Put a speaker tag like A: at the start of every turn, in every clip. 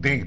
A: de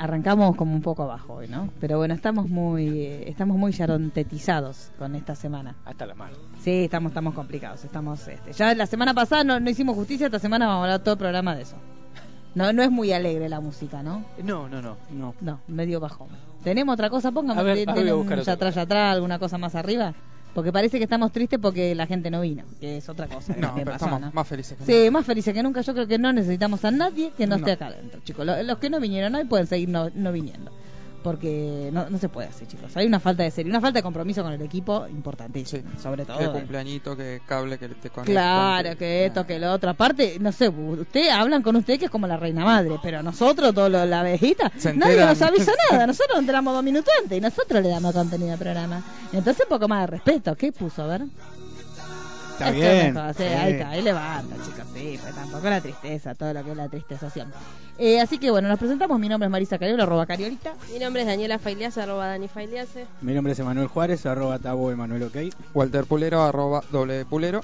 B: arrancamos como un poco abajo hoy, ¿no? Pero bueno, estamos muy eh, estamos muy yarontetizados con esta semana.
C: Hasta la mano.
B: Sí, estamos estamos complicados, estamos este, ya la semana pasada no, no hicimos justicia, esta semana vamos a hablar todo el programa de eso. No no es muy alegre la música, ¿no?
C: No, no, no, no.
B: No, medio bajón. ¿Tenemos otra cosa? Póngame
C: A ver,
B: ¿tienen
C: ahora voy a
B: un
C: buscar
B: ya
C: otra
B: atrás,
C: cosa.
B: ya atrás, alguna cosa más arriba, porque parece que estamos tristes porque la gente no vino, que es otra cosa. que
D: No,
B: me
D: pero
B: pasó,
D: estamos
B: ¿no?
D: más felices. que
B: Sí, más felices que nunca. Yo creo que no necesitamos a nadie que no,
D: No.
B: esté acá adentro, chicos. Lo- Los, que no vinieron hoy pueden seguir no, no viniendo. Porque no, no se puede así, chicos. Hay una falta de serio, una falta de compromiso con el equipo importantísima,
D: Sí.
B: sobre todo.
D: Que
B: de-
D: cumpleañito, que cable, que te conectan.
B: Claro, que esto, que lo otro. Aparte, no sé, usted hablan con usted que es como la reina madre, pero nosotros, todo lo- la abejita,
D: Se
B: nadie
D: enteran.
B: nos avisa nada. Nosotros nos enteramos dos minutos antes y nosotros le damos contenido al programa. Entonces, un poco más de respeto. ¿Qué puso? A ver.
E: Está
B: Es que
E: bien.
B: mejor, sí,
E: sí.
B: Ahí está, ahí levanta, chicos. Sí, pues tampoco la tristeza, todo lo que es la tristeza siempre. Eh, así que bueno, nos presentamos. Mi nombre es Marisa Cariola, arroba Cariolita.
F: Mi nombre es Daniela Failiase, arroba Dani Failiase.
E: Mi nombre es Emanuel Juárez, arroba tabo Emanuel OK.
D: Walter Pulero, arroba doble Pulero.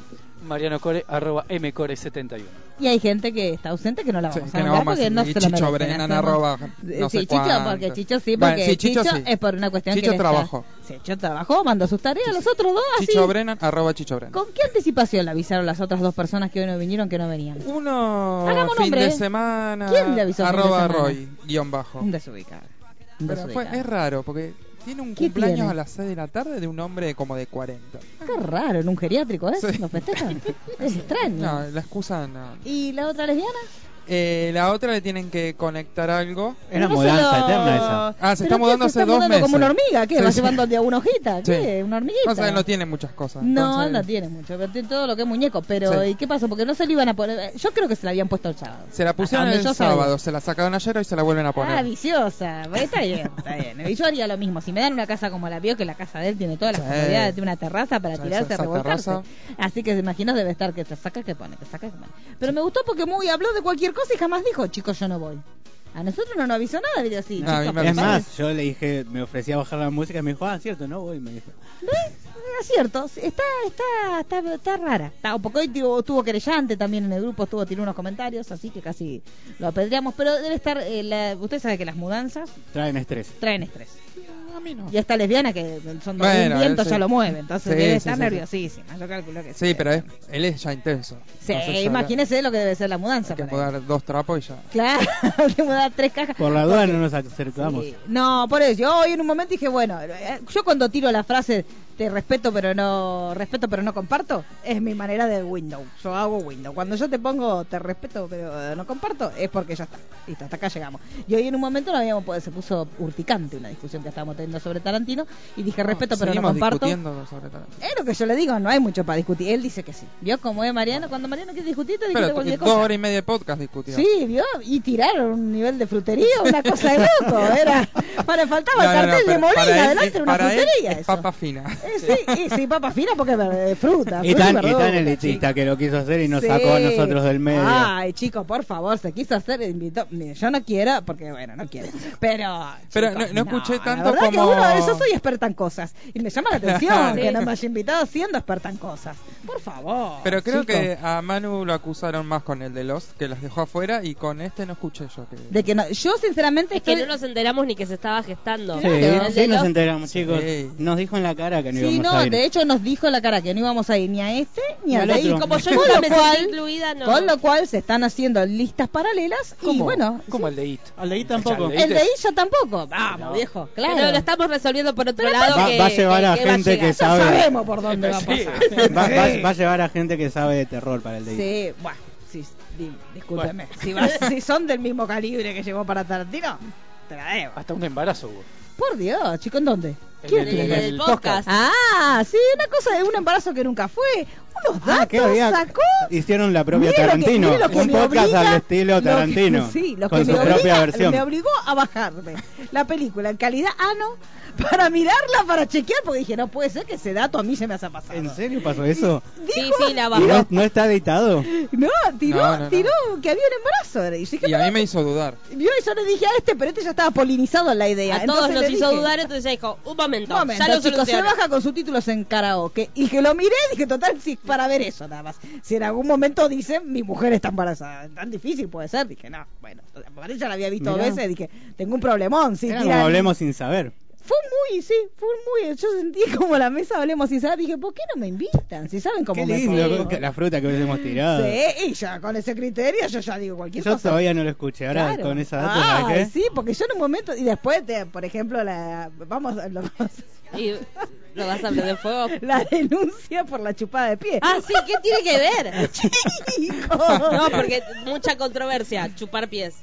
C: Mariano Core, arroba mcore71.
B: Y hay gente que está ausente que no la vamos
D: Sí,
B: a
D: que no
B: nombrar
D: vamos a-
B: porque no
D: y
B: se lo
D: Chicho
B: merecen,
D: Brennan,
B: hacemos-
D: arroba, no
B: sí,
D: sé
B: Chicho,
D: cuánto.
B: porque Chicho sí, porque
D: Bueno, sí,
B: Chicho,
D: Chicho sí.
B: es por una cuestión
D: Chicho
B: que... le está-
D: trabajó.
B: Sí, Chicho trabajó, mandó sus tareas a los otros dos, así.
D: Chicho Brennan, arroba Chicho Brennan.
B: ¿Con qué anticipación le avisaron las otras dos personas que hoy no vinieron que no venían?
D: Uno
B: Hagamos un
D: fin
B: nombre.
D: de semana.
B: ¿Quién le avisó fin de
D: Arroba
B: semana?
D: Roy, guión bajo.
B: Un desubicado. Un
D: Pero fue-
B: desubicado.
D: es raro porque tiene un
B: ¿Qué
D: cumpleaños
B: tiene?
D: a las 6 de la tarde de un hombre como de 40.
B: Qué raro, en un geriátrico, ¿eh?
D: er- Sí.
B: ¿Lo festejan? es extraño.
D: No, la excusa no.
B: ¿Y la otra lesbiana?
D: Eh, la otra le tienen que conectar algo.
E: Era
B: Pero no
E: mudanza
B: se lo-
E: eterna esa.
D: Ah, se
B: ¿Pero
D: está
B: qué?
D: mudando hace
B: está
D: dos
B: mudando
D: meses.
B: como una hormiga, ¿qué?
D: Sí,
B: Va
D: sí.
B: llevando de a una hojita, ¿qué?
D: Sí.
B: Una hormiguita.
D: O sea, no tiene muchas cosas.
B: No,
D: entonces-
B: no tiene mucho, pero tiene todo lo que es muñeco. Pero,
D: Sí.
B: ¿y qué pasó? Porque no se le iban a poner. eh, Yo creo que se la habían puesto el sábado.
D: Se la pusieron
B: Hasta
D: el
B: donde yo sabía.
D: sábado, se la sacaron ayer y se la vuelven a poner.
B: Ah, viciosa. Bueno, Está bien, está bien. Y yo haría lo mismo. Si me dan una casa como la vio, que la casa de él tiene todas las
D: Sí.
B: comodidades, tiene una terraza para
D: Sí,
B: tirarse,
D: esa- esa
B: revolcarse.
D: terraza.
B: Así que, imagino, debe estar que te saca, que pone, que saca, que pone. Pero me gustó porque muy habló de cualquier cosa y jamás dijo, chicos, yo no voy. A nosotros no nos avisó nada, video así.
D: No, a mí
B: chicos,
D: me
B: pero
D: avisó.
E: Es
B: parece-
E: más, yo le dije, me ofrecía bajar la música y me dijo, ah, cierto, no voy. Me dijo,
B: Es cierto, está, está, está, está rara. Está, porque hoy tuvo, tuvo querellante también en el grupo, estuvo tiró unos comentarios, así que casi lo apedreamos. Pero debe estar, eh, la- usted sabe que las mudanzas
E: traen estrés.
B: traen estrés.
D: A mí no.
B: Y esta lesbiana que son dos
D: Bueno,
B: un viento
D: sí.
B: ya lo mueve, entonces
D: Sí,
B: debe
D: sí,
B: estar
D: sí, sí.
B: nerviosísima. Yo calculo que
D: Sí, pero es- él es ya intenso.
B: Sí,
D: Entonces ya
B: imagínese lo que debe ser la mudanza.
D: Hay que
B: para él.
D: mudar dos trapos y ya.
B: Claro, hay que mudar tres cajas.
E: Por la duda no nos acercamos.
B: Sí. No, por eso. Yo hoy en un momento dije, bueno, eh, yo cuando tiro la frase te respeto pero no respeto pero no comparto, es mi manera de Windows. Yo hago Windows. Cuando yo te pongo te respeto pero eh, no comparto, es porque ya está. Listo, hasta acá llegamos. Y hoy en un momento no habíamos pod- se puso urticante una discusión que estábamos teniendo sobre Tarantino y dije, respeto pero no
D: Seguimos
B: comparto.
D: discutiendo sobre tal-
B: Es lo que yo le digo, no hay mucho para discutir. Él dice que sí. ¿Vio cómo es Mariano? Cuando Mariano quiere discutir, te discute
D: Pero tu-
B: cualquier
D: dos
B: cosa.
D: horas y media de podcast discutiendo.
B: Sí, vio, y tiraron un nivel de frutería, una cosa de loco, era, para faltaba el cartel de Molina adelante una
D: para él
B: frutería
D: es
B: eso.
D: papa fina.
B: Eh, sí, y sí, papa fina porque Ah, es fruta,
E: Y
B: fruta
E: tan, y
B: verdura,
E: tan elitista que lo quiso hacer y nos sacó a
B: Sí. Ah,
E: nosotros del medio.
B: Ay, chico, por favor, se quiso hacer, invitó. Mire, yo no quiero, porque bueno, no quiero. Pero.
D: Pero
B: chicos,
D: no- no escuché
B: la
D: tanto
B: verdad que
D: como-
B: uno- yo soy experta en cosas. Y me llama la atención
D: Sí.
B: que no me haya invitado siendo experta en cosas. Por favor.
D: Pero creo
B: chicos.
D: que a Manu lo acusaron más con el de Lost, que las dejó afuera, y con este no escuché yo. Que...
B: De que no, yo sinceramente
F: Es que
B: estoy-
F: no nos enteramos ni que se estaba gestando.
E: Sí,
F: El
E: sí
F: de
E: nos
F: los-
E: enteramos, chicos.
D: Sí.
E: Nos dijo en la cara que no
B: Sí,
E: íbamos
B: no,
E: a ir.
B: de hecho nos dijo la cara que no íbamos a ir ni a este ni
E: Ni
B: a
E: al
B: de ahí.
E: otro.
F: Como yo
B: con
F: no
B: lo
F: me
B: cual,
F: sentí incluida, no.
B: con lo cual se están haciendo listas paralelas y bueno,
C: ¿Cómo el de IT?
E: Al de ahí tampoco.
C: Al
B: el de
C: IT.
B: ahí ya tampoco. Vamos,
C: No.
B: viejo, claro.
F: Pero lo estamos resolviendo por otro lado.
E: Va-
F: que-
E: va a llevar
F: que-
E: a
F: que va
E: gente que
F: llegar.
E: sabe.
B: Ya sabemos por dónde va a
C: Sí.
B: pasar.
E: Va, va- va a llevar a gente que sabe de terror para el de ahí.
B: Sí, bueno, sí, di- discúlpeme. Si, vas- si son del mismo calibre que llevó para Tarantino, te la debo.
C: Hasta un embarazo hubo.
B: Por Dios, chico, ¿en dónde?
C: En
B: ¿Quién Ah,
F: el-
B: estuvo?
F: en el podcast.
B: Ah, sí, una cosa de un embarazo que nunca fue, ¿Cuántos
E: Ah, qué
B: datos
E: había-
B: sacó?
E: Hicieron la propia
B: Mire lo que-
E: Tarantino.
B: mire lo que
E: un
B: me
E: podcast
B: obliga-
E: al estilo
B: lo que-
E: Tarantino.
B: sí, lo que
E: con su
B: me
E: propia
B: obliga-
E: versión.
B: Me obligó a bajarme la película en calidad ano para mirarla, para chequear, porque dije, no puede ser que ese dato a mí se me haya pasado.
E: ¿En serio pasó eso?
F: Sí,
B: Dijo-
F: sí, la
E: ¿Y
F: bajó.
E: no, no está editado?
B: No, tiró,
D: No, no, no.
B: tiró que había un embarazo. Y, dije, ¿qué
D: Y a mí
B: embarazo?
D: me hizo dudar.
B: Yo, yo le dije a este, pero este ya estaba polinizado en la idea.
F: A todos
B: Entonces
F: nos
B: le
F: hizo
B: dije,
F: dudar, entonces ya dijo, un momento,
B: Momento,
F: ya lo
B: chicos, se
F: soluciono.
B: baja con subtítulos en karaoke. Y que lo miré, dije, total, sí, para ver eso nada más. Si en algún momento dicen, mi mujer está embarazada, tan difícil puede ser. Dije, no, bueno, María ya la había visto dos
E: Mirá.
B: veces, dije, tengo un problemón. Si
E: Era
B: tiran-
E: como hablemos sin saber.
B: Fue muy, sí, fue muy. Yo sentí como la mesa hablemos y saber, dije, ¿por qué no me invitan? Si saben cómo
E: Qué
B: me
E: lindo,
B: pongo.
E: la fruta que hubiésemos tirado.
B: Sí, y ya con ese criterio yo ya digo cualquier
E: Yo
B: cosa.
E: todavía no lo escuché. Ahora
B: Claro.
E: con esa data,
B: Ah,
E: ¿sabes qué?
B: sí, porque yo en un momento. Y después, de, por ejemplo, la. Vamos, a- lo- vamos-
F: Y lo vas a prender fuego.
B: la denuncia por la chupada de pie.
F: Ah, sí, ¿qué tiene que ver?
B: Chicos.
F: No, porque mucha controversia, chupar pies.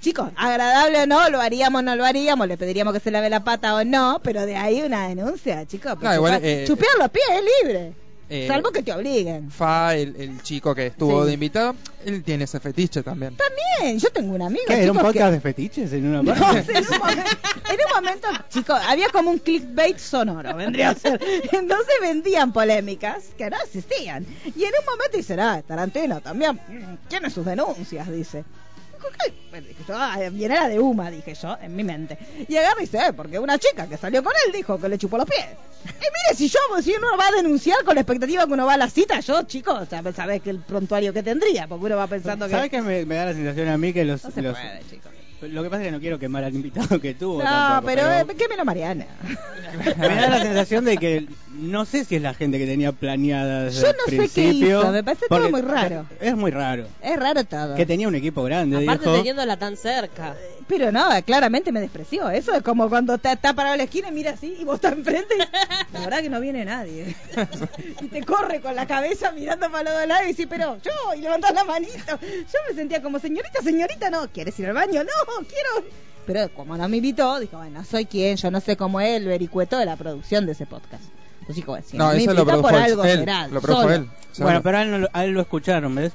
B: Chicos, agradable o no, lo haríamos o no lo haríamos, le pediríamos que se lave la pata o no, pero de ahí una denuncia, chicos. por
D: No, igual,
B: chupar,
D: eh,
B: chupear los pies es libre,
D: Eh,
B: salvo que te obliguen.
D: Fa, el, el chico que estuvo
B: Sí.
D: de invitado, él tiene ese fetiche también.
B: También, yo tengo un amigo.
E: ¿Qué? ¿Era un
B: chicos, que-
E: podcast de fetiches en una
B: No,
E: parte?
B: en, un momento, en un momento, chicos, había como un clickbait sonoro, vendría a ser. Entonces vendían polémicas que no existían. Y en un momento dicen, ah, Tarantino también mm, tiene sus denuncias, dice. Dijo, "¿Qué?". Bueno, dije yo, "Ah, bien era de Uma, dije yo, en mi mente. Y agarra y dice, eh, porque una chica que salió con él dijo que le chupó los pies. Y mire, si yo, si uno va a denunciar con la expectativa que uno va a la cita, yo, chicos, sab- sabés que el prontuario que tendría, porque uno va pensando
E: ¿Sabes
B: que...
E: qué me, me da la sensación a mí que los,
B: No se
E: los-
B: puede, chicos.
E: lo que pasa es que no quiero quemar al invitado que tuvo.
B: No,
E: tampoco,
B: pero, eh, qué menos Mariana.
E: me da la sensación de que no sé si es la gente que tenía planeada desde
B: Yo
E: el
B: no sé qué
E: principio,
B: hizo, me parece todo
E: porque
B: muy raro.
E: Es muy raro.
B: Es raro todo.
E: Que tenía un equipo grande,
F: Aparte
E: dijo.
F: teniéndola tan cerca.
B: Pero no, claramente me despreció. Eso es como cuando te- está parado en la esquina y mira así y vos estás enfrente. y- La verdad que no viene nadie. Y te corre con la cabeza mirando para los dos lados y dice, pero yo, y levantás la manito. Yo me sentía como, señorita, señorita, no, ¿quieres ir al baño? No, quiero. Pero como no me invitó, dijo, bueno, soy quien, yo no sé cómo es el vericueto de la producción de ese podcast. Entonces dijo, si
D: No,
B: me
D: eso
B: invita
D: lo produjo
B: por
D: él.
B: algo,
D: él,
B: será
D: lo produjo
B: solo.
D: él. solo.
E: Bueno, pero a él, no lo, a él lo escucharon, ¿ves?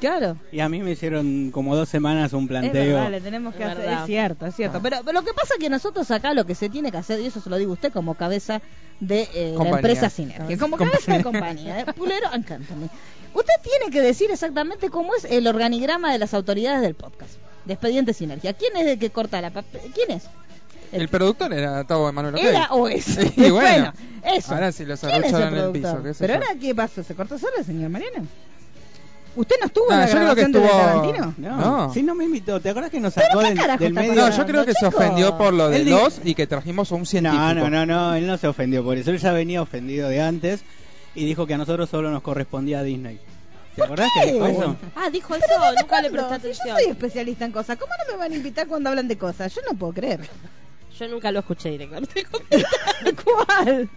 B: Claro.
E: Y a mí me hicieron como dos semanas un
B: Es
E: planteo.
B: verdad, le tenemos que
F: Es
B: hacer.
F: verdad.
B: Es cierto, es
D: Ah.
B: cierto. Pero, pero lo que pasa es que nosotros acá lo que se tiene que hacer, y eso se lo digo a usted como cabeza de eh, la
D: Compañía.
B: empresa Sinergia, como cabeza de compañía, eh, Pulero and Company. Usted tiene que decir exactamente cómo es el organigrama de las autoridades del podcast, de Expediente Sinergia. ¿Quién es el que corta la pap- ¿Quién es?
D: el productor era Tavo Emanuel Ojeda.
B: Era o es.
D: Y bueno,
B: eso.
D: ahora sí los
B: ¿Quién es el
D: arrocharon en el
B: productor?
D: piso, qué sé
B: Pero
D: yo.
B: ahora, ¿qué pasó? ¿Se cortó solo el señor Mariano? ¿Usted no estuvo en
D: No,
B: la
D: yo creo que
B: grabación de
D: estuvo-
B: Tarantino?
E: No,
D: No.
E: si no me invitó, ¿te acuerdas que nos
B: ¿Pero
E: sacó
B: qué
E: del,
B: carajo
E: del
B: está
E: medio?
D: no, yo creo que se
B: chico.
D: ofendió por lo de
E: Él dijo-
D: dos y que trajimos a un científico.
E: No, no, no, no, él no se ofendió por eso, él ya venía ofendido de antes y dijo que a nosotros solo nos correspondía a Disney. ¿Te acordás
B: qué?
E: que dijo eso?
F: Ah, dijo eso,
B: Pero ¿desde
F: nunca
B: cuándo?
F: le presté
B: Si
F: atención.
B: Yo soy especialista en cosas. ¿Cómo no me van a invitar cuando hablan de cosas? Yo no puedo creer.
F: Yo nunca lo escuché directamente.
B: ¿Cuál?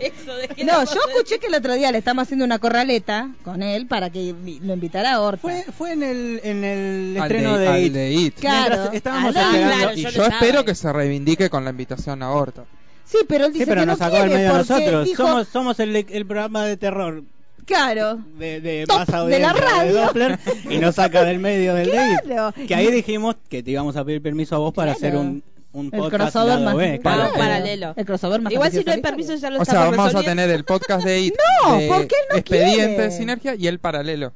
F: Eso de que
B: No,
F: la-
B: yo escuché que el otro día le estamos haciendo una corraleta con él para que vi- lo invitara a Horta.
E: Fue, fue en el, en el
D: Al
E: estreno
D: de, al
E: It.
D: de It.
B: Claro.
E: Mientras estábamos
F: Ah,
E: esperando.
F: claro,
D: Y
F: yo no
D: yo
F: estaba.
D: espero que se reivindique con la invitación a Horta.
B: Sí, pero él
E: Sí,
B: dice
E: pero
B: que
E: nos
B: no
E: sacó del
B: quiere
E: medio a
B: porque
E: nosotros.
B: dijo-
E: Somos, somos el, el programa de terror
B: Claro.
E: de, de
B: Top
E: más
B: de la
E: audiencia
B: radio.
E: Doppler y nos saca del medio del
B: Claro.
E: David. Que ahí dijimos que te íbamos a pedir permiso a vos para
B: Claro.
E: hacer un, un
B: El
E: podcast
B: crossover
E: lado
B: más-
E: B,
B: claro,
E: claro,
F: Ah,
E: pero-
F: paralelo.
B: El crossover más
F: Igual si no hay
B: gracioso de
F: permiso
B: Italia.
F: ya lo
D: O sea,
F: estamos
D: vamos a
F: resolviendo.
D: tener el podcast de IT.
B: No,
D: de
B: porque él no
D: Expediente
B: quiere.
D: Sinergia y el paralelo.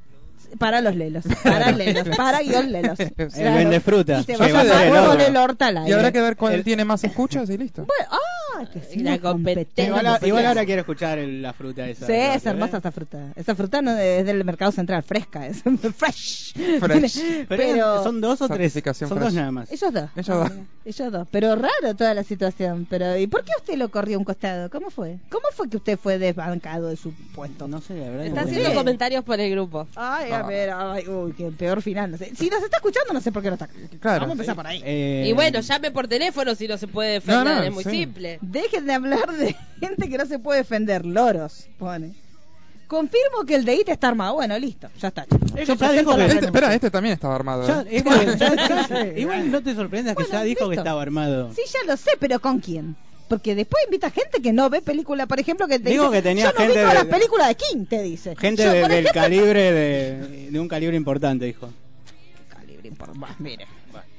B: Para los lelos. Para lelos. Para guión lelos.
D: El
E: vende frutas.
B: Y te
E: Sí,
B: vas
D: va
B: a
D: a ser
B: llamar
D: el
B: huevo
D: otro.
B: del Horta al
D: Y
B: aire.
D: habrá que ver cuál
E: El-
D: tiene más escuchas y listo.
B: Bueno, ah, que sí,
F: La
B: la competencia.
F: competencia.
E: Igual, a- igual ahora quiero escuchar el- la fruta esa.
B: Sí,
E: ¿eh?
B: es hermosa esta fruta. Esa fruta no de- es del mercado central, fresca, es fresh.
D: Fresh.
E: Pero,
B: Pero
E: son dos o tres.
D: Certificación
E: Son dos
D: fresh.
E: nada más.
B: ellos dos.
D: Ellos
B: Ah,
D: dos.
B: mira, ellos dos. Pero raro toda la situación. Pero ¿y por qué usted lo corrió a un costado? ¿Cómo fue? ¿Cómo fue que usted fue desbancado de su puesto?
E: No sé, la verdad.
F: Está
E: que no
F: haciendo
E: sé.
F: comentarios por el grupo.
B: Ay, a
D: Ah.
B: ver, ay, uy, qué peor final. no sé. Si nos está escuchando, no sé por qué no está. acá.
D: Claro.
B: Vamos a empezar por ahí.
E: Eh,
F: Y bueno, llame por teléfono si no se puede defender,
D: No, no,
F: es muy
D: sí.
F: simple.
B: Dejen de hablar de gente que no se puede defender. Loros, pone. Confirmo que el de IT está armado. Bueno, listo, ya está.
E: Él ya
B: Yo
E: dijo
B: presento la
E: que-
D: Este-
B: renuncia.
D: espera, este también estaba armado.
E: ya-
D: ¿eh?
E: igual, ya- ya- igual no te sorprendas que
B: Bueno,
E: ya dijo que
B: listo.
E: estaba armado.
B: Sí, ya lo sé, pero ¿con quién? Porque después invita gente que no ve películas, por ejemplo, que te
E: Digo
B: dice,
E: que tenía
B: yo no
E: gente
B: vi todas
E: de-
B: las películas de King, te dice.
E: Gente
B: Yo,
E: de-
B: por
E: del
B: ejemplo,
E: calibre de, de un calibre importante, dijo.
B: Calibre impor- bah, mire.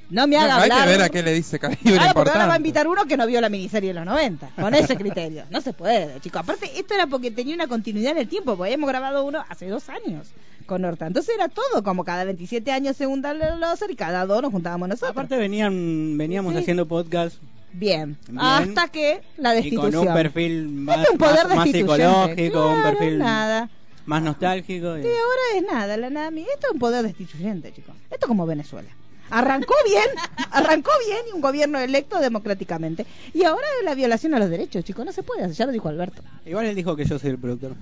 B: No me
D: No,
B: haga
D: hay
B: hablar.
D: que ver a qué le dice calibre
B: Claro, porque ahora va a
D: importante.
B: invitar uno que no vio la miniserie de los 90, con ese criterio. No se puede, chicos. Aparte, esto era porque tenía una continuidad en el tiempo, porque hemos grabado uno hace dos años con Horta. Entonces era todo, como cada 27 años se juntan los láser y cada dos nos juntábamos nosotros.
E: Aparte venían, veníamos
B: Sí.
E: haciendo podcast
B: bien.
E: Bien.
B: Hasta que la
E: y
B: destitución.
E: con un perfil más,
B: Este es un poder
E: más- más
B: destituyente.
E: psicológico, un
B: Claro,
E: perfil
B: nada.
E: más nostálgico. y-
B: Sí, ahora es nada, la Nami. Esto es un poder destituyente, chicos. Esto como Venezuela. Arrancó bien, arrancó bien y un gobierno electo democráticamente. Y ahora la violación a los derechos, chicos. No se puede, hacer, ya lo dijo Alberto.
E: Igual él dijo que yo soy el productor.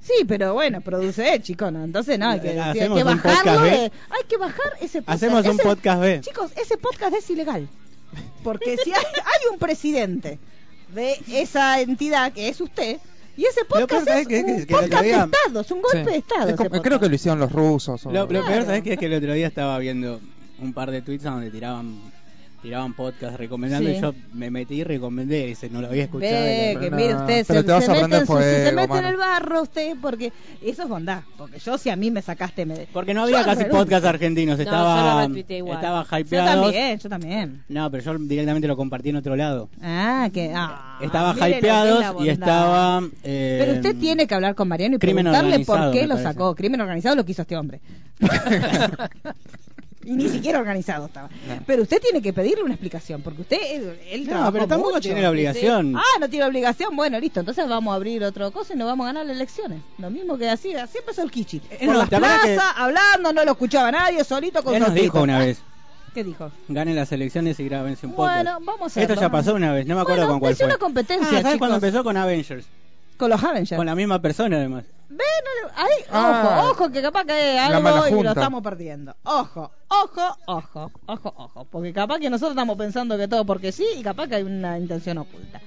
B: Sí, pero bueno, produce él, chicos. ¿no? Entonces no, hay que,
E: Hacemos
B: hay que
E: un
B: bajarlo.
E: podcast B.
B: de- hay que bajar ese podcast.
E: Hacemos un
B: Ese-
E: podcast B.
B: Chicos, ese podcast es ilegal. Porque si hay, hay un presidente de esa entidad que es usted, y ese
E: peor
B: podcast
E: que
B: es
E: es que-
B: un
E: que- que el otro
B: podcast de
E: día-
B: Estado, es un golpe
D: Sí.
B: de Estado.
D: Es
B: ese
D: como- creo
B: podcast.
D: que lo hicieron los rusos. o-
E: Lo, lo
B: Claro.
E: peor, ¿sabes qué? Es que el otro día estaba viendo un par de tweets donde tiraban tiraban podcast recomendando
B: Sí.
E: y yo me metí y recomendé ese, no lo había escuchado.
B: Ve,
E: Y
B: que
D: no,
B: mire usted,
D: pero
B: se,
D: te vas
B: se
D: a
B: mete
D: prender
B: en su- si se
D: fuego,
B: mete en
D: mano.
B: el barro usted, porque eso es bondad, porque yo si a mí me sacaste me...
E: lo- Porque no había
B: Yo
E: casi
B: renuncio.
E: podcast argentinos,
F: No, yo
E: estaba
F: lo retuiteé igual.
E: estaba
B: Yo
E: hypeado.
B: también, yo también.
E: No, pero yo directamente lo compartí en otro lado.
B: Ah, que... ah,
E: estaba
B: mire lo que es la
E: hypeados
B: bondad.
E: y estaba eh,
B: Pero usted tiene que hablar con Mariano y
E: crimen
B: preguntarle por
E: organizado,
B: qué
E: me
B: lo
E: parece.
B: sacó. Crimen organizado lo quiso este hombre. y ni siquiera organizado estaba. Pero usted tiene que pedirle una explicación, porque usted, él, él
E: No,
B: trabajó
E: pero tampoco
B: mucho.
E: tiene la obligación.
B: Ah, no tiene obligación. Bueno, listo. Entonces vamos a abrir otro cosa y nos vamos a ganar las elecciones. Lo mismo que así, así empezó el Kichi.
E: Eh,
B: Por
E: no,
B: las
E: ¿te acordás
B: plazas,
E: que-
B: hablando, no lo escuchaba nadie, solito con
E: Él nos
B: solito.
E: dijo una vez,
B: ¿Qué dijo?
E: ganen las elecciones y grábense un podcast.
B: Bueno, vamos a
E: Esto ya
B: verlo.
E: pasó una vez, no me acuerdo
B: Bueno,
E: con cuál
B: es
E: fue.
B: una competencia,
E: Ah, ¿sabes
B: chicos?
E: cuando empezó con Avengers?
B: Con los Avengers.
E: Con la misma persona además.
B: Ve, no le- ahí,
D: Ah.
B: ojo, ojo, que capaz que hay
D: La
B: algo
D: mala
B: y lo
D: junta.
B: estamos perdiendo. Ojo, ojo, ojo, ojo, ojo. Porque capaz que nosotros estamos pensando que todo porque sí y capaz que hay una intención oculta.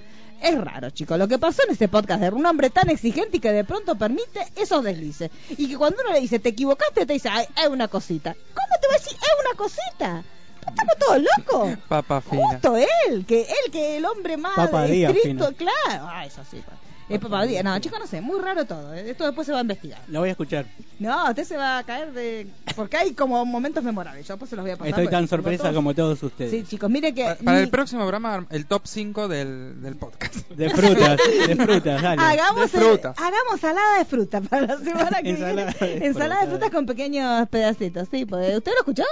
B: Es raro, chicos, lo que pasó en este podcast de un hombre tan exigente y que de pronto permite esos deslices. Y que cuando uno le dice, te equivocaste, te dice, ay, es una cosita. ¿Cómo te va a decir, es una cosita? Estamos todos locos.
D: Papa fina.
B: Justo él, que él que el hombre más
E: Papa Díaz,
B: estricto,
E: fino.
B: claro. Ah, eso sí. pa- Es Papa Díaz. No, chicos, no sé, muy raro todo. Eh, Esto después se va a investigar.
E: Lo voy a escuchar.
B: No, usted se va a caer de. Porque hay como momentos memorables. Yo después se los voy a pasar.
E: Estoy
B: porque
E: tan
B: tengo
E: sorpresa
B: todos-
E: como todos ustedes.
B: Sí, chicos, mire que.
D: Pa- Para el
B: ni-
D: próximo programa, el top 5 del, del podcast.
E: De frutas, de frutas, dale.
B: Hagamos,
D: De
B: el-
D: frutas.
B: hagamos salada de fruta para la semana que
E: Ensalada
B: viene.
E: de
B: Ensalada de
E: fruta.
B: frutas con pequeños pedacitos. Sí, pues, ¿usted lo escuchó?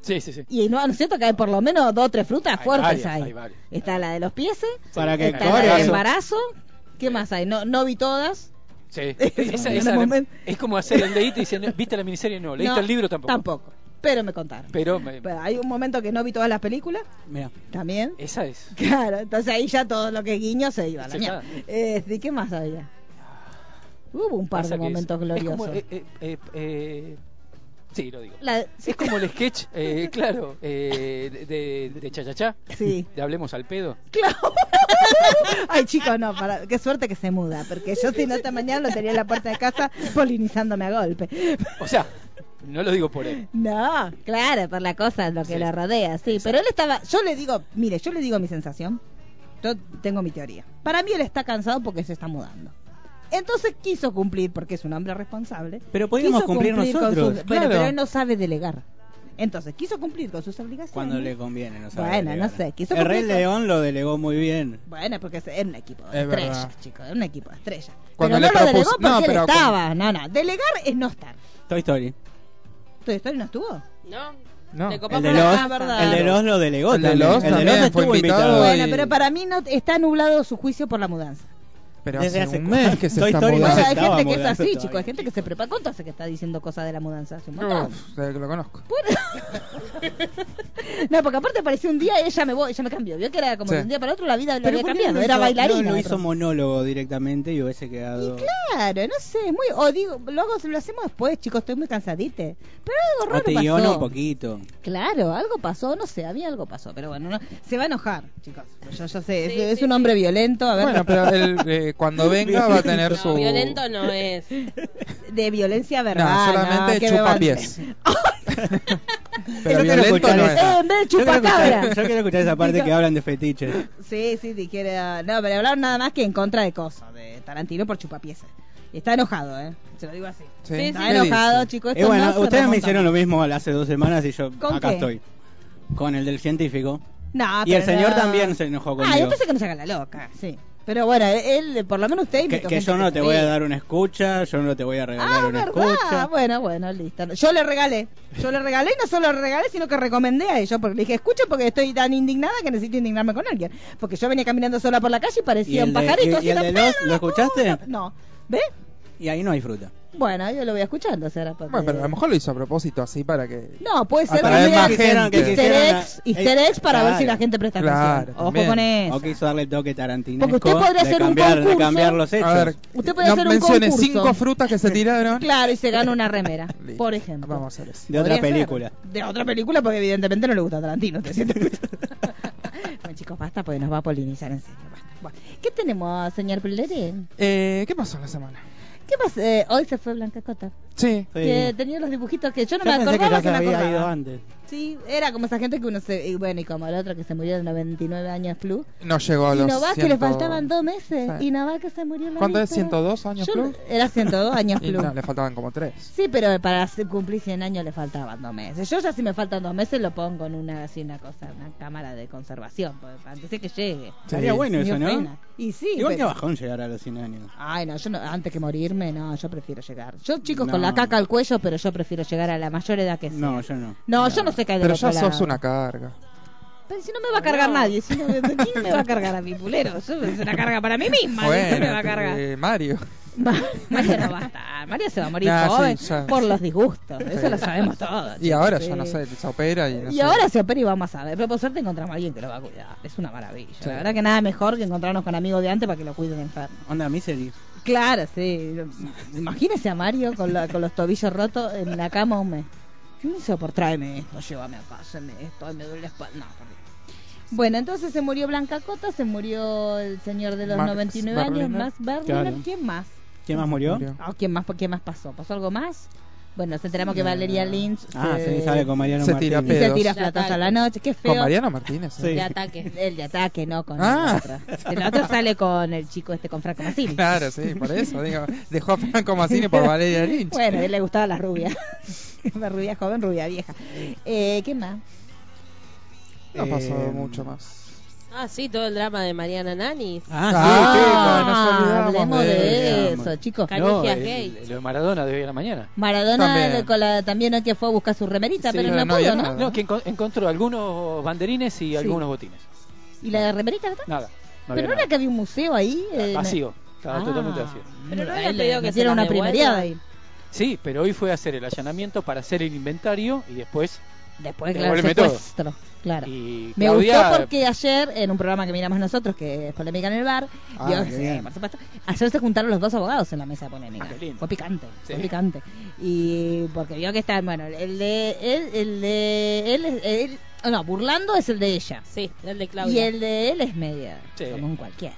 C: Sí, sí, sí.
B: Y no, ¿no es cierto que hay por lo menos dos o tres frutas
C: Hay
B: fuertes
C: varias,
B: ahí.
C: hay varias.
B: Está la de los pies,
E: Para que
B: está la del
E: corra.
B: embarazo. ¿Qué más hay? No, no vi todas.
C: Sí.
B: Eso
C: Esa-
B: en
C: esa-
B: el momento.
C: es como hacer el leíte y dicen, ¿viste la miniserie? No, ¿leíste
B: No,
C: el libro tampoco?
B: Tampoco. Pero me contaron.
C: Pero me-
B: Pero hay un momento que no vi todas las películas.
E: Mira,
B: También.
C: esa es.
B: Claro, entonces ahí ya todo lo que guiño se iba a la
C: Sí,
B: mierda.
C: claro.
B: Este, ¿Qué más había? Hubo un par
C: Pasa
B: de
C: que es-
B: momentos
C: es
B: gloriosos.
C: como, eh, eh, eh, eh, sí, lo digo.
B: La-
C: Es como el sketch, eh, claro, eh, de- de, de Chachachá.
B: Sí.
C: De Hablemos al pedo.
B: Claro. Ay, chicos, no, para... qué suerte que se muda, porque yo si no esta mañana lo tenía en la puerta de casa polinizándome a golpe.
C: O sea, no lo digo por él.
B: No, claro, por la cosa, lo que
C: Sí.
B: lo rodea, sí. Pero él estaba, yo le digo, mire, yo le digo mi sensación. Yo tengo mi teoría. Para mí él está cansado porque se está mudando. Entonces quiso cumplir, porque es un hombre responsable.
E: Pero podíamos
B: quiso
E: cumplir
B: con
E: nosotros,
B: sus- Bueno,
E: claro.
B: pero él no sabe delegar. Entonces quiso cumplir con sus obligaciones.
E: cuando le conviene, no sabe
B: Bueno,
E: delegar.
B: no sé, quiso
E: El Rey
B: cumplir con-
E: León lo delegó muy bien.
B: Bueno, porque es era un equipo de
D: Es
B: estrellas,
D: verdad.
B: chicos, era un equipo de estrellas.
D: Cuando
B: pero
D: le
B: no lo delegó
D: propuso-
B: porque
D: no,
B: él
D: pero
B: estaba. No, no, delegar es no estar.
E: Toy Story.
B: ¿Tu historia no estuvo?
F: No.
D: No.
F: Te copás
E: El de
F: por la-
E: Los,
B: Ah, verdad.
E: el de Los lo delegó.
D: El de
E: también.
D: Los
E: el de
D: también
E: Los
D: fue
E: estuvo
D: invitado
E: invitado.
D: Ay.
B: Bueno, pero para mí no está nublado su juicio por la mudanza.
D: Pero
E: Desde
D: hace,
E: hace
D: un
E: cu-
D: mes que se
E: Toy
D: está
E: Story
D: mudando.
B: Bueno, hay
E: estaba
B: gente que es
E: mudando
B: así,
E: todavía,
B: chicos. Hay gente que se prepara. ¿Cuánto hace que está diciendo cosas de la mudanza? Hace un montón.
D: Uf, desde que lo conozco.
B: No, porque aparte apareció un día ella me voy, ella me cambió. Vio que era como
D: Sí.
B: de un día para otro la vida la
E: Pero
B: había
E: ¿por qué no
B: cambiado.
E: lo
B: Era
E: hizo-
B: bailarina.
E: No, lo hizo
B: otro.
E: monólogo directamente y hubiese quedado.
B: Claro, no sé, es muy. O digo, lo, hago- lo hacemos después, chicos. Estoy muy cansadite. Pero algo
E: O
B: raro
E: te guiona
B: pasó.
E: un poquito.
B: Claro, algo pasó, no sé, a mí algo pasó, pero bueno, no- se va a enojar, chicos. Pues Yo, yo sé, es,
F: Sí,
B: es
F: sí,
B: un
F: sí.
B: hombre violento, a ver,
D: Bueno, pero él, eh, cuando venga va a tener
F: No,
D: su...
F: violento no es.
B: de violencia verbal.
D: No, solamente
B: que me
D: chupa
B: van-
D: pies. Pero
E: Yo quiero
D: violento
E: escuchar
D: no
E: esa-
D: es.
B: Eh, en vez de
E: yo quiero escuchar-
B: chupacabra.
E: Yo quiero escuchar esa parte que hablan de fetiches.
B: Sí, sí, te quiere. dar- No, pero hablaron nada más que en contra de cosas, de Tarantino por chupapiezas. Y está enojado, ¿eh? Se lo digo así.
D: Sí,
F: Sí, sí.
B: Está
D: ¿qué
B: enojado,
D: dice?
B: chicos.
E: Eh, bueno, ustedes me hicieron lo mismo hace dos semanas y yo
B: ¿Con
E: acá
B: qué?
E: estoy. Con el del científico.
B: No,
E: Y el
B: pero
E: señor
B: no.
E: también se enojó
B: Ah,
E: conmigo.
B: entonces que no se haga la loca, sí. Pero bueno, e-, él, él, por lo menos usted
E: Que,
B: invitó
E: que
B: gente
E: yo no te
B: sabía.
E: voy a dar una escucha, yo no te voy a regalar
B: Ah,
E: una
B: verdad.
E: escucha.
B: Bueno, bueno, listo. Yo le regalé. Yo le regalé y no solo le regalé, sino que recomendé a ellos. Porque le dije, escuchen porque estoy tan indignada que necesito indignarme con alguien. Porque yo venía caminando sola por la calle y
E: ¿Y
B: parecía
E: el
B: un
E: de-
B: pajarito.
E: y- y
B: haciendo,
E: el de los-
B: "Pero
E: lo
B: la
E: escuchaste?"
B: puta". No. ¿Ve?
E: Y ahí no hay fruta.
B: Bueno, yo lo voy escuchando, será porque...
D: Bueno, pero a lo mejor lo hizo a propósito así para que.
B: No, puede ser
D: Atraer
B: también
D: más
B: easter
D: gente.
B: eggs-
E: Quisieran-
B: easter eggs para ver si
E: Claro.
B: la gente presta atención.
D: Claro,
B: Ojo
D: también.
B: con eso.
E: O quiso darle el toque tarantino.
B: Porque usted podría
E: de
B: hacer un
E: cambiar, de
B: concurso.
E: cambiar los hechos.
D: A ver,
B: Usted puede
D: no
B: hacer un
D: mencione
B: concurso.
D: cinco frutas que se tiraron.
B: Claro, y se gana una remera,
D: Listo.
B: por ejemplo.
D: Vamos a hacer eso.
E: de otra
B: Podría ser.
E: película.
B: De otra película, porque evidentemente no le gusta a Tarantino. te siento. bueno, chicos, basta, porque nos va a polinizar en serio. basta. Bueno, ¿Qué tenemos, señor Pileri?
D: Eh, ¿Qué pasó la semana?
B: ¿Qué pasa? Eh, hoy se fue Blanca Cota.
D: Sí.
E: Sí.
B: Que tenía los dibujitos que yo no
E: Yo
B: me
E: pensé que
B: acordaba
E: ya
B: que,
E: se
B: me
E: había ido
B: acordaba.
E: antes.
B: Sí, era como esa gente que uno se... Y bueno, y como el otro que se murió de 99 años flu.
D: No llegó a
B: Y
D: los.
B: Novak que le
D: 100.
B: faltaban dos meses.
D: Sí.
B: Y Novak que se murió en la
D: ¿Cuánto es?
B: lista.
D: 102 años
B: Yo-
D: flu?
B: Era 102 años
D: Y
B: flu.
D: no, le faltaban como tres.
B: Sí, pero para hacer- cumplir 100 años le faltaban dos meses. Yo ya si me faltan dos meses lo pongo en una así una cosa, una cámara de conservación, porque para antes de que llegue.
E: Estaría bueno
B: Ni
E: eso, ¿no?
B: ofena. Y sí.
E: Igual que
B: pero-
E: bajón llegar a los 100 años.
B: Ay, no, yo no- antes que morirme, no, yo prefiero llegar. Yo, chicos,
E: No.
B: con la caca al cuello, pero yo prefiero llegar a la mayor edad que sea.
E: No, yo no.
B: No, yo no sé qué hay del
D: Pero
B: otro
D: ya sos
B: lado.
D: una carga.
B: Pero si no me va a cargar nadie, si no, ¿quién me va a cargar a mi pulero? Yo, es una carga para mí misma, ¿quién me va a cargar?
D: eh, Mario.
B: Ma- María no va a estar, María se va a morir
D: Nah, Ah, sí,
B: joven
D: ya.
B: por los disgustos, eso
D: Sí.
B: lo sabemos todos.
D: Y ahora
B: chicos,
D: ya no
B: sí.
D: sé, se opera y no
B: Y
D: sé.
B: ahora se opera y vamos a ver. Pero por suerte encontramos a alguien que lo va a cuidar. Es una maravilla. La verdad que nada mejor que encontrarnos con amigos de antes para que lo cuiden enfermo.
E: Onda Misery.
B: Claro, sí. Imagínese a Mario con, la- con los tobillos rotos en la cama un mes. Yo no sé por tráeme esto, llévame acá, haceme esto, ay, me duele la espalda. No, por Dios. bueno, entonces se murió Blanca Cota, se murió el señor de los
D: Max
B: 99 años,
D: Berliner.
B: Max Berliner.
E: Claro.
B: ¿Quién más?
E: ¿Quién más murió?
D: Murió.
B: Ah, ¿Quién más? ¿Qué más pasó? ¿Pasó algo más? Bueno, nos enteramos que Valeria Lynch
E: Ah,
B: se-
E: se sale con Mariano
D: Eh, Se tira
E: Martínez.
B: y se
D: pedos.
B: tira
F: De
B: flatazo a la
F: ataque.
B: noche. Qué feo.
D: Con Mariano Martínez.
E: Sí.
F: De
D: eh.
F: ataque.
B: El de ataque, no con
D: Ah.
B: el otro. El otro sale con el chico este, con Franco Massini.
D: Claro, sí, por eso. digo, dejó a Franco Massini por Valeria Lynch.
B: Bueno, a él le gustaban las rubias. La rubia joven, rubia vieja. Eh, ¿Qué más?
D: no pasó
E: Eh,
D: mucho más.
F: Ah, sí, todo el drama de Mariana Nani.
D: Ah, nos olvidamos
B: hablemos de,
D: de
E: él.
B: eso, chicos.
F: Canijia
G: el-
F: gay.
G: el- lo de Maradona de hoy a la mañana.
B: Maradona
D: También.
B: también, con la, también hoy que fue a buscar su remerita,
D: Sí,
B: pero no,
D: pero no
B: pudo,
D: había
B: ¿no?
D: nada.
G: No, que enco- encontró algunos banderines y algunos botines.
B: ¿Y la remerita no está?
G: Nada. No había
B: pero no
G: nada.
B: era que había un museo ahí. eh,
G: Vacío. Estaba
B: Ah.
G: totalmente vacío.
F: Pero no
B: Ahí
F: había
B: le
F: pedido que se
B: metieron
F: la
B: una
F: devuelvan.
B: primería ahí.
G: Sí, pero hoy fue a hacer el allanamiento para hacer el inventario y después.
B: Después, claro, el
G: Devuélveme todo.
B: secuestro. Claro.
G: Y
B: Me
G: Claudia-
B: gustó porque ayer, en un programa que miramos nosotros, que es Polémica en el Bar,
D: Ah,
B: Dios,
D: qué
B: sí,
D: bien.
B: por supuesto, ayer se juntaron los dos abogados en la mesa de Polémica.
G: Ah, qué lindo.
B: Fue picante, fue
G: Sí.
B: picante. Y porque vio que está, bueno, el de él, el de él, es- él- oh, no, burlando es el de ella.
F: Sí, el de
B: Y
F: Claudia.
B: el de él es media,
G: Sí.
B: como un cualquiera.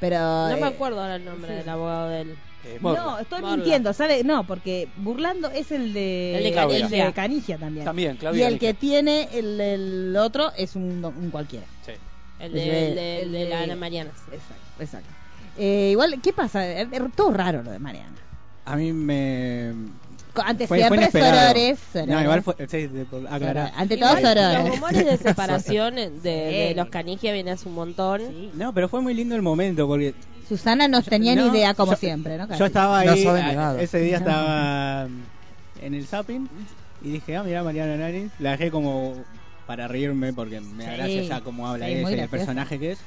B: Pero...
F: No me
B: eh,
F: acuerdo ahora el nombre del abogado de él.
G: eh, Morla.
B: No, estoy
F: Morla.
B: mintiendo, ¿sabe? No, porque burlando es el de,
F: El de Claudia.
B: el de Canigia también.
G: También,
B: y
G: Claudia.
B: el que
G: Alejo.
B: tiene el, el otro es un- un cualquiera.
G: Sí.
F: El
B: El
F: de,
B: de-
F: el de-
B: el
F: de
B: de-
F: la Ana Mariana.
B: Exacto, exacto. Eh, igual, ¿qué pasa? Eh, eh, Todo raro lo de Mariana.
E: A mí me.
B: Co- Antes
E: fue- fue
B: siempre
E: inesperado.
B: sorores, sorores.
E: No, igual fue. sí, de- por aclarar.
B: Sorores. Ante todo
F: Igual,
B: sorores.
F: los rumores de separación de, de
B: Sí.
F: los Canigia vienen hace un montón.
E: No, pero fue muy lindo el momento porque.
B: Susana no tenía
E: no,
B: ni idea, como
E: yo-
B: siempre, ¿no? Casi.
E: Yo estaba ahí.
D: No sabe ni
E: eh,
D: nada.
E: Ese día estaba mm, en el zapping y dije, ah, mirá Mariana Nani. La dejé como para reírme porque me da
B: Sí.
E: gracia ya cómo habla
B: Sí,
E: ella
B: muy
E: y el
B: graciosa.
E: personaje que es.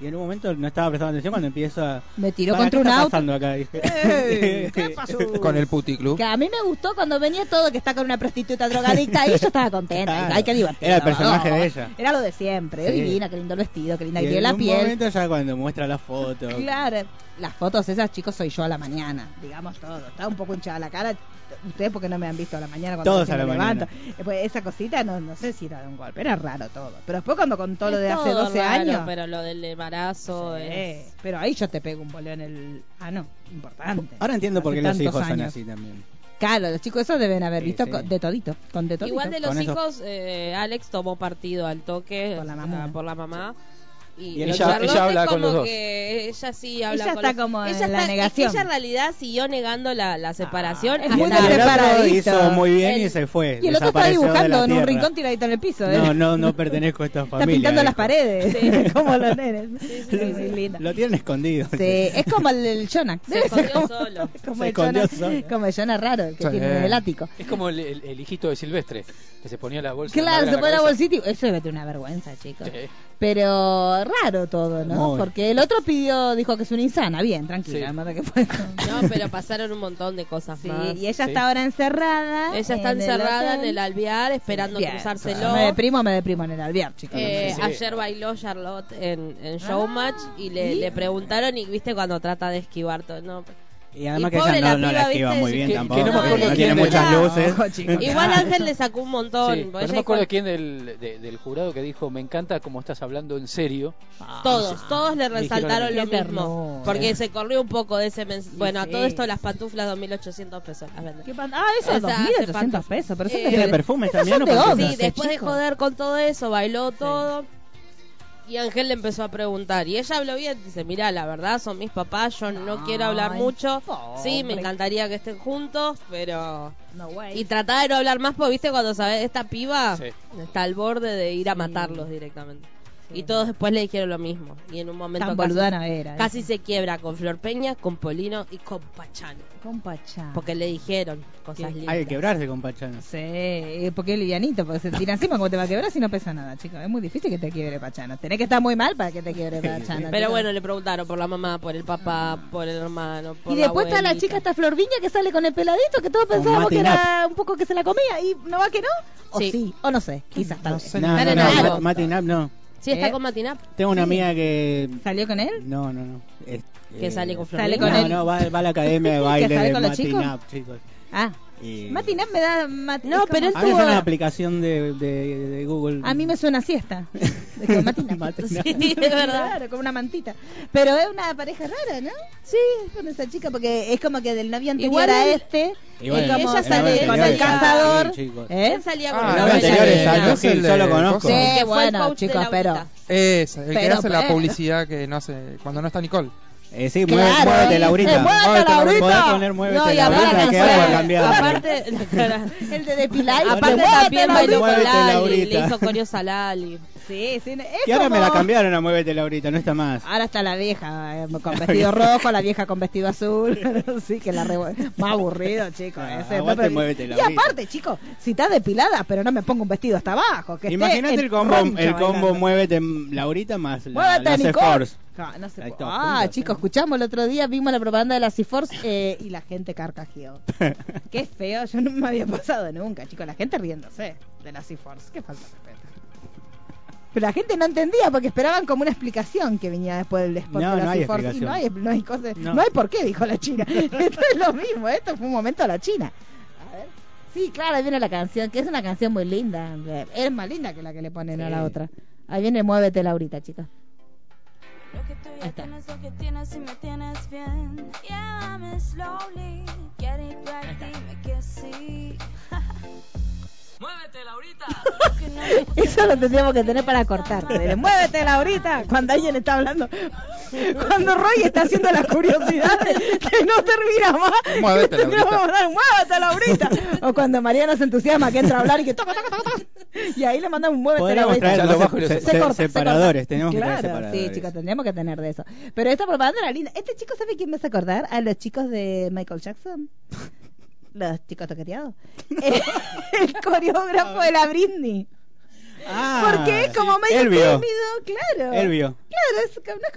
E: Y en un momento no estaba prestando atención cuando empieza.
B: Me tiró
E: "Para,
B: contra
E: ¿qué
B: un
E: está
B: auto.
E: pasando acá? Dije.
B: ¡Ey! ¿Qué pasó?
D: Con el puticlub.
B: Que a mí me gustó cuando venía todo que está con una prostituta drogadicta y yo estaba contenta.
E: Claro.
B: Hay que divertirse.
E: Ah, Era el personaje de ella.
B: Era lo de siempre.
E: Sí.
B: Divina, qué lindo el vestido, qué linda
E: Y
B: que
E: en
B: tiene la
E: un
B: piel.
E: momento ya cuando muestra la foto.
B: Claro, las fotos esas, chicos, soy yo a la mañana, digamos todo. Estaba un poco hinchada la cara. Ustedes porque no me han visto a la mañana cuando
E: Todos
B: recién
E: a la
B: me
E: mañana.
B: levanto. Eh, pues esa cosita, no, no sé si era de un golpe, era raro todo. Pero después cuando contó lo
F: Es
B: de hace
F: todo
B: 12
F: raro,
B: años...
F: Pero lo del embarazo.
B: eh,
F: es-
B: pero ahí yo te pego un boleo en el... Ah, no, importante.
E: Ahora entiendo por qué
B: Hace
E: los
B: tantos
E: hijos son
B: años.
E: así también.
B: Claro, los chicos esos deben haber
E: Sí,
B: visto
E: sí.
B: co- de todito, con de todito.
F: Igual de los
E: Con eso.
F: hijos, eh, Alex tomó partido al toque
B: Por la
F: o sea,
B: mamá.
F: por la mamá. Y,
G: Y
E: el
F: y
E: otro-
F: Charlotte
G: ella habla
F: es
G: con los
F: como
G: dos.
F: que ella sí habla
B: Ella
F: con
B: está
F: los- Ah.
B: como en
F: ella
B: la
F: está- es que
B: negación.
F: ella en realidad siguió negando la, la separación.
B: es
F: hasta-
E: Y
B: muy
E: el otro
B: separadito.
E: hizo muy bien y
F: El-
E: se fue.
B: Y el otro está
E: desapareció de la
B: dibujando en un
E: tierra.
B: rincón tiradito en el piso. ¿eh?
E: No, no, no pertenezco a esta
B: está
E: familia.
B: pintando las
E: dijo.
B: paredes.
F: Sí.
B: como los nenes.
F: sí,
B: Sí,
F: sí.
B: linda.
E: Lo tienen escondido.
B: Sí, es como el, el Jonah.
F: Se escondió solo.
B: Como,
E: Se
B: el Jonah,
E: escondió solo.
B: como el Jonah raro que
D: Sí.
B: tiene en el ático.
G: Es como el, el- el hijito de Silvestre, que se ponía la bolsa.
B: Claro,
G: negra
B: se
G: en
B: pone la
G: cabeza.
B: bolsita y eso debe tener una vergüenza, chicos.
G: Sí.
B: Pero raro todo, ¿no?
E: Muy.
B: Porque el otro pidió, dijo que es una insana. Bien, tranquila,
G: Sí.
B: hermana, que fue.
F: No, pero pasaron un montón de cosas
B: Sí,
F: más.
B: y ella
G: sí.
B: está ahora encerrada.
F: Ella está
B: en el
F: encerrada en
B: hotel.
F: el alvear esperando
B: Bien,
F: cruzárselo.
B: Me deprimo, me deprimo en el alvear, chicos.
F: Eh,
G: Sí.
F: Ayer bailó Charlotte en, en
B: Ah,
F: Showmatch y le,
B: ¿y?
F: le preguntaron y viste cuando trata de esquivar todo. no.
E: Y además
F: Y
E: que ella
F: pobre
E: no,
F: la
E: no la
F: piba,
E: esquiva
F: viste,
E: muy
F: que-
E: bien
G: que
E: tampoco.
G: no me
E: porque
G: acuerdo
E: No,
G: quién
E: tiene
G: era.
E: muchas
F: No,
E: luces.
B: chicos.
F: Igual Ángel le sacó un montón.
G: Sí,
F: porque
G: pero no me
F: ella
G: acuerdo
F: dijo-
G: quién del, de- del jurado que dijo, me encanta cómo estás hablando en serio.
B: Ah,
F: Todos, todos le
G: dijeron
F: resaltaron lo
B: Qué ternura.
F: mismo. Porque se corrió un poco de ese mensaje. Bueno, a
B: eh. sí.
F: todo esto las pantuflas 2.800 pesos las venden.
B: ¿Qué pan- Ah, eso es
F: Esa hace
B: 2.800
F: falta.
B: pesos. Pero eso
F: Eh,
B: te-
E: Tiene perfume
B: esas
E: también,
B: son
E: ¿no?
B: de
E: Porque-
B: obra,
F: Sí,
B: ese
F: después de
B: chico.
F: joder con todo eso, bailó todo. Y Ángel le empezó a preguntar. Y ella habló bien. Dice: Mira, la verdad son mis papás. Yo no quiero hablar
B: Ay,
F: mucho.
B: pobre.
F: Sí, me encantaría que estén juntos, pero.
B: No,
F: Y
B: güey.
F: trataba de no hablar más, porque viste, cuando sabes, esta piba
G: Sí.
F: está al borde de ir a matarlos directamente. Y todos después le dijeron lo mismo. Y en un momento
B: Tan
F: casi,
B: boluda no era. ¿eh?
F: casi se quiebra con Flor Peña, con Polino y con Pachano.
B: Compa Chan.
F: Porque le dijeron cosas lindas.
E: Hay que quebrarse con Pachano.
B: Sí, eh, porque es livianito, porque se tira encima como te va a quebrar si no pesa nada, chicos. Es muy difícil que te quiebre Pachano. Tenés que estar muy mal para que te quiebre Pachano.
F: Pero
B: chicos.
F: bueno, le preguntaron por la mamá, por el papá, por el hermano, por
B: Y
F: la
B: después está la
F: abuelita.
B: chica, esta Flor Viña, que sale con el peladito, que todos
E: Con
B: pensábamos
E: Mati
B: que era
E: Nap.
B: un poco que se la comía, y no va que no, o sí,
F: Sí.
B: o no sé, quizás tal vez.
D: sé.
E: No,
F: Están
E: no,
F: en
E: no,
F: algo.
E: Mat- Mati Nap no.
F: Sí, está
B: ¿Eh?
F: con Matinap.
E: Tengo una amiga que...
B: ¿Salió con él?
E: No, no, no. Es- eh,
F: Que sale con Flor
B: sale
F: Viña.
B: con
E: no,
B: él.
E: no, va, va a la academia de baile
B: sale
E: de
B: con los
E: Mati
B: chicos?
E: Nap, chicos.
B: Ah,
E: Y-
B: Mati Nap me da... Mat-
F: No,
B: es
F: pero
B: como-
F: él-
E: A mí me suena
F: tuvo-
E: la aplicación de, de, de Google.
B: A mí me suena a siesta. De que Mati Nap.
E: Mati Nap.
B: Sí, de verdad. Claro, como una mantita. Pero es una pareja rara, ¿no? Sí, es con esa chica, porque es como que del novio anterior
F: Igual
B: a
F: él-
B: este,
E: Y bueno,
B: es como
F: ella sale
B: eh, con el
F: anterior.
B: cazador.
E: Sí, chicos.
B: ¿Eh?
F: Él salía con
D: Ah,
E: el
F: una
E: novio anterior es
F: bailarina.
E: Aldo Gil, yo lo conozco.
B: Sí,
D: El
F: que fue el
B: bueno,
F: coach de
B: chicos,
F: la
B: pero...
F: Laurita.
D: Esa, el que
B: Pero,
D: hace la
B: pero.
D: publicidad que no hace cuando no está Nicole.
E: Eh, sí, mueve-
B: Claro.
E: muévete,
B: Eh,
E: Laurita.
B: muévete, Laurita.
E: Podés poner muévete,
F: No, y
E: Laurita,
F: aparte,
E: que
F: fue-
E: vamos a cambiar.
F: aparte,
B: El de depilar.
F: aparte
E: Muévete,
F: también bailó con
E: Laurita.
F: Lali, le
E: Laurita.
F: hizo coreo a Lali.
B: Sí, sí. es
E: Y ahora me
B: como- Ah,
E: la cambiaron a muévete, Laurita, no está más.
B: Ahora está la vieja eh, con vestido rojo, la vieja con vestido azul. sí, que la re... Más aburrido, chicos.
E: Ah,
B: ese,
E: aguante,
B: pero-
E: muévete,
B: y
E: Laurita.
B: aparte, chicos, si está depilada, pero no me pongo un vestido hasta abajo. que esté
E: Imagínate el combo,
B: roncha
E: el combo
B: bailando.
E: muévete mm, Laurita más la,
B: Muévete,
E: la
B: Nicole.
E: C-Force.
B: Ja, no se
E: Ahí
B: puede.
E: todos
B: Ah,
E: juntos,
B: chicos,
E: ¿eh?
B: escuchamos el otro día, vimos la propaganda de la Ciforce eh, y la gente carcajeó. Qué feo, yo no me había pasado nunca, chicos. La gente riéndose de la Ciforce. Qué falta de respeto. Pero la gente no entendía porque esperaban como una explicación que venía después del spot
E: No,
B: de la
E: no hay
B: Ciforce. Y no hay,
E: explicación.
B: no hay cosas-
E: No.
B: no hay por qué, dijo la China. Esto es lo mismo, esto fue un momento a la China. A ver. Sí, claro, ahí viene la canción, que es una canción muy linda. eh, Es más linda que la que le ponen a la otra. Ahí viene Muévete Laurita, chicos.
H: Lo que tú
B: Ahí
H: ya
B: está.
H: tienes, lo que tienes y me tienes bien. Llévame slowly, get it right, dime que sí. Muévete, Laurita.
B: Eso lo tendríamos que tener para cortar. Dele, Muévete, Laurita. Cuando alguien está hablando. Cuando Roy está haciendo las curiosidades que no termina más. que
D: Muévete,
B: tendríamos
D: Laurita.
B: que mandar, Muévete, Laurita. O cuando Mariana se entusiasma que entra a hablar y que toca, toca, toca, toca. Y ahí le mandamos un muévete,
E: Podríamos
B: Laurita.
E: traer
G: Ya
E: los
G: lo bajo y lo
E: se-
G: saco.
E: se-
B: corta,
E: separadores,
B: corta.
E: tenemos que
B: claro,
E: traer separadores.
B: Sí, chicos, tendríamos que tener de eso. Pero esta propaganda era linda. Este chico sabe quién me hace acordar a los chicos de Michael Jackson. Los chicos toqueteados. Eh, el coreógrafo de la Britney.
E: Ah,
B: Porque es como medio
E: Elvio.
B: tímido, claro.
E: Elvio.
B: Claro, es, no es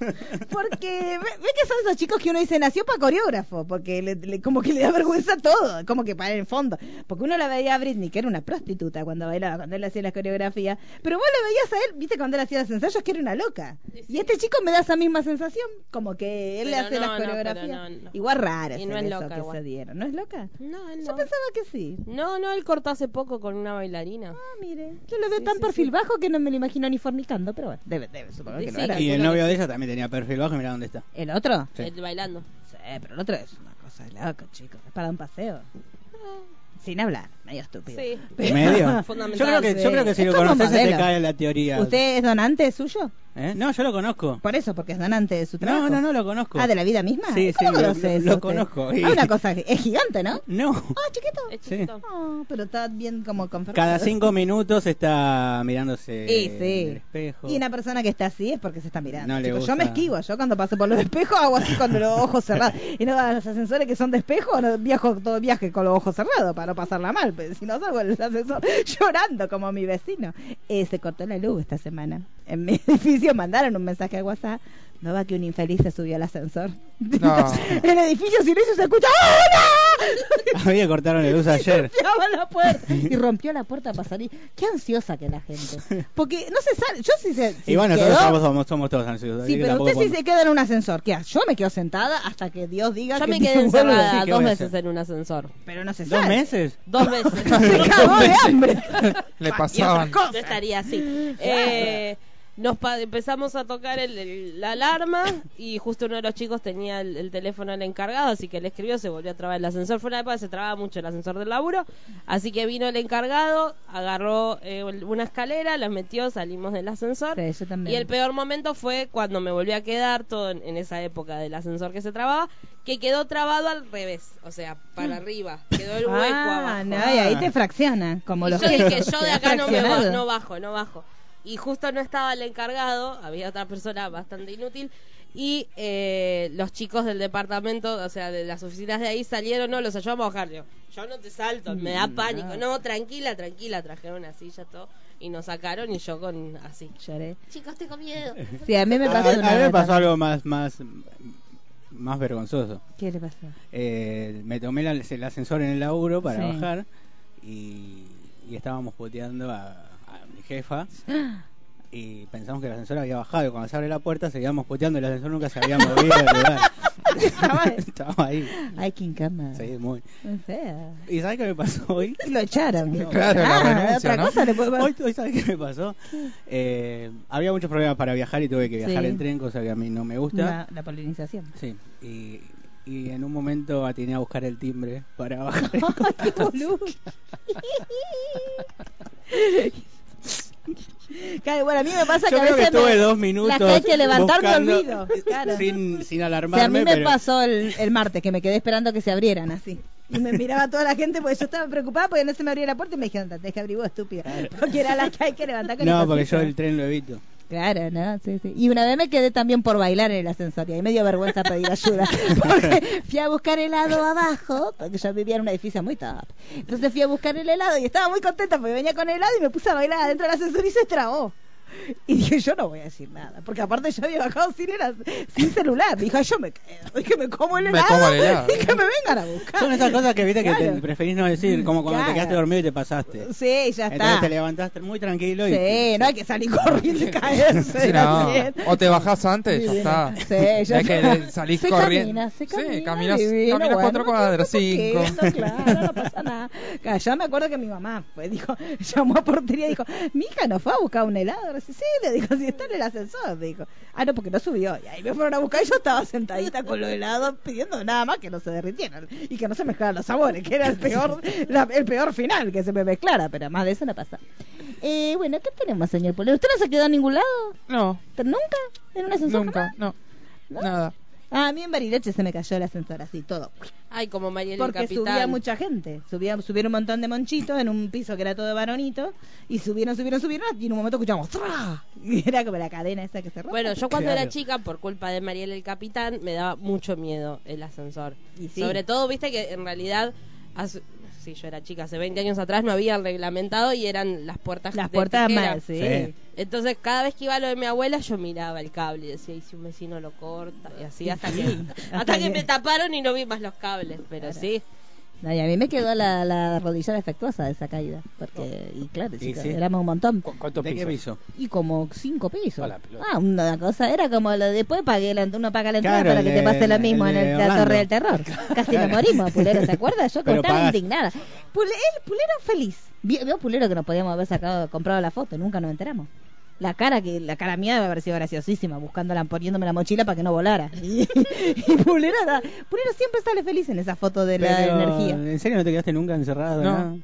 B: Elvio. Porque ve, ve que son esos chicos que uno dice, nació para coreógrafo, porque le- le- como que le da vergüenza todo, como que para el fondo. Porque uno la veía a Britney, que era una prostituta cuando bailaba, cuando él hacía las coreografías. Pero vos lo veías a él, viste, cuando él hacía los ensayos, que era una loca. Y este chico me da esa misma sensación, como que él le
F: Pero
B: hace
F: no,
B: las
F: no,
B: coreografías.
F: pero no, no.
B: Igual rara
F: Y
B: ese
F: no es
B: beso
F: loca
B: que
F: igual.
B: se dieron. ¿No es loca?
F: No,
B: Yo
F: no.
B: pensaba que sí.
F: No, no, él cortó hace poco con una bailarina.
B: Ah, mire. Yo lo veo tan perfil bajo que no me lo imagino ni fornicando, pero bueno, debe, debe, supongo que
F: Sí,
B: lo hará.
E: Y
F: calculo
E: el
F: que
E: novio de ella también tenía perfil bajo, mirá dónde está.
B: ¿El otro?
F: Él Eh, bailando.
B: Sí, pero el otro es una cosa. cosa de loco, chicos. Es para un paseo. Ah. Sin hablar, medio estúpido.
F: Sí.
E: Medio.
F: Fundamental,
E: yo creo que, yo creo que si
B: Es
E: lo
B: como
E: conoces se te
B: modelo.
E: cae la teoría.
B: ¿Usted es donante suyo?
E: ¿Eh? No, yo lo conozco.
B: Por eso, porque es donante de su trabajo.
E: No, no, no lo conozco.
B: Ah, de la vida misma.
E: Sí,
B: ¿Cómo
E: sí,
B: lo,
E: lo-
B: conoce
E: lo-
B: eso
E: lo
B: usted?
E: conozco.
B: Ah, una cosa que- es gigante, ¿no?
E: No.
B: Ah, chiquito.
F: Es
E: Sí.
F: chiquito.
B: Ah, pero está bien como conformado.
E: Cada cinco minutos está mirándose
B: Y
E: en el
B: sí.
E: espejo.
B: Y una persona que está así es porque se está mirando.
E: No le
B: Chicos,
E: gusta.
B: Yo me esquivo, yo cuando paso por los espejos hago así con los ojos cerrados. Y no a los ascensores que son de espejo, no, viajo todo viaje con los ojos cerrados para no pasarla mal. Pero si no salgo del ascensor llorando como mi vecino. Eh, se cortó la luz esta semana. En mi edificio mandaron un mensaje a WhatsApp. No va que un infeliz se subió al ascensor.
D: No.
B: en el edificio silencio se escucha ¡Ah, no!
E: A mí me cortaron la luz ayer.
B: golpeaba la puerta y rompió la puerta para salir. Qué ansiosa que la gente. Porque no se sale. Yo sí se. si
E: Y bueno,
B: quedó-
E: todos somos, somos, somos todos ansiosos. así
B: Sí,
E: que
B: pero
E: tampoco
B: usted sí
E: podemos-
B: se queda en un ascensor. ¿Qué hace? Yo me quedo sentada hasta que Dios diga
F: Yo
B: que
F: me quedé
B: vuelvo.
F: encerrada
E: ¿qué
F: dos
E: voy a
F: veces
E: hacer?
F: en un ascensor.
B: Pero no se sale.
E: ¿Dos meses?
F: Dos veces.
B: Se cagó de hambre.
D: Le
B: Y
D: pasaban.
B: otra cosa.
F: Yo estaría así. Eh, nos pa- empezamos a tocar el- el- la alarma y justo uno de los chicos tenía el, el teléfono del encargado, así que le escribió, se volvió a trabar el ascensor. Fue una época que se trababa mucho el ascensor del laburo, así que vino el encargado, agarró eh, una escalera, las metió, salimos del ascensor.
B: Sí, yo también.
F: Y el peor momento fue cuando me volví a quedar, todo en, en esa época del ascensor que se trababa, que quedó trabado al revés, o sea, para arriba, quedó el hueco
B: Mm. Ah,
F: abajo.
B: no, y ahí
E: Ah.
B: te fracciona. Como
F: Y
B: los
F: yo dije,
B: quesos,
F: yo de
B: quedás
F: acá no me bajo,
B: fraccionado.
F: no bajo, no bajo. Y justo no estaba el encargado, había otra persona bastante inútil. Y eh, los chicos del departamento, o sea, de las oficinas de ahí salieron, no, los ayudamos a bajar. Digo, yo no te salto, me da
B: Mm,
F: pánico. No, tranquila, tranquila, trajeron una silla, todo. Y nos sacaron y yo con así.
B: Lloré.
F: Chicos, tengo miedo.
B: Sí, a mí me
E: A,
B: pasó una
E: a mí me
B: vez
E: pasó
B: también.
E: algo más, más, más vergonzoso.
B: ¿Qué le pasó?
E: Eh, me tomé la- el ascensor en el laburo para
B: Sí.
E: bajar y, y estábamos puteando a, a mi jefa y pensamos que el ascensor había bajado y cuando se abre la puerta seguíamos puteando y el ascensor nunca se había movido del lugar.
B: Estaba
E: Estaba ahí.
B: Ay, qué encama.
E: Sí, muy.
B: Es fea.
E: ¿Y sabes qué me pasó hoy?
B: Y lo echaron.
D: Claro, la
B: Ah,
D: renuncia,
B: otra
D: ¿no?
B: cosa le puede
E: Hoy, hoy ¿sabes qué me pasó? Eh, había muchos problemas para viajar y tuve que viajar
B: Sí.
E: en tren, cosa que a mí no me gusta.
B: La, la polinización.
E: Sí, y, y en un momento atiné a buscar el timbre para bajar. el
B: ¡Ay, qué boludo! claro, bueno, a mí me pasa
E: Yo
B: que a
E: creo
B: veces
E: que estuve
B: me-
E: dos minutos.
B: las hay que levantar me
E: buscando-
B: olvido. Claro.
E: Sin, sin
B: O sea, a
E: alarmarme.
B: mí me
E: pero-
B: pasó el, el martes que me quedé esperando que se abrieran así. Y me miraba toda la gente porque yo estaba preocupada porque no se me abría la puerta y me dijeron, tenés que abrir vos, estúpida. Porque era la que hay que levantar con el
E: No, porque yo
B: cosito.
E: el tren lo evito.
B: Claro, ¿no? Sí, sí. Y una vez me quedé también por bailar en el ascensor y ahí me dio vergüenza pedir ayuda. Porque fui a buscar helado abajo, porque yo vivía en un edificio muy top. Entonces fui a buscar el helado y estaba muy contenta porque venía con el helado y me puse a bailar adentro del ascensor y se trabó. Y dije, yo no voy a decir nada, porque aparte yo había bajado sin, el, sin celular. Dije, "Ay, yo me quedo, y que me como el
D: Me
B: helado,
D: como el helado.
B: y que me vengan a buscar.
E: Son esas cosas que viste que
B: Claro. Mm,
E: te preferís no decir, como cuando
B: Claro.
E: te quedaste dormido y te pasaste.
B: Sí, ya
E: Entonces
B: está.
E: te levantaste muy tranquilo y.
B: Sí, no hay que salir corriendo y caerse.
D: Sí, no.
B: también.
D: O te bajás antes, ya
B: Sí,
D: está.
B: Sí, ya
D: No es
B: está.
D: que salís
B: se
D: corriendo.
B: Camina, se
D: Sí,
B: camina,
D: caminas-
B: divino,
D: caminas cuatro
B: bueno,
D: cuadras,
B: un poquito,
D: cinco.
B: Claro, no pasa nada. Claro, Yo me acuerdo que mi mamá pues, dijo, llamó a portería y dijo, mi hija no fue a buscar un helado. Le dije, Sí, le dijo, si está en el ascensor. Dijo, ah, no, porque no subió. Y ahí me fueron a buscar y yo estaba sentadita con los helados pidiendo nada más que no se derritieran y que no se mezclaran los sabores, que era el peor, la- el peor final, que se me mezclara, pero más de eso no pasa. Eh, bueno, ¿qué tenemos, señor Polero? ¿Usted no se quedó en ningún lado?
D: No,
B: ¿Nunca? ¿En un ascensor?
D: nunca,
B: jamás?
D: no.
B: ¿No?
D: Nada.
B: Ah, a mí en Bariloche se me cayó el ascensor así, todo.
F: Ay, como Mariel el
B: Porque
F: Capitán.
B: subía mucha gente. Subía, subieron un montón de monchitos en un piso que era todo de varonito. Y subieron, subieron, subieron. Y en un momento escuchamos ¡Tra! Y era como la cadena esa que se rompe.
F: Bueno, yo cuando era
E: Claro.
F: chica, por culpa de Mariel el Capitán, me daba mucho miedo el ascensor.
B: Y sí.
F: Sobre todo, viste que en realidad, hace- si yo era chica, hace 20 años atrás no había reglamentado y eran las puertas
B: Las
F: de
B: puertas
F: tijera.
B: más, sí.
E: Sí.
F: Entonces, cada vez que iba a lo de mi abuela, yo miraba el cable y decía, ¿y si un vecino lo corta? Y así hasta que, hasta que me taparon y no vi más los cables. Pero sí,
B: No, y a mí me quedó la, la rodilla defectuosa de esa caída. Porque, y claro, chicos,
E: Oh. sí.
B: éramos un montón.
G: ¿Cu- ¿Cuánto
E: ¿De qué piso?
B: Y como cinco pisos.
G: A la pelota.
B: ah, una cosa, era como lo después pagué la, uno paga la entrada
E: Claro,
B: para que
E: el
B: te
E: de-
B: pase lo mismo
E: el
B: en
E: de
B: el, la
E: Orlando.
B: Torre del Terror. Casi nos morimos, Pulero, ¿se acuerda? Yo
E: Pero
B: estaba
E: pagás.
B: indignada. Pul- el Pulero feliz. Vi- Vio Pulero que nos podíamos haber sacado, comprado la foto, nunca nos enteramos. la cara que la cara mía debe haber sido graciosísima, buscándola, poniéndome la mochila para que no volara. Y, y Pulero, da- Pulero siempre sale feliz en esa foto de la
E: Pero, eh,
B: energía.
E: ¿En serio no te quedaste nunca encerrado?
D: No.
E: nada?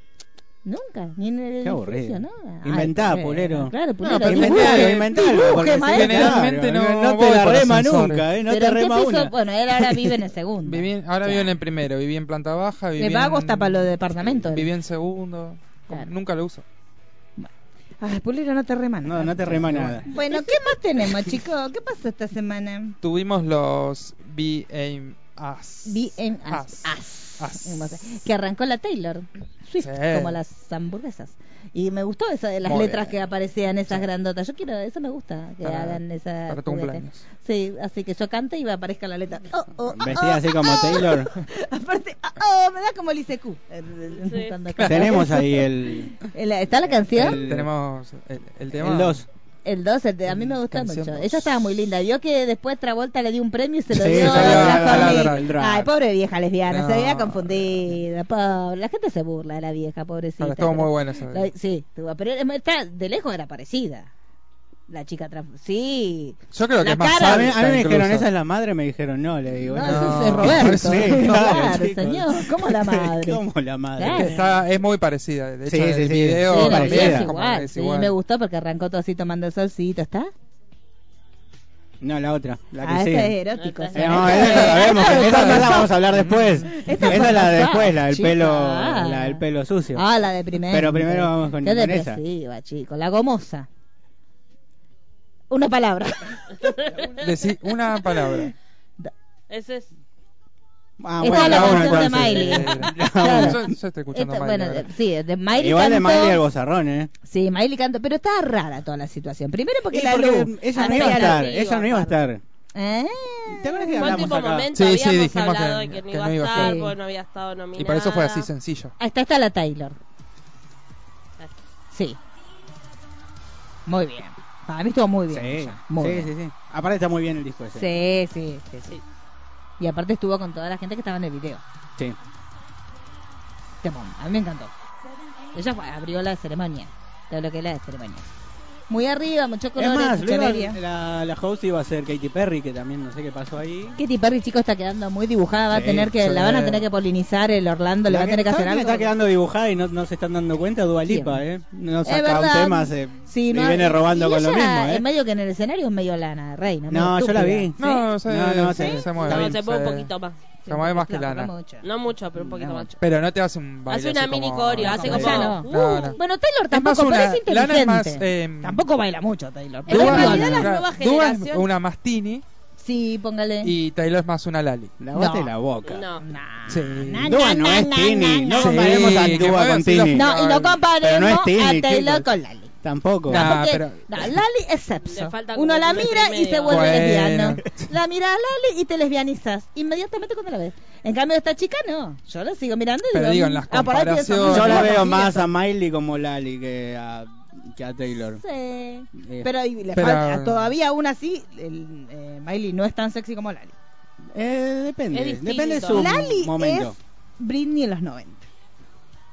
B: Nunca, ni en el
E: Qué aburrido.
B: edificio, nada.
E: Inventá,
B: Ay,
E: Pulero.
B: Claro, Pulero.
D: pero
B: dibuje,
E: inventalo, inventalo,
B: dibuje,
E: porque
B: maestro.
D: generalmente
E: Claro,
D: no
E: no,
D: voy
E: te la
D: para
E: rema
D: ascensores.
E: nunca, ¿eh? No
B: Pero
E: te
B: ¿en qué
E: rema
B: piso?
E: una.
B: Bueno, él ahora vive en el segundo.
D: Viví en- ahora viví en el primero, viví en planta baja, viví
B: Me pago
D: en-
B: hasta para los departamentos.
D: Viví en segundo.
B: Claro.
D: Nunca lo uso.
B: Ay, Pulero, Ah, no te remana.
E: No, no te rema nada.
B: Bueno, ¿qué más tenemos, chicos? ¿Qué pasó esta semana?
D: Tuvimos los BMAs.
B: BM As. As. Hermosa. Que arrancó la Taylor Swift,
D: Sí.
B: como las hamburguesas. Y me gustó esa de las
D: Muy
B: letras
D: bien.
B: que aparecían esas grandotas. Yo quiero, eso me gusta, que
D: Para-
B: hagan esa.
D: para tu
B: juguete.
D: cumpleaños.
B: Sí, así que yo cante y me aparezca la letra. Oh, oh, oh,
E: Vestida así como Taylor.
B: Aparte, oh, oh, me da como el ICQ.
F: Sí.
B: Cuando-
E: Tenemos ahí el.
B: El- ¿Está la canción?
E: El-
D: Tenemos el, el tema. Ah,
E: El 2.
B: El 12, a mí me gustó
D: Canción
B: mucho.
D: dos.
B: Ella estaba muy linda. Vio que después Travolta le dio un premio y se lo
E: Sí,
B: dio
E: se lo
B: a
E: dio
B: la
E: a la-
B: familia.
E: a la- a la-
B: Ay, pobre vieja lesbiana, se
D: No.
B: veía confundida. pobre. La gente se burla de la vieja, pobrecita.
D: Pero estuvo
B: Pero-
D: muy buena esa
B: la- Sí, estuvo- pero era- está- de lejos era parecida. La chica trans- Sí.
D: Yo creo que
B: La
D: es más
B: cara-
E: A mí, a mí me
D: incluso.
E: dijeron, esa es la madre, me dijeron, no, le digo.
B: No,
D: no.
B: eso es Roberto.
E: Sí,
B: claro,
E: claro, chicos.
B: señor. ¿Cómo la madre?
E: Como la
B: Claro.
E: madre.
D: Está- es muy parecida. De hecho,
E: Sí,
D: el
E: sí, sí.
D: video
B: Sí, la
D: también
B: vida
E: parecida.
B: es
D: como
B: igual.
D: es
B: Sí,
D: igual.
B: me gustó porque arrancó todo así tomando el solcito. ¿Está?
E: No, la otra, la que
B: ah, esta
E: sigue.
B: es erótico.
E: Eh, no, esa no la vemos, esa no la vamos a hablar después. Esa
B: Esta
E: es la de
B: pasada,
E: después, la del
B: chica.
E: pelo, la del pelo sucio.
B: Ah, la deprimente.
E: Pero primero vamos con-
B: Qué
E: con esa.
B: depresiva, chico. La gomosa. Una palabra.
D: Decí una palabra.
F: Ese es.
E: Ah,
B: Esta es la
E: vamos
B: canción
E: entonces.
B: de
E: Eh,
B: Miley.
E: La
B: Claro.
D: Yo, yo estoy escuchando
B: Esta-
D: mal.
B: bueno, de- sí, de Miley
E: Igual de
B: cantó-
E: Miley el bozarrón, ¿eh?
B: Sí, Miley cantó, pero está rara toda la situación. Primero porque
E: Y
B: la
E: porque
B: luz.
E: ella no
B: Hacía
E: iba a
B: la-
E: estar,
F: luz.
E: ella no iba a estar.
B: ¿Eh?
E: ¿Te acuerdas que
F: ¿Cuánto
E: hablamos
F: tiempo
E: acá?
F: momento
D: Sí, sí,
F: habíamos
D: dijimos
F: hablado
D: que-
F: de que no
D: que
F: iba a
D: no iba a
F: estar,
B: ser.
F: porque no había estado nominada?
D: Y para eso fue así sencillo.
B: Hasta está la Taylor. Sí. Muy bien. Para mí estuvo muy bien.
E: Sí,
B: ella. Muy
E: sí,
B: bien.
E: sí, sí. Aparte está muy bien el disco ese.
B: Sí, sí, sí, sí.
F: Sí.
B: Y aparte estuvo con toda la gente que estaba en el video.
E: Sí.
B: Temón, a mí me encantó. Ella fue- abrió la ceremonia, todo lo que es la ceremonia. Muy arriba, mucho
E: Es
B: colores,
E: más,
B: mucha
E: luego
B: alegría.
E: la, la host iba a ser Katy Perry, que también no sé qué pasó ahí.
B: Katy Perry, chico, está quedando muy dibujada. Va a
E: Sí,
B: tener que,
D: sí.
B: la van a tener que polinizar el Orlando, le
E: La
B: va a tener que
E: ¿saben
B: hacer
E: quién
B: algo.
E: Está quedando dibujada y no, no se están dando cuenta. Dualipa,
B: ¿Quién?
E: ¿eh? No
B: Es
E: saca un
B: verdad.
E: tema hace-
B: Sí,
E: y
B: no,
E: viene robando
B: y
E: con lo
B: ella,
E: mismo, ¿eh?
B: En medio que en el escenario es medio lana, reina.
E: No,
B: medio
E: yo la
B: estúpida.
E: vi.
D: No, se,
E: No, no,
D: se,
E: sí.
D: se mueve.
F: No, se mueve
D: se-
F: un poquito más.
D: Se mueve más que
B: Claro,
D: lana.
B: mucho.
F: No mucho, pero un poquito
E: No
F: más.
E: mucho.
D: Pero no te hace un baile
F: Hace una
D: así
F: mini
D: como-
F: coreo, hace
B: como-
D: Ya
B: Uh,
D: no, no.
B: Bueno, Taylor
D: más
B: tampoco, pero
D: una-
B: es
D: Lana
B: inteligente.
D: es más, eh,
E: em,
B: Tampoco baila mucho, Taylor.
F: En
D: Dua-
F: realidad, la
D: claro,
F: nueva
D: Dua es
F: generación-
D: una más tini
B: Sí, póngale.
D: y Taylor es más una Lali.
E: Lavate
B: No.
E: la boca.
F: No.
B: Nah.
D: Sí.
B: Nah,
E: Dua
B: nah,
E: no
B: nah,
E: es
B: nah,
E: Tini.
B: nah,
E: No
B: nah.
E: comparemos a
D: Sí, que
E: Dua
D: mueven
E: con
D: así los-
E: Tini.
B: No, y no comparemos
E: Pero no es Tini,
B: a Taylor
E: chicos.
B: con Lali.
E: Tampoco.
D: Nah.
B: Porque
D: pero-
B: no, Lali es sexo.
F: Le falta como
B: Uno la
F: un metro
B: mira
F: y
B: y
F: medio.
B: se vuelve
D: Bueno.
B: lesbiano. La mira a Lali y te lesbianizas inmediatamente cuando la ves. En cambio, esta chica no. Yo la sigo mirando y
D: Pero digo, en las
B: "Ah, por ahí pienso,
D: comparaciones-
E: Yo
D: no,
E: la
D: no,
E: veo
B: pienso".
E: más a Miley como Lali que a, que a Taylor.
B: Sí.
E: Eh.
B: Pero, y le
D: Pero-
B: falta- todavía aún así, el, eh, Miley no es tan sexy como Lali.
E: Eh,
F: Es
E: depende.
F: distinto.
E: Depende de su
B: Lali
E: momento.
B: es Britney en los 90.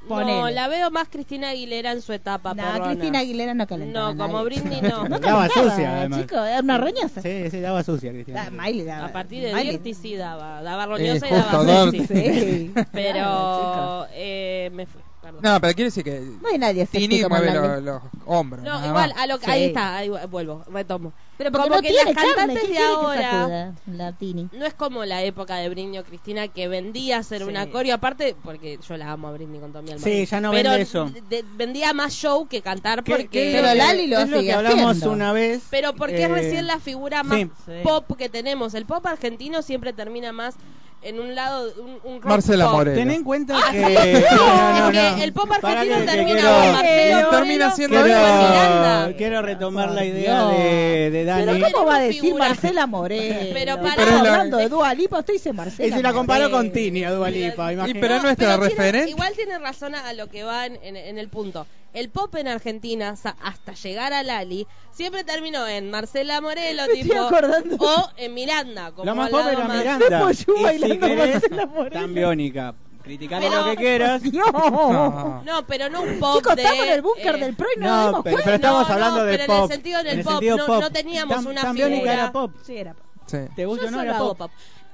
F: No,
B: Ponele.
F: la veo más Cristina Aguilera en su etapa.
B: No,
F: porrona.
B: Cristina Aguilera no calentaba.
F: No,
B: a
F: como
B: nadie.
F: Britney no.
B: No
E: Daba
B: calentaba,
E: sucia, además.
B: chico, era una roñosa.
E: Sí, sí, daba sucia, Cristina.
B: La Miley daba-
F: A partir de
B: Miley-
F: Dirty sí daba. Daba roñosa
D: Eh,
F: y daba
D: justo, Dirty.
F: sexy.
B: Sí. Claro,
F: Pero eh, me fui, perdón.
D: No, pero quiere decir que
B: chicos. No hay nadie sexy
D: Tini
B: como
D: mueve
B: Lali.
D: lo- los hombros.
F: No,
D: nada
F: igual,
D: más.
F: a lo que,
B: Sí.
F: ahí está, ahí vu- vuelvo, retomo.
B: Pero porque
F: como
B: no
F: que
B: tiene
F: las
B: carne,
F: cantantes
B: ¿quién
F: de
B: quiere que
F: ahora-
B: sacuda? La Tini.
F: No es como la época de Britney o Cristina que vendía hacer
B: Sí.
F: una coreo, aparte, porque yo la amo a Britney con todo mi alma.
E: Sí, ya no
F: Pero
E: vende eso.
F: de- vendía más show que cantar
E: ¿Qué-
F: porque...
E: qué-
B: Pero Lali lo
E: es lo
B: sigue
E: que hablamos
B: haciendo.
E: una vez.
F: Pero porque
E: eh,
F: es recién la figura más
E: sí.
F: pop que tenemos. El pop argentino siempre termina más en un lado, un, un rock
D: Marcela
F: pop.
D: Moreno.
E: Ten en cuenta
F: Ah,
E: que.
F: sí.
E: No, no,
F: Es
E: no,
F: que el pop
E: Pará
F: argentino
E: que- que
F: termina
E: quiero-
F: con Marcelo
D: Quiero- termina
F: Moreno,
D: siendo
F: Manuel
D: eso.
F: Miranda.
E: Quiero, quiero retomar la
B: Por
E: idea
B: Dios.
E: de, de Dani.
B: Pero ¿cómo va a decir
F: figura.
B: Marcela Moreno?
F: Pero
B: Estamos
F: pará.
D: Pero la-
B: hablando de Dua Lipa, usted dice Marcela
E: Y si la comparó con
B: Moreno.
E: Tini, a Dua Lipa,
F: Y
E: imagínate.
D: pero es nuestra
F: tiene-
D: referente.
F: igual tiene razón a a lo que va en, en- en el punto. El pop en Argentina, sa- hasta llegar a Lali, siempre terminó en Marcela Morelo,
B: Me
F: tipo,
B: estoy acordando.
F: o en Miranda. Como
E: La más
F: al
E: pop
F: lado
E: era
F: más-
E: Miranda.
B: Después yo
E: Y si
B: bailando
E: querés,
B: Marcela Moreno.
E: Tan biónica. Criticalo
F: Pero-
E: lo que quieras.
B: ah,
D: No.
F: No, pero no un pop
B: Chicos,
F: de...
B: estamos en el búnker
F: eh,
B: del pro y no, nos
E: No,
B: dimos
E: pero,
B: cuenta.
E: pero estamos
F: No,
E: hablando
F: no,
E: del
F: pero en el
E: pop.
F: sentido del
E: En el
F: pop,
E: sentido
F: no-
E: pop.
F: no teníamos
E: Tan-
F: una
E: También
F: figura.
E: era pop.
B: Sí, era.
D: Sí.
E: ¿Te
F: Yo
E: gusta o no?
F: solo
E: Era
F: hago
E: pop.
F: pop.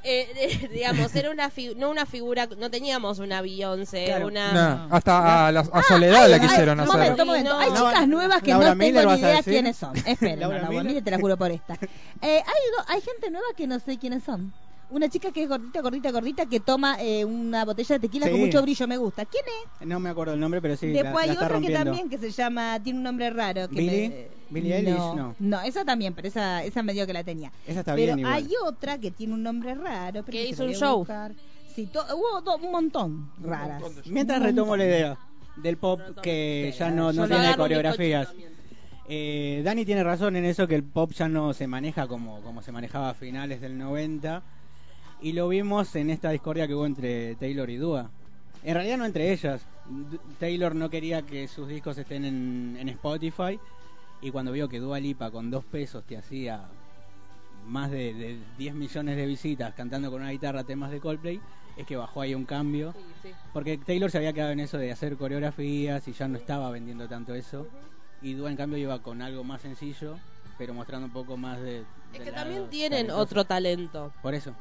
F: Eh, eh, digamos, era una fi- no una figura, no teníamos una Beyoncé,
E: Claro.
F: una...
D: No,
B: Ah,
D: hasta a, la, a Soledad
B: Ay,
D: la
B: ay,
D: quisieron
B: un
D: hacer.
B: Momento,
F: Y
B: un momento.
F: no.
B: Hay chicas
E: Laura-
B: nuevas que
E: Laura
B: no
E: Miller,
B: tengo
E: vas
B: ni
E: a
B: idea
E: decir.
B: quiénes son. Esperen, no,
E: Laura
B: Laura
E: Miller.
B: Miller, te la juro por esta. Eh, hay, do- hay gente nueva que no sé quiénes son. Una chica que es gordita, gordita, gordita, que toma eh, una botella de tequila con
E: Sí.
B: mucho brillo, me gusta. ¿Quién es?
E: No me acuerdo el nombre, pero sí. la-
B: Después
E: la
B: hay
E: está
B: otra que
E: rompiendo.
B: también que se llama, tiene un nombre raro. Que
E: Billie-
B: me- eh,
E: Billie Eilish, no.
B: esa también, pero esa, esa medio que la tenía.
E: Esa está
B: pero
E: bien igual.
B: hay otra que tiene un nombre raro. pero
F: Que
B: se
F: hizo
B: lo
F: un
B: voy a
F: show.
B: buscar. Sí, to- hubo do- un montón raras.
E: Mientras
B: Un
E: retomo
B: montón.
E: la idea del pop que ya no,
F: Mm.
E: no
F: Yo lo agarro
E: tiene
F: un
E: coreografías.
F: bizcochito mientras.
E: Eh, Dani tiene razón en eso que el pop ya no se maneja como, como se manejaba a finales del 90 y lo vimos en esta discordia que hubo entre Taylor y Dua. En realidad no entre ellas. D- Taylor no quería que sus discos estén en, en Spotify y cuando vio que Dua Lipa con dos pesos te hacía más de, de 10 millones de visitas cantando con una guitarra temas de Coldplay, es que bajó ahí un cambio.
F: Sí, sí.
E: Porque Taylor se había quedado en eso de hacer coreografías y ya no estaba vendiendo tanto eso. Y Dua, en cambio, iba con algo más sencillo, pero mostrando un poco más de.
F: Es
E: del
F: que
E: lado
F: también tienen
E: talentoso.
F: otro talento.
E: Por eso.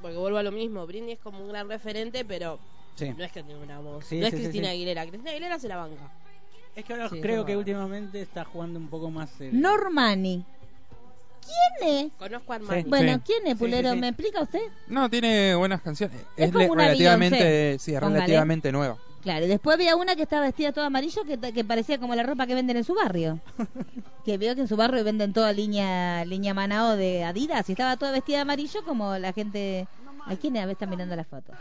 F: Porque vuelvo a lo mismo, Britney es como un gran referente, pero
E: Sí.
F: no es que tiene una voz.
E: Sí,
F: no es
E: sí, sí,
F: Cristina
E: sí.
F: Aguilera. Cristina Aguilera se la banca.
E: Es que ahora
F: Sí,
E: creo
F: eso
E: que
F: va.
E: últimamente está jugando un poco más. eh, el-
B: Normani. ¿Quién es?
F: Conozco a Armani.
E: Sí.
B: Bueno, ¿quién
E: Sí,
B: es,
E: sí,
B: Pulero?
E: sí.
B: ¿Me explica usted?
D: No, tiene buenas canciones.
B: Es
D: Es,
B: como
D: le-
B: una
D: relativamente,
B: Beyoncé.
D: sí, es
B: Póngale.
D: relativamente nueva.
B: Claro, y después había una que estaba vestida toda amarillo que, que parecía como la ropa que venden en su barrio. que veo que en su barrio venden toda línea línea Manao de Adidas y estaba toda vestida de amarillo como la gente... ¿A quién era? está mirando la foto?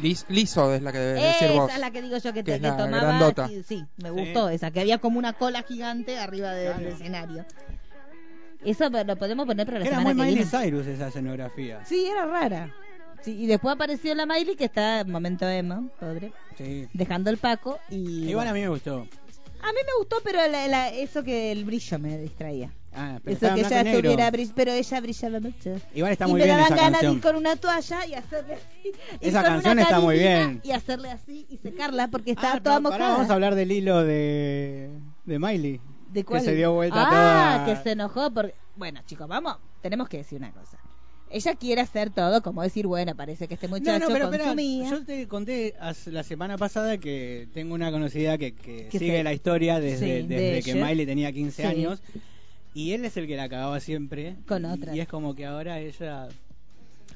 D: Lis- Liso es la que debes Eh, decir
B: esa
D: vos.
B: es la que digo yo que,
D: que
B: te,
D: es
B: que
D: la
B: tomaba.
D: grandota.
B: Sí, sí, me gustó esa, que había como una cola gigante arriba de- del escenario. Eso lo podemos poner para la
E: Era
B: semana
E: muy
B: que
E: Miley
B: viene.
E: Cyrus esa escenografía.
B: Sí, era rara. Sí, y después apareció la Miley que está en momento Emma, pobre,
E: Sí.
B: dejando el Paco y
E: Igual a mí me gustó.
B: a mí me gustó, pero la- la- eso que el brillo me distraía.
E: Ah, pero
B: eso
E: estaba
B: que
E: en blanco
B: ella
E: y negro. Ah,
B: estuviera bri- pero ella brillaba mucho.
E: Igual está
B: y
E: muy
B: me
E: bien
B: daban
E: esa
B: ganas de
E: canción.
B: ir con una toalla y hacerle así. ir
E: Esa
B: con
E: canción
B: una
E: está muy
B: caricia
E: bien.
B: Y hacerle así y secarla porque
E: Ah,
B: estaba
E: no,
B: toda
E: pará,
B: mojada.
E: vamos a hablar del hilo de, de Miley.
B: ¿De cuál?
E: Que se dio vuelta
B: ah,
E: toda.
B: que se enojó porque bueno, chicos, vamos, tenemos que decir una cosa. Ella quiere hacer todo, como decir, bueno, parece que este muchacho
E: no, no, pero, espera,
B: consumía.
E: yo te conté hace- la semana pasada que tengo una conocida que, que
B: Que
E: sigue
B: se-
E: la historia desde,
B: sí,
E: desde
B: de
E: que
B: ella.
E: Miley tenía 15
B: Sí.
E: años y él es el que la cagaba siempre
B: Con
E: y-
B: otras.
E: y es como que ahora ella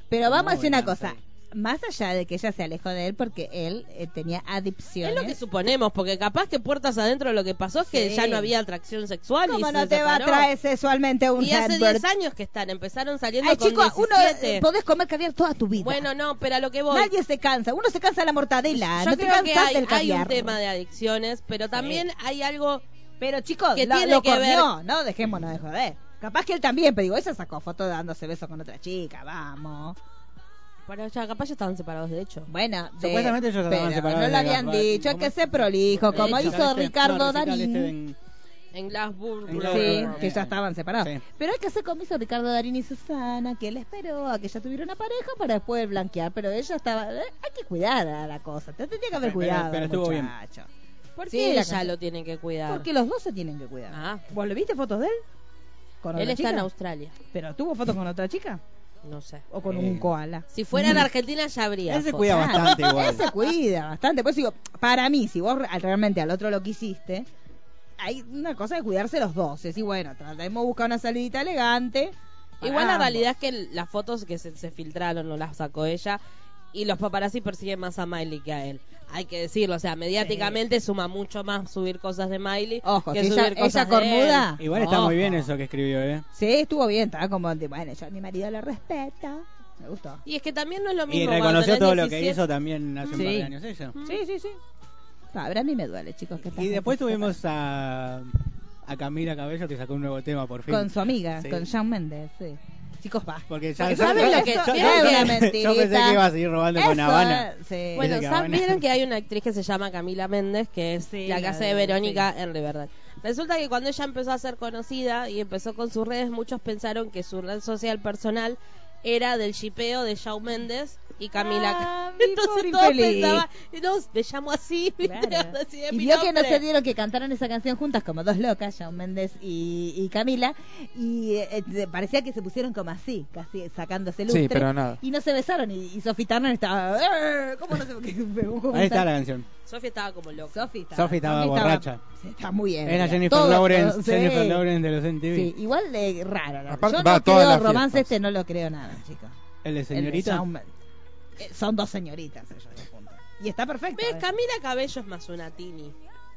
B: Pero vamos a decir
E: Muy
B: una
E: bien,
B: cosa.
E: sí.
B: Más allá de que ella se alejó de él porque él eh, tenía adicciones.
F: Es lo que suponemos, porque capaz que puertas adentro lo que pasó es que
B: Sí.
F: ya no había atracción sexual. y
B: ¿Cómo
F: se
B: no te va a
F: separó.
B: traer sexualmente un
F: Y hace
B: Hedberg?
F: 10 años que están, empezaron saliendo
B: Ay,
F: con
B: chicos, uno
F: 17.
B: eh, podés comer caviar toda tu vida.
F: Bueno, no, pero a lo que voy.
B: Nadie se cansa. Uno se cansa de la mortadela.
F: Yo
B: Ah, no te
F: creo que
B: cansas
F: hay,
B: del
F: hay
B: caviar.
F: un tema de adicciones, pero también hay algo
B: Pero chicos,
F: que
B: lo,
F: tiene
B: lo
F: que ver-
B: comió. No, dejémonos de joder. Capaz que él también, pero digo, ella sacó foto dándose besos con otra chica. Vamos.
F: Para allá, capaz ya estaban separados, de hecho.
B: Bueno, de-
E: Supuestamente ellos estaban
B: pero
E: separados
B: No lo
E: de
B: habían
E: Gaspar.
B: dicho. Es
E: ¿Cómo
B: que
E: es?
B: se prolijo. Como
F: Recital
B: hizo
E: este- no,
B: Ricardo
E: recital
B: Darín.
E: este en-
F: En Glassburg.
E: En
B: Sí,
E: Claro.
B: que ya estaban separados.
E: Sí.
B: Pero hay que hacer como hizo Ricardo Darín y Susana, que él esperó a que ya tuviera una pareja para después blanquear, pero ella estaba... eh, Hay que cuidar a la cosa, te tendría que haber
E: Pero-
B: cuidado.
E: pero
B: al
E: estuvo bien.
B: muchacho.
F: ¿Por
B: Sí,
F: qué
B: la
F: ella
B: canción.
F: lo tiene que cuidar?
B: Porque los dos se tienen que cuidar.
F: Ah.
B: ¿Vos le viste fotos de él? ¿Con
F: Él
B: otra
F: está en
B: chica?
F: Australia,
B: ¿Pero tuvo fotos con otra chica?
F: no sé.
B: ¿O con
E: Eh,
B: un koala?
F: Si fuera en Argentina ya habría.
E: él se
F: fotos.
E: cuida bastante igual
B: Él se cuida bastante. Pues digo, para mí, si vos re- realmente al otro lo quisiste, hay una cosa de cuidarse los dos. Es decir, bueno, tratemos de buscar una salidita elegante. para
F: Igual la
B: ambos.
F: realidad es que las fotos que se, se filtraron no las sacó ella y los paparazzi persiguen más a Miley que a él. Hay que decirlo, o sea, mediáticamente suma mucho más subir cosas de Miley
B: Ojo,
F: que
B: si
F: subir
B: ella-
F: cosas
B: ella cornuda.
F: de él.
E: igual está muy
F: Ojo.
E: bien eso que escribió eh
B: Sí, estuvo bien, estaba como, de, bueno, yo a mi marido lo respeto. Me gustó.
F: Y es que también no es lo
E: y
F: mismo. cuando
E: reconoció
F: tenés
E: todo lo que
F: 17.
E: hizo también hace un par
B: Sí.
E: de años ella
B: Sí, sí, sí. Sabrá, a mí me duele, chicos. Que
E: y
B: estás-
E: después tuvimos a a Camila Cabello que sacó un nuevo tema por fin
B: Con su amiga,
E: Sí.
B: con Shawn Mendes, sí. Chicos, va.
E: Porque ya
B: Porque
E: yo-
B: ¿saben
E: yo-
B: lo que-
E: yo- yo-
B: es una
E: yo-
B: mentirita.
E: Yo pensé que iba a seguir robando con
B: Eso,
E: Habana.
B: sí.
F: Bueno,
E: Tiene que
F: ¿saben-
E: Habana.
F: vieron que hay una actriz que se llama Camila Méndez, que es
B: Sí,
F: la
B: la
F: que hace de
B: de-
F: Verónica en Riverdale. Resulta que cuando ella empezó a ser conocida y empezó con sus redes, muchos pensaron que su red social personal era del shipeo de Shawn Mendes y Camila.
B: Ah,
F: Entonces todos pensaban, no, me llamo así, ¿viste?
B: Claro.
F: Así es
B: Y
F: mi
B: vio que no
F: nombre.
B: se dieron que cantaron esa canción juntas como dos locas, Shawn Méndez y, y Camila, y eh, eh, parecía que se pusieron como así, casi sacándose
D: Sí,
B: lustre.
D: pero nada.
B: Y no se besaron, y, y Sofi Turner estaba... "Eh, ¿Cómo no se cómo
E: Ahí está
B: está?".
E: la canción.
F: Sofía estaba como loca.
B: Sofi estaba,
E: Sofi estaba
B: Sofi
E: borracha.
B: sí, Está muy bien.
E: Es la Jennifer
B: Todo-
E: Lawrence,
B: todo- sí.
E: Jennifer Lawrence de los MTV.
B: Sí, igual de raro. ¿no?
D: Aparte
B: Yo
D: va
B: no
D: a todas
B: creo
D: las
B: romance
D: fiestas.
B: este, no lo creo nada, chicos.
E: El de
B: El de
E: señorita.
B: Shawn Mendes. Eh, Son dos señoritas ellos dos juntos. Y está perfecto.
F: ¿Ves?
B: ¿eh?
F: Camila Cabello es más una tini.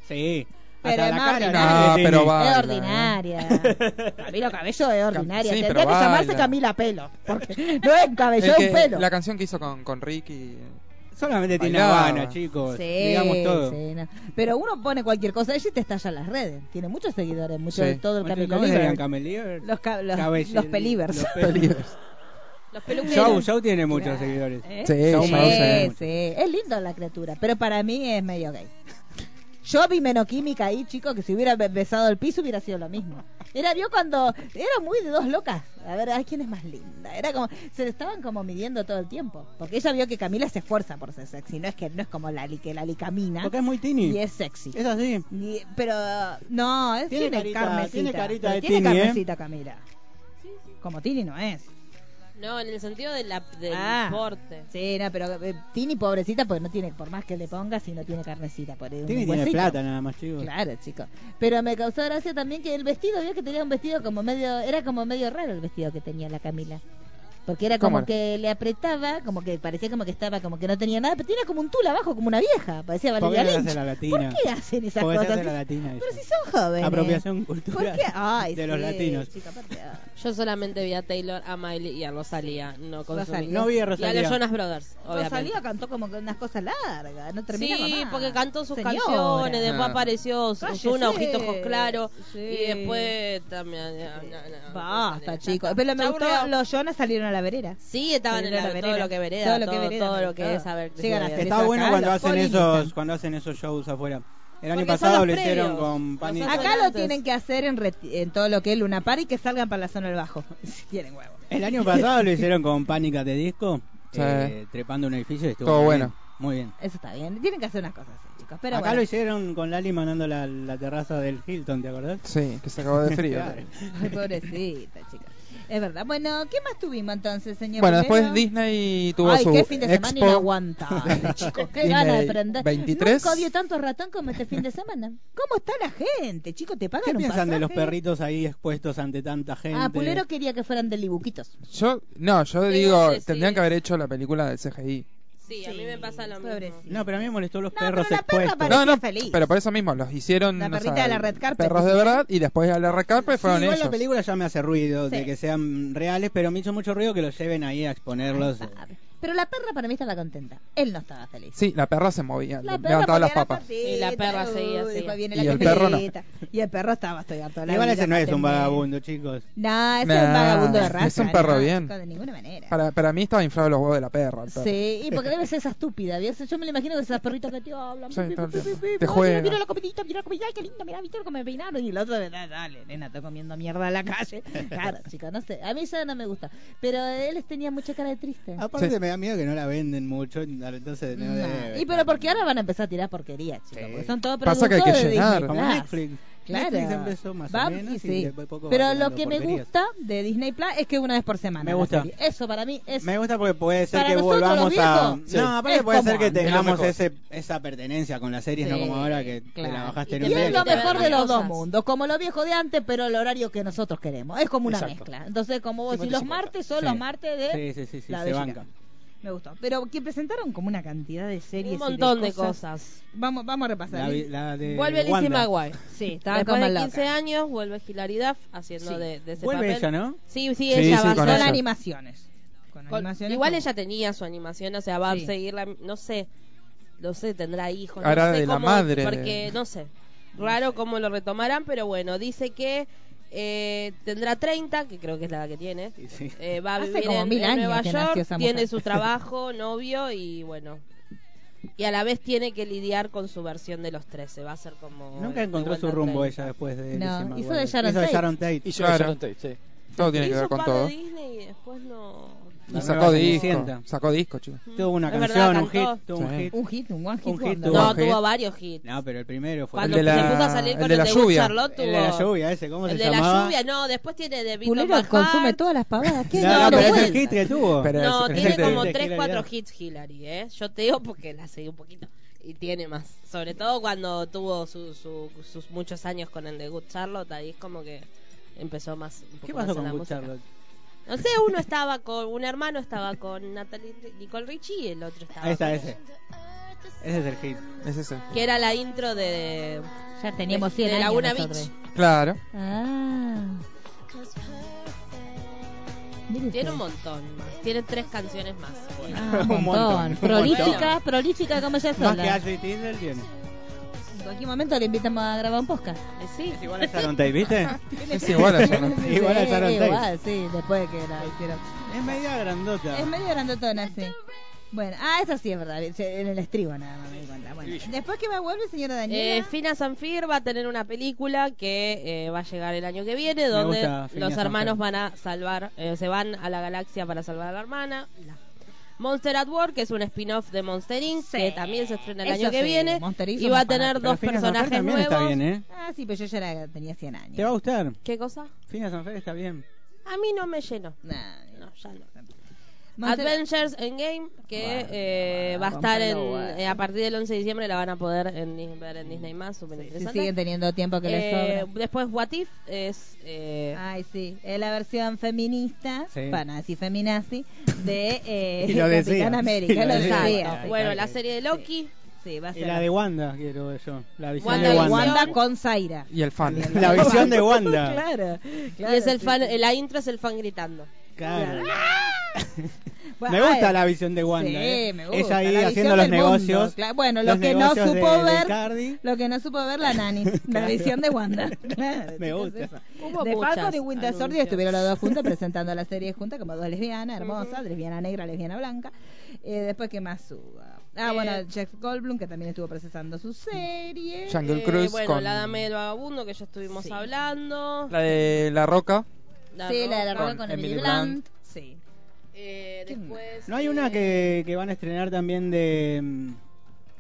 E: Sí.
B: Pero
E: Hasta
B: es
E: la
B: más
E: cara.
B: ordinaria.
D: No,
E: tiene.
D: Ah, pero va.
B: Es
D: Baila,
B: ordinaria. Camila Cabello es ordinaria.
D: sí,
B: Tendría que
D: pero
B: llamarse
D: baila.
B: Camila Pelo. Porque no es cabello,
D: El
B: es un
D: que-
B: pelo.
D: La canción que hizo con, con Ricky.
E: Solamente tiene
D: Bailaba.
E: Habana, chicos.
B: Sí,
E: Digamos todo.
B: sí, no. Pero uno pone cualquier cosa allí y te estalla las redes. Tiene muchos seguidores, mucho
D: Sí.
B: de todo el
E: ¿Cómo
B: Camila
E: se llaman?
B: Libre.
E: Camelier.
B: Los, ca- los,
E: Cabello-
B: los pelivers.
E: los pe-
D: Peligros.
F: Los peluqueros.
E: Show, Show tiene muchos seguidores.
B: ¿Eh?
D: Sí,
B: Sí,
D: Shawn Mendes.
B: sí. Es lindo la criatura, pero para mí es medio gay. Yo vi menoquímica ahí, chicos, que si hubiera be- besado el piso hubiera sido lo mismo. Era, vio cuando. Era muy de dos locas. A ver, ay, quién es más linda. Era como. Se estaban como midiendo todo el tiempo. Porque ella vio que Camila se esfuerza por ser sexy. No es que no es como Lali, que Lali camina.
E: Porque es muy
B: Y
E: tini.
B: es sexy.
E: Es así.
B: Y- pero. No, es,
E: Tiene
B: tiene,
E: carita-
B: carnecita.
E: tiene carita
B: Pero
E: de
B: tiene
E: tini, ¿eh?
B: carnecita, Camila. Como Tini no es.
F: No, en el sentido de la, del
B: Ah.
F: porte.
B: Sí, no, pero eh, Tini pobrecita, porque no tiene, por más que le pongas, si no tiene carnecita, por un
E: Tini tiene
B: huesito.
E: plata nada más, chicos.
B: Claro, chicos. Pero me causó gracia también que el vestido, vio que tenía un vestido como medio, era como medio raro el vestido que tenía la Camila. Porque era como
D: ¿Cómo era?
B: que le apretaba, como que parecía como que estaba, como que no tenía nada, pero tenía como un tul abajo, como una vieja, parecía
E: ¿Por qué
B: Valeria
E: se hace
B: Lynch.
E: la latina?
B: ¿Por qué hacen esas
E: Porque se
B: cosas?
E: hace la latina
B: pero
E: ella.
B: si son jóvenes.
E: Apropiación
B: ¿Por
E: cultural
B: qué? Ay,
E: de
B: sí,
E: los latinos.
B: chica, aparte, ah.
F: Yo solamente vi a Taylor, a Miley y a Rosalía. No consumí.
B: Rosalía.
E: No vi a
F: Y a
E: Rosalía.
F: los Jonas Brothers, obviamente.
B: Rosalía cantó como que unas cosas largas, no terminaba
F: Sí,
B: más.
F: porque cantó sus
B: Señora.
F: canciones, después
D: Ah.
F: apareció
B: Cállese.
F: Ozuna, Ojitos con Claro,
B: Sí.
F: y después también... no, Ah, no, no,
B: Basta,
F: Rosalía,
B: chicos.
F: ya
B: Pero me
F: está.
B: gustó,
F: Ya aburrió.
B: los Jonas salieron a la vereda.
F: Sí, estaban en
B: Salieron
F: la,
B: a
F: todo lo que vereda, todo lo que,
B: vereda,
F: todo lo que
B: todo.
F: es saber que
B: Llegan
F: se
B: a
F: vereda.
B: fiesta.
E: Está bueno
B: acá
E: cuando
B: los
E: hacen
B: polinizan.
E: esos cuando hacen esos shows afuera. El año
F: Porque son
E: pasado
F: los
E: lo hicieron
F: previos.
E: con Pani.
F: Nosotros-
B: Acá lo
F: antes.
B: tienen que hacer en, reti- en todo lo que es Luna Par y que salgan para la zona del bajo. Si tienen huevo.
E: El año pasado lo hicieron con Pánica de disco,
D: Sí.
E: eh, trepando un edificio. y Estuvo
D: Todo
E: muy
D: bueno.
E: bien, Muy bien.
B: Eso está bien. Tienen que hacer unas cosas así, chicos. Pero
E: Acá
B: bueno.
E: lo hicieron con Lali mandando la, la terraza del Hilton, ¿te acordás?
D: Sí, que se acabó de frío.
E: Claro.
B: Ay, pobrecita, chicos. Es verdad. Bueno, ¿qué más tuvimos entonces, señor?
D: Bueno,
B: Rivero?
D: después Disney tuvo
B: Ay,
D: su
B: qué fin de semana
D: expo.
B: inaguantable, chicos. Qué
D: Disney
B: ganas de prender.
D: 23.
B: Nunca odio tanto ratón como este fin de semana. ¿Cómo está la gente, chicos? ¿Te pagan
E: ¿Qué
B: un
E: piensan de los
B: pasaje?
E: perritos ahí expuestos ante tanta gente?
B: Ah, Pulero quería que fueran de libuquitos.
D: Yo, no, yo
F: Sí,
D: digo,
F: sí, sí.
D: tendrían que haber hecho la película del CGI.
F: Sí, a mí me pasa lo mismo.
B: Pobrecito.
E: No, pero a mí me molestó los
B: No,
E: perros
B: pero la perra
E: expuestos.
B: Parecía
D: no, no,
B: feliz.
D: pero por eso mismo, los hicieron
B: La
D: o sea,
B: perrita de la red carpet,
D: perros de
B: ¿sí?
D: verdad y después a la red carpet fueron
E: Sí, igual la
D: ellos.
E: película ya me hace ruido
B: Sí.
E: de que sean reales, pero me hizo mucho ruido que los lleven ahí a exponerlos.
B: Sabe. Pero la perra para mí estaba contenta. Él no estaba feliz.
D: Sí, la perra se movía,
B: La perra
D: levantaba las
B: ponía
D: papas.
B: patita,
F: Y la perra
B: uy,
F: seguía, seguía.
B: después viene
D: Y
B: la
D: el perro no.
B: camiseta. Y el perro estaba, estoy harto. la
E: Igual
B: vida
E: ese no es un
B: matemé.
E: vagabundo, chicos.
B: No, ese es un
D: Nah,
B: vagabundo de
D: es
B: raza.
D: un perro
B: no,
D: bien.
B: chico, De ninguna manera.
D: Para, para mí estaba inflado los huevos de la perra. el perro.
B: Sí, y porque debe ser esa estúpida. ¿ves? Yo me lo imagino que esas perritas que te hablan.
D: Sí,
B: pi, pi,
D: todo el
B: pi, pi,
D: tiempo.
B: pi,
D: Te
B: pi,
D: juega.
B: Mira la copitita, mira la copitita, ay, qué linda, mira, viste cómo me peinaron. Y el otro, "Ah, dale, nena, está comiendo mierda en la calle. Claro, chica, no sé. A mí ya no me gusta. Pero él les tenía mucha cara de triste.
E: Aparte
D: Sí.
E: me da miedo que no la venden mucho, entonces no
B: No.
E: debe
B: Y pero porque ahora van a empezar a tirar porquería, chicos.
E: Sí.
B: Porque son todos
D: Pasa que hay que
B: productos de Disney
D: llenar.
E: Como
B: Plus.
E: Netflix.
B: Claro.
E: Netflix empezó más o
B: Va-
E: menos y
B: sí.
E: de a poco va
B: Pero
E: tirando
B: lo que me
E: porquerías.
B: gusta de Disney Plus es que una vez por semana.
E: Me
B: la
E: gusta.
B: serie. Eso para mí es
E: Me gusta porque puede ser
B: Para
E: que
B: nosotros,
E: volvamos
B: los
E: a...
B: viejos,
E: No,
B: es
E: aparte puede
B: como
E: ser que
B: antes.
E: tengamos
D: Es lo
E: ese, esa pertenencia con las series, no
B: Sí,
E: como ahora que
B: claro.
E: te la bajaste en
F: Y
E: un
B: Y
E: día.
B: es
F: que
B: lo
F: te
B: mejor
F: dan
B: de los
F: cosas.
B: dos mundos, como lo viejo de antes, pero el horario que nosotros queremos. Es como una
E: Exacto.
B: mezcla. Entonces, como vos decís, los
E: 50-50.
B: martes son
E: Sí.
B: los martes de...
E: Sí, sí, sí, sí,
B: la
E: se
B: de
E: banca.
B: Gigante. Me gustó. Pero que presentaron como una cantidad de series. y
F: Un montón de cosas.
B: Vamos, vamos a repasar.
E: La, vi- la de
F: Vuelve Lizzie
E: Wanda.
F: McGuire.
B: Sí, estaba
F: Después
B: como
F: de
B: loca.
F: 15 años vuelve Hilary Duff haciendo
B: Sí.
F: de, de ese
E: Vuelve
F: papel.
E: ella, ¿no?
F: Sí, sí,
D: Sí,
F: ella
D: sí,
F: va a
D: con
B: Son
F: ser-
D: ella.
B: animaciones. Con
F: con-
B: animaciones
F: Igual
B: como-
F: ella tenía su animación, o sea, va
B: Sí.
F: a seguirla, no sé, no sé, tendrá hijos. no
D: Hará
F: sé
D: de la
F: cómo-
D: madre
F: Porque,
D: de-
F: no sé, raro cómo lo retomarán, pero bueno, dice que eh, tendrá 30, que creo que es la edad que tiene.
E: Sí, sí.
F: Eh, va a
B: Hace
F: vivir
B: como
F: en,
B: mil
F: en
B: años
F: Nueva
B: que
F: York,
B: nació esa
F: tiene
B: mujer.
F: su trabajo, novio y bueno. Y a la vez tiene que lidiar con su versión de los 13, va a ser como...
E: Nunca encontró
F: igual
E: su
F: de
E: rumbo
F: 30.
E: ella después de
B: No,
E: Lizzie
B: hizo de
E: McGuire.
B: Sharon
E: Hizo de
B: Tate.
E: Sharon Tate.
G: Y yo
D: Claro.
G: Sharon Tate, sí.
D: Todo tiene que
F: Hizo
D: ver
F: un
D: con
F: par de
D: todo.
F: Disney y después no...
D: Y
E: La
D: sacó
E: nueva
D: disco.
E: Cenicienta.
D: sacó disco, chicos.
E: Tuvo una
F: Es
E: canción,
F: verdad,
E: un
F: cantó.
E: hit, tuvo un
D: Sí.
E: hit.
B: Un hit, un one hit
E: Un hit,
B: wonder.
D: tuvo
F: No,
D: hit.
F: tuvo varios hits.
E: No, pero el primero fue
F: Cuando
D: de la-
F: se puso a salir
D: el
F: con
D: de
F: el
D: la
F: de Good
D: lluvia.
F: Charlotte, tuvo...
E: el de la lluvia ese, ¿cómo
F: El
E: se
F: de la
E: llamaba?
F: lluvia, no, después tiene de Beat
B: Pulero
F: on My
B: consume
F: Heart.
B: todas las pavadas. ¿Qué?
E: No,
F: No,
E: no,
F: no
E: pero ese
F: cuenta.
E: hit le tuvo.
D: Pero
F: No,
D: es- es
F: tiene
D: de-
F: como
E: de
F: 3,
E: Hillary
F: 4
E: Duff.
F: hits Hillary, ¿eh? Yo te digo porque la seguí un poquito. Y tiene más. Sobre todo cuando tuvo su- su- sus muchos años con el de Good Charlotte, ahí es como que empezó más. Un poco
E: ¿Qué
F: más
E: pasó
F: en la
E: con Good
F: música.
E: Charlotte?
F: No sé, uno estaba con. Un hermano estaba con Natalie Nicole Richie y el otro estaba.
E: Ahí está
F: con-
E: ese. Ese es el hit.
D: es ese.
F: Que era la intro de.
B: Ya teníamos
F: de,
B: 100
F: de
B: años
F: Laguna
B: nosotros.
F: Beach.
D: Claro.
B: Ah. Mire
F: Tiene
B: usted.
F: un montón más. Tiene tres canciones más.
B: Ah,
E: Un montón,
B: un montón.
E: un
B: Prolífica,
F: montón.
B: prolífica como ella
E: Más que
B: sola.
E: Ashley Tisdale tiene.
B: En cualquier momento le invitamos a grabar un podcast.
F: Eh, Sí.
E: Es igual a Sharon Tate, ¿viste?
D: Es igual a Sharon.
E: Igual a
B: Sí,
E: Sharon Tate.
B: Igual, sí, después de que la hicieron.
E: Es media grandota.
B: Es medio grandotona, sí. Bueno, ah, eso sí es verdad, se- en el estribo nada más me di cuenta. Bueno, después que me vuelve, señora
F: Eh,
B: Daniela.
F: Fina Sanfir va a tener una película que eh, va a llegar el año que viene, donde
E: gusta Fina
F: los
E: Sanfir.
F: hermanos van a salvar, eh, se van a la galaxia para salvar a la hermana. La- Monster at Work, que es un spin-off de Monster Inc., que también se estrena el
B: Eso
F: año que
B: sí,
F: viene.
B: Monster Inc.
F: Y va a
B: somos
F: tener
E: Pero
F: dos
E: Phineas and Ferb
F: personajes
E: también
F: nuevos.
E: está bien, ¿eh?
B: Ah, sí, pero yo ya era, tenía 100 años.
E: Te va a gustar.
F: ¿Qué cosa?
E: Fina Sanfer está bien.
F: A mí no me llenó.
B: Nah,
F: No, ya no.
B: Monster-
F: Adventures Endgame, que
B: Bueno,
F: eh,
B: bueno,
F: va a estar en,
B: cómpralo, bueno.
F: eh, a partir del 11 de diciembre, la van a poder en Dis- ver en Disney más, súper
B: si
F: interesante.
B: siguen teniendo tiempo que les
F: Eh,
B: sobra.
F: después What If es eh,
B: Ay, sí, es la versión feminista,
E: Sí.
B: fanazi, feminazi, de eh,
E: Y lo decía.
B: Capitán América.
E: Y lo
B: lo
E: decía.
B: decía.
F: Exacto. Bueno,
E: ahí,
F: la
E: ahí.
F: serie de Loki.
B: Sí, va a
E: Y
B: ser
E: la de Wanda, quiero ver yo. La visión
F: Wanda
E: de
F: y
B: Wanda,
E: Wanda.
F: Wanda.
B: con Zaira.
D: Y el fan.
E: La visión de Wanda.
B: claro, claro.
F: y es el
B: sí,
F: fan, eh,
B: sí.
F: la intro es el fan gritando.
E: Claro.
B: Ah, Bueno, eh,
E: me gusta
B: ay,
E: la visión de Wanda.
B: sí,
E: eh.
B: me gusta,
E: Ella ahí
B: la visión
E: haciendo los
B: del mundo,
E: negocios.
B: claro. Bueno,
E: los
B: lo que no
E: negocios de-
B: supo
E: de
B: ver-
E: Cardi.
B: Lo que no supo ver la nani, la visión de Wanda. Claro,
E: Me
B: chicos,
E: gusta.
B: eso.
F: Hubo
B: de
F: muchas
B: Falcon y Winter Soldier
F: anuncios.
B: estuvieron los dos juntos presentando la serie juntas como dos lesbianas hermosas, lesbiana negra, lesbiana blanca. Eh, después, ¿qué más hubo? Ah,
F: Eh,
B: bueno, Jeff Goldblum, que también estuvo procesando su serie.
D: Jungle
F: Eh,
D: Cruise
F: bueno,
D: con
F: la Dame del Vagabundo que ya estuvimos hablando.
D: la de La Roca.
B: sí, la de la
F: Roca.
B: roca con Emily Blunt. Sí.
F: Eh,
B: ¿Qué
F: después, eh,
E: No hay una que, que van a estrenar también de. mm,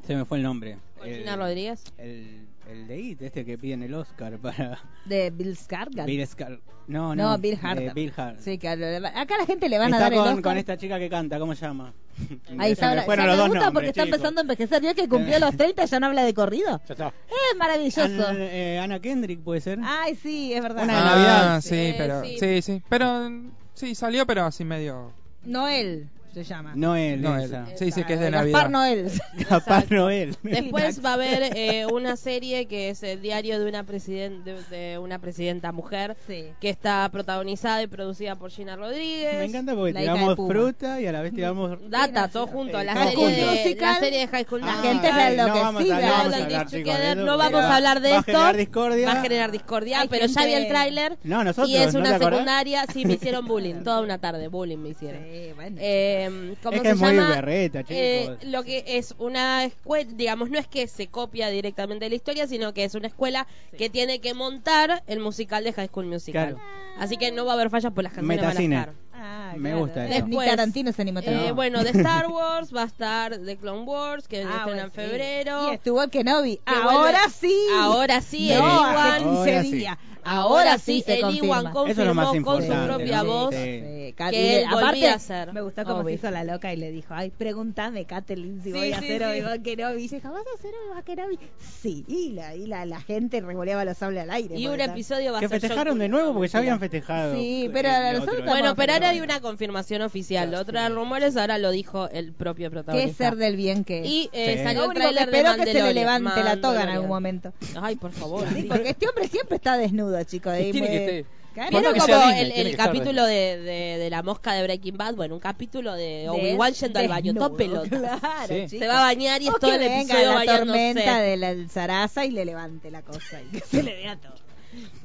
E: Se me fue el nombre.
F: Gina
E: El-
F: Rodríguez.
E: El, el de IT, este que piden el Oscar para.
B: De Bill Skarsgård.
E: Bill Scar. No,
B: no,
E: no.
B: Bill Hart.
E: de Bill Hart.
B: Sí, que a lo- acá a la gente le van
E: Está
B: a dar el
E: con,
B: Oscar.
E: con esta chica que canta, ¿cómo se llama?
B: Ahí
E: Se me
B: está, ahora-
E: fueron
B: ya
E: los
B: me
E: dos
B: gusta porque
E: nombres,
B: está
E: chicos.
B: empezando a envejecer. Vio que cumplió los 30, ya no habla de corrido.
G: Ya está.
B: Es maravilloso.
E: An- eh, Ana Kendrick puede ser.
B: Ay, sí, es verdad.
E: Una de Navidad.
D: Ah, sí,
F: Eh,
D: pero.
F: sí.
D: Sí. sí, Pero. mm, Sí, salió, pero así medio.
B: Noel se llama.
E: Noel,
D: No,
E: esa.
D: él. Sí, sí, que es de
B: Gaspar
D: Navidad.
B: Noel.
E: Papá Noel.
F: Después va a haber eh, una serie que es el diario de una, presiden- de, de una presidenta mujer
B: Sí.
F: que está protagonizada y producida por Gina Rodríguez.
E: Me encanta porque
B: La hija de
E: tiramos
B: Puma.
E: fruta y a la vez tiramos.
F: Data, todo junto. La
E: High
F: serie,
E: School
F: de,
B: Musical.
F: la serie de High School
B: Ah. La
F: Musical.
B: gente
E: ay,
B: está
E: Ah, no vamos a-
B: enloquecida.
E: no vamos a
F: Hablan
E: hablar,
F: de
E: chicos,
F: Together,
E: de eso,
F: no
E: porque
F: vamos
E: va-
F: a hablar de
E: va a
F: esto.
E: generar discordia.
F: Va a generar discordia,
B: Hay
F: pero ya vi el
B: gente-
F: tráiler.
E: No, nosotros,
F: Y es
E: ¿no
F: una
E: te acordás?
F: secundaria, sí, me hicieron bullying. Toda una tarde, bullying me hicieron.
B: Sí, bueno.
F: Eh, ¿cómo
E: Es que
F: se
E: es muy
F: llama?
E: berreta, chicos.
F: Eh, lo que es una escuela, digamos, no es que se copia directamente de la historia, sino que es una escuela que tiene que montar el musical de High School Musical.
E: Claro.
F: Así que no va a haber fallas por las canciones
E: Metacine.
F: van a estar.
B: Ah,
E: me gusta
B: es
E: eso.
B: Ni
F: Después,
B: Tarantino se animó
F: Eh,
B: tanto.
F: Bueno, de Star Wars va a estar The Clone Wars, que
B: Ah,
F: estrena
B: bueno,
F: en
B: sí.
F: febrero.
B: Y estuvo Kenobi.
F: Que
B: Ahora
F: vuelve-
B: sí.
F: Ahora sí,
B: No,
F: Obi-Wan.
B: hace
E: Ahora
B: 15
E: sí.
B: días.
F: Ahora sí,
B: se
F: Obi-Wan
B: confirma.
F: confirmó
E: Eso es lo más
F: con su
E: importante,
F: propia
E: ¿no?
F: voz.
E: Sí.
B: Sí,
F: Que él
B: Katy-
F: volvía
B: aparte,
F: a hacer.
B: me gustó cómo
F: Obvio.
B: se hizo la loca y le dijo, ay, pregúntame, Kathleen, si
F: Sí,
B: voy a
F: sí,
B: hacer
F: sí.
B: Obi-Wan Kenobi. Y dice, ¿vas a hacer Obi-Wan Kenobi? Sí, y la, y la, la gente revoleaba los sables al aire.
F: Y
B: porque
F: un
B: tal.
F: episodio va a
E: Que
F: ser
E: festejaron
F: John
E: de nuevo porque ya habían
F: Cena.
E: festejado.
B: Sí, pero
E: el
B: nosotros
E: otro.
B: estamos-
F: Bueno, pero ahora hay
B: Bueno.
F: una confirmación oficial. Otra de rumores, ahora lo dijo el propio
B: Qué
F: protagonista.
B: ser del bien que es.
F: Y eh,
E: Sí.
B: Lo
F: salió
B: único
F: el
B: que
F: tráiler de
B: espero que se le
F: Mandalorian.
B: levante la toga en
F: Mandalorian.
B: algún momento.
F: Ay, por favor.
B: Sí, porque este hombre siempre está desnudo, chicos.
D: Y
B: ahí
D: tiene
B: muy-
D: que estar-
B: Claro,
F: Vieron
G: que
F: como
G: sea Disney,
F: el,
G: tiene
F: el
G: que estar
F: capítulo de, de, de la mosca de Breaking Bad, bueno, un capítulo de
B: de-
F: Obi-Wan yendo al baño,
B: desnudo,
F: todo pelota.
B: Claro,
G: Sí.
B: chicos.
F: Se va a bañar y es
B: O
F: todo
B: que
F: el
B: venga
F: episodio
B: la
F: bañándose.
B: tormenta de la del zaraza y le levante la cosa y que se le vea todo.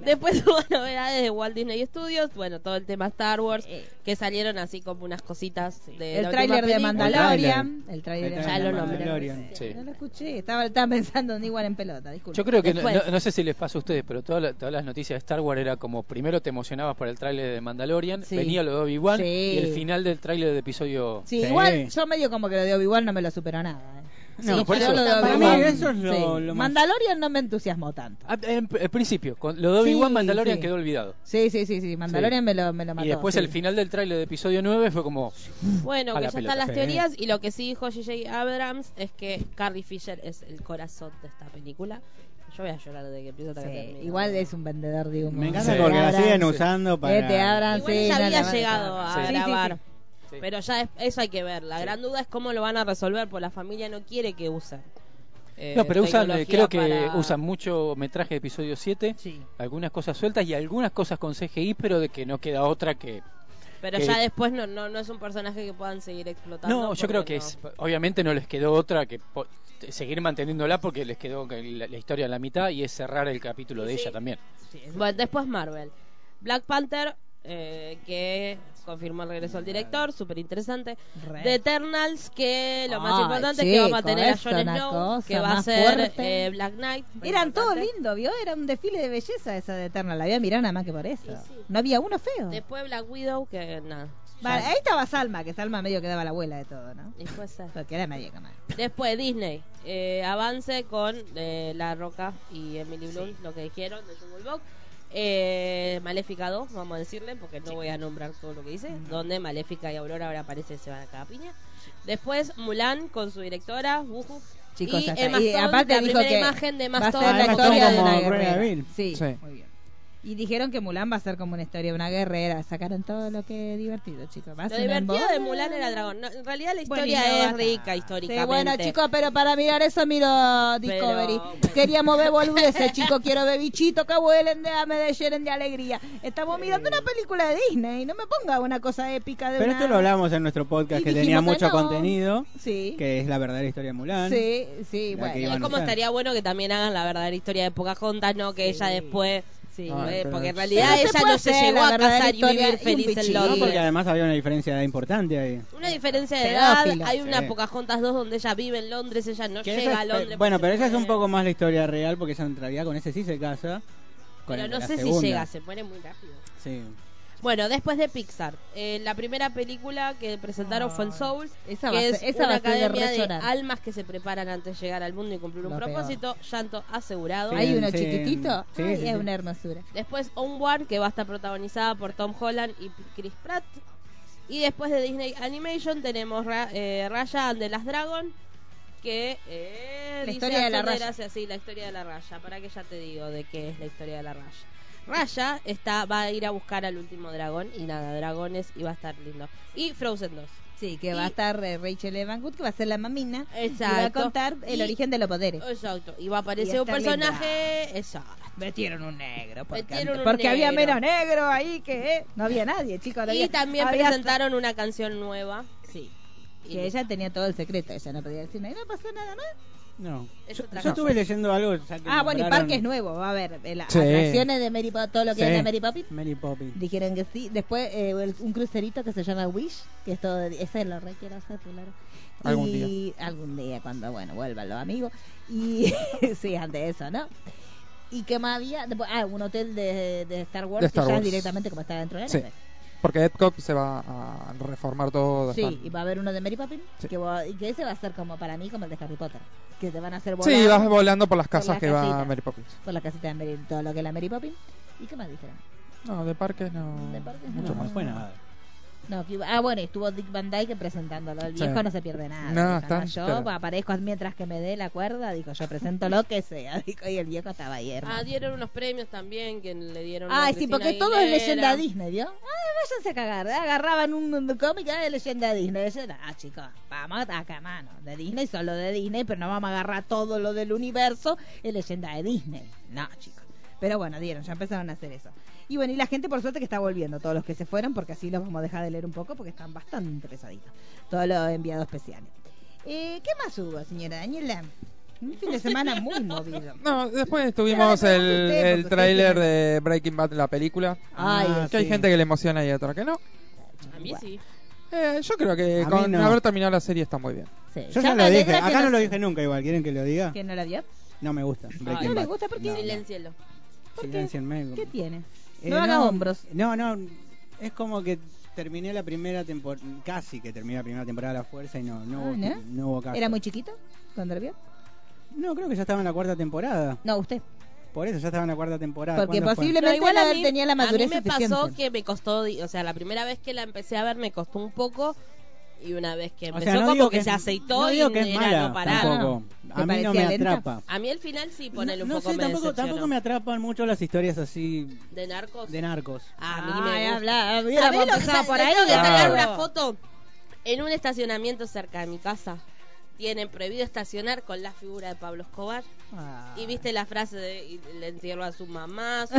F: Después hubo novedades de Walt Disney Studios, bueno, todo el tema Star Wars, que salieron así como unas cositas de
B: Eh. El
F: la
B: tráiler
F: última
B: de
F: película.
B: Mandalorian. El tráiler
E: El
B: de
E: tráiler
F: de
B: Mandalorian.
E: Mandalorian,
G: sí.
B: No lo escuché. Estaba, estaba pensando en igual en pelota. Disculpe.
G: Yo creo que no,
F: Después.
G: no- no sé si les pasa a ustedes, pero todas las- todas las noticias de Star Wars era como primero te emocionabas por el tráiler de Mandalorian,
B: Sí.
G: venía lo de Obi-Wan
B: Sí.
G: y el final del tráiler de episodio.
B: Sí,
E: Sí.
B: igual yo medio como que lo de Obi-Wan no me lo superó nada. eh.
G: No,
B: Sí,
G: por
B: yo
G: eso-
B: lo de
E: Para mí
B: Obi-Wan,
E: eso es lo-
B: sí.
E: lo más-
B: Mandalorian no me entusiasmó tanto.
G: Ah, en, en principio, con lo de Obi-Wan
B: Sí,
G: Mandalorian
B: sí.
G: quedó olvidado.
B: Sí, sí, sí, sí. Mandalorian me lo, me lo mató.
G: y después
B: sí.
G: el final del tráiler de episodio 9 fue como
F: Bueno,
G: A
F: que
G: la
F: ya
G: pelota.
F: están las
E: Sí.
F: teorías y lo que sí dijo J.J. Abrams es que Carrie Fisher es el corazón de esta película. Yo voy a llorar desde que empiezo hasta
B: Sí,
F: que termine.
B: Igual es un vendedor de humo.
E: Me encanta
G: Sí.
E: porque la
B: Abrams.
E: siguen usando para.
B: Eh, te abran,
F: Igual
B: sí,
F: ya
B: no,
F: había
B: la-
F: llegado a
B: Sí, sí, sí.
F: grabar.
G: Sí.
F: Pero ya es- eso hay que ver. La gran duda es cómo lo van a resolver, porque la familia no quiere que usen. eh,
G: No, pero usan, eh, creo que
F: tecnología para-
G: usan mucho metraje de episodio 7,
B: Sí.
G: algunas cosas sueltas y algunas cosas con CGI, pero de que no queda otra que...
F: Pero
G: que-
F: ya después no, no, no es un personaje que puedan seguir explotando.
G: No, yo
F: porque
G: creo que
F: no.
G: es, obviamente no les quedó otra que po- seguir manteniéndola porque les quedó que la, la historia a la mitad y es cerrar el capítulo de
F: Sí.
G: ella también.
F: Sí. Bueno, después Marvel. Black Panther, eh, que confirmó el regreso al director, súper interesante.
B: Re.
F: The Eternals, que lo más
B: Ay,
F: importante es que vamos a
B: chico,
F: tener a
B: es
F: Jon
B: una
F: Snow,
B: cosa
F: que va a
B: más
F: ser
B: fuerte.
F: eh, Black Knight.
B: Eran todo
F: Importante.
B: lindo, ¿vio? Era un desfile de belleza esa de Eterna. La había mirado nada más que por eso. No había uno feo.
F: Después Black Widow, que nada.
B: Va, ahí estaba Salma, que Salma medio que daba la abuela de todo, ¿no?
F: y puede ser.
B: Porque era medio que más.
F: Después Disney, eh, avance con eh, La Roca y Emily Blunt, lo que dijeron de Jungle Book. Eh, Maléfica 2, vamos a decirle, porque no voy a nombrar todo lo que dice. Donde Maléfica y Aurora ahora aparece se van a cada piña. Después Mulan con su directora, Wuhu.
B: Chicos,
F: y
B: hasta-
F: Emma
B: y
F: Stone,
B: aparte
F: la
B: dijo
F: primera
B: que
F: imagen de Emma
B: va a
F: Stone
B: ser la
E: Emma Stone
B: historia de una
E: como Cruella de
B: guerrera.
E: Vil.
B: Sí,
D: Sí.
B: muy bien. Y dijeron que Mulan va a ser como una historia de una guerrera. Sacaron todo lo que es divertido, chicos. Va a
F: Lo
B: ser un
F: divertido
B: embole.
F: de Mulan era el dragón. No, en realidad la
B: Bueno, y
F: historia
B: no
F: es
B: va
F: rica
B: tan-
F: históricamente.
B: Sí, bueno, chicos, pero para mirar eso miro Discovery.
F: bueno.
B: Queríamos ver boludeces, chicos. Quiero ver bichitos que vuelen, déjame de llenen de alegría. Estamos mirando una película de Disney. No me ponga una cosa épica de
E: Pero
B: una-
E: esto lo hablamos en nuestro
B: Y
E: podcast que tenía
B: dijimos que
E: mucho
B: no.
E: contenido,
B: Sí.
E: que es la verdadera historia de Mulan.
B: Sí, sí,
E: La
B: bueno.
E: que
F: Es
E: iban a
F: como
E: usar.
F: estaría bueno que también hagan la verdadera historia de Pocahontas, no que ella después.
B: Sí.
D: Ah,
F: eh,
D: pero-
F: porque en
B: Pero
F: realidad
B: se
F: ella
B: puede
F: no se
B: hacer
F: llegó
B: la
F: a casar
B: verdadera
F: y
B: historia
F: vivir
B: y un
F: feliz en
B: bichito.
E: No, porque
F: Londres.
E: además había una diferencia de edad importante ahí.
F: Una diferencia de edad.
B: Pedófilo.
F: Hay una
E: Sí.
F: Pocahontas 2 donde ella vive en Londres, ella no
E: Que
F: llega
E: esa
F: a
E: es- eh,
F: Londres. eh,
E: bueno,
F: porque
E: pero
F: se
E: esa es un
F: muere.
E: poco más la historia real porque ella en realidad con ese sí se casa. Con
F: Pero
E: el de
F: no
E: la
F: sé si
E: segunda.
F: llega, se muere muy rápido.
E: Sí.
F: Bueno, después de Pixar, eh, la primera película que presentaron fue
E: Ah.
F: el Soul,
B: Esa va a
F: que es
B: ser- esa
F: una
B: va a ser de
F: academia de,
B: resonar.
F: almas que se preparan antes de llegar al mundo y cumplir un
B: Lo peor.
F: propósito, llanto asegurado.
E: Sí.
B: Hay uno
E: sí.
B: chiquitito.
E: Sí,
B: Ay,
E: sí, sí.
B: es una hermosura.
F: Después Onward, que va a estar protagonizada por Tom Holland y Chris Pratt. Y después de Disney Animation tenemos Ra- eh, Raya and the Last Dragon, que eh,
B: La
F: dice
B: historia de la
F: Antonio
B: Raya.
F: Gracia, sí, la historia de la Raya. Para que ya te digo de qué es la historia de la Raya. Raya está, va a ir a buscar al último dragón y nada, dragones y va a estar lindo. Y Frozen 2.
B: Sí, que va a
F: Y-
B: estar eh, Rachel Evan Good, que va a ser la mamina. Y va a
F: Exacto.
B: contar el
F: Y-
B: origen de los poderes.
F: Exacto. Oh, Y va a
B: Y
F: aparecer un
B: estar linda.
F: personaje. Exacto.
B: Metieron un negro. Porque,
F: Metieron un
B: porque había
F: negro.
B: menos negro ahí que... eh, no había nadie, chicos. no
F: Y
B: había-
F: también
B: había-
F: presentaron una canción nueva.
B: Sí.
F: Y
B: Que ella tenía todo el secreto, ella no podía decir nada, y no pasó nada, ¿no?
E: No.
F: Es
E: Yo,
F: otra
E: yo
F: cosa.
E: estuve leyendo algo. ya que
B: Ah, bueno, y
E: nombraron
B: Parque es nuevo, va a haber eh, las
D: Sí.
B: atracciones de Mary Poppins, todo lo que
E: Sí.
B: es de Mary Poppins.
E: Mary Poppins.
B: Dijeron que sí. Después eh, el- un crucerito que se llama Wish, que es todo, de- ese lo requiero hacer, claro.
D: Algún
B: y algún día cuando bueno vuelvan los amigos y sí ante eso no y qué más había Después, ah un hotel de, de Star Wars
D: De Star
B: que ya es
D: Wars.
B: directamente como está dentro de la
D: Sí.
B: nave.
D: Porque Epcot se va a reformar todo.
B: Sí,
D: están-
B: y va a haber uno de Mary Poppins
D: Sí.
B: que, va- y que ese va a ser como para mí como el de Harry Potter que te van a hacer volar
D: Sí, vas volando por las
B: Por
D: casas
B: la
D: que va
B: casita.
D: Mary Poppins.
B: por la casita de Mary todo lo que es la Mary Poppins y qué más dijeron
D: No, de parques no.
B: De parques no.
D: mucho
E: No,
D: más.
E: fue nada.
B: No, que iba- ah, bueno, estuvo Dick Van Dyke presentándolo. El
D: Sí.
B: viejo no se pierde nada.
D: No,
B: dijo,
D: está-
B: yo
D: claro.
B: aparezco mientras que me dé la cuerda. Dijo, yo presento lo que sea. Dijo, y el viejo estaba ahí. hermano.
F: Ah, dieron unos premios también que le dieron. a
B: Ah, sí,
F: Cristina
B: porque todo es
F: Aguilera.
B: leyenda Disney, ¿vio? Ah, váyanse a cagar. Agarraban un, un cómic ah, de leyenda Disney. Leyenda- Ah, chicos, vamos acá, mano. De Disney, solo de Disney, pero no vamos a agarrar todo lo del universo es leyenda de Disney. No, chicos. Pero bueno, dieron, ya empezaron a hacer eso. Y bueno, y la gente por suerte que está volviendo, todos los que se fueron, porque así los vamos a dejar de leer un poco, porque están bastante pesaditos. Todos los enviados especiales. Eh, ¿Qué más hubo, señora Daniela? Un fin de semana muy movido.
D: No, después estuvimos
B: Claro,
D: el,
B: ustedes,
D: el
B: porque
D: tráiler
B: ustedes
D: de Breaking Bad, la película.
B: Ay,
E: Ah,
D: que hay
E: sí.
D: gente que le emociona y otra que no.
F: A mí sí.
D: Eh, yo creo que
E: A mí
D: con
E: no.
D: haber terminado la serie está muy bien.
B: Sí.
E: Yo
B: Ya
E: ya
B: me
E: lo dije,
B: alegra que
E: acá no lo dije nunca igual, ¿quieren que lo diga?
B: ¿Que no la vio?
E: No me gusta. Breaking
B: Ah, no le
E: Bad.
B: gusta, ¿por qué?
E: No, no.
F: Silencielo.
B: ¿Por qué?
E: Siléncienme.
B: ¿Qué tiene?
E: Eh,
B: no haga hombros.
E: No, no, es como que terminé la primera temporada, casi que terminé la primera temporada de la fuerza y no, no,
B: Ah,
E: hubo,
B: ¿no?
E: no hubo caso.
B: ¿Era muy chiquito cuando la vio?
E: No, creo que ya estaba en la cuarta temporada.
B: No, usted.
E: Por eso ya estaba en la cuarta temporada.
B: Porque
E: ¿Cuándo fue?
B: posible- Simplemente
F: igual a
B: no tenía la madurez
F: A mí me
B: suficiente.
F: pasó que me costó, di- o sea, la primera vez que la empecé a ver me costó un poco y una vez que
E: O
F: empezó
E: sea, no digo
F: como
E: que
F: que,
E: es-
F: se aceitó
E: no
F: y
E: digo que es
F: era
E: mala,
F: no parar.
E: tampoco.
B: Ah.
E: A
B: ¿Te
E: mí no me
B: parecía lenta?
E: atrapa.
F: A mí el final sí, ponele un
E: no
F: poco
E: sé,
F: me
E: tampoco,
F: decepcionó.
E: tampoco me atrapan mucho las historias así
F: ¿De narcos?
E: de narcos.
F: Ah, A mí me gusta.
B: habla,
F: ¿Sabés lo que
B: empezaba
F: sal-
B: por
F: le
B: ahí. Ah.
F: tengo que sacar
D: Claro.
F: una foto en un estacionamiento cerca de mi casa. Tienen prohibido estacionar con la figura de Pablo Escobar.
B: Ah.
F: Y viste la frase de y le entierro a su mamá. su-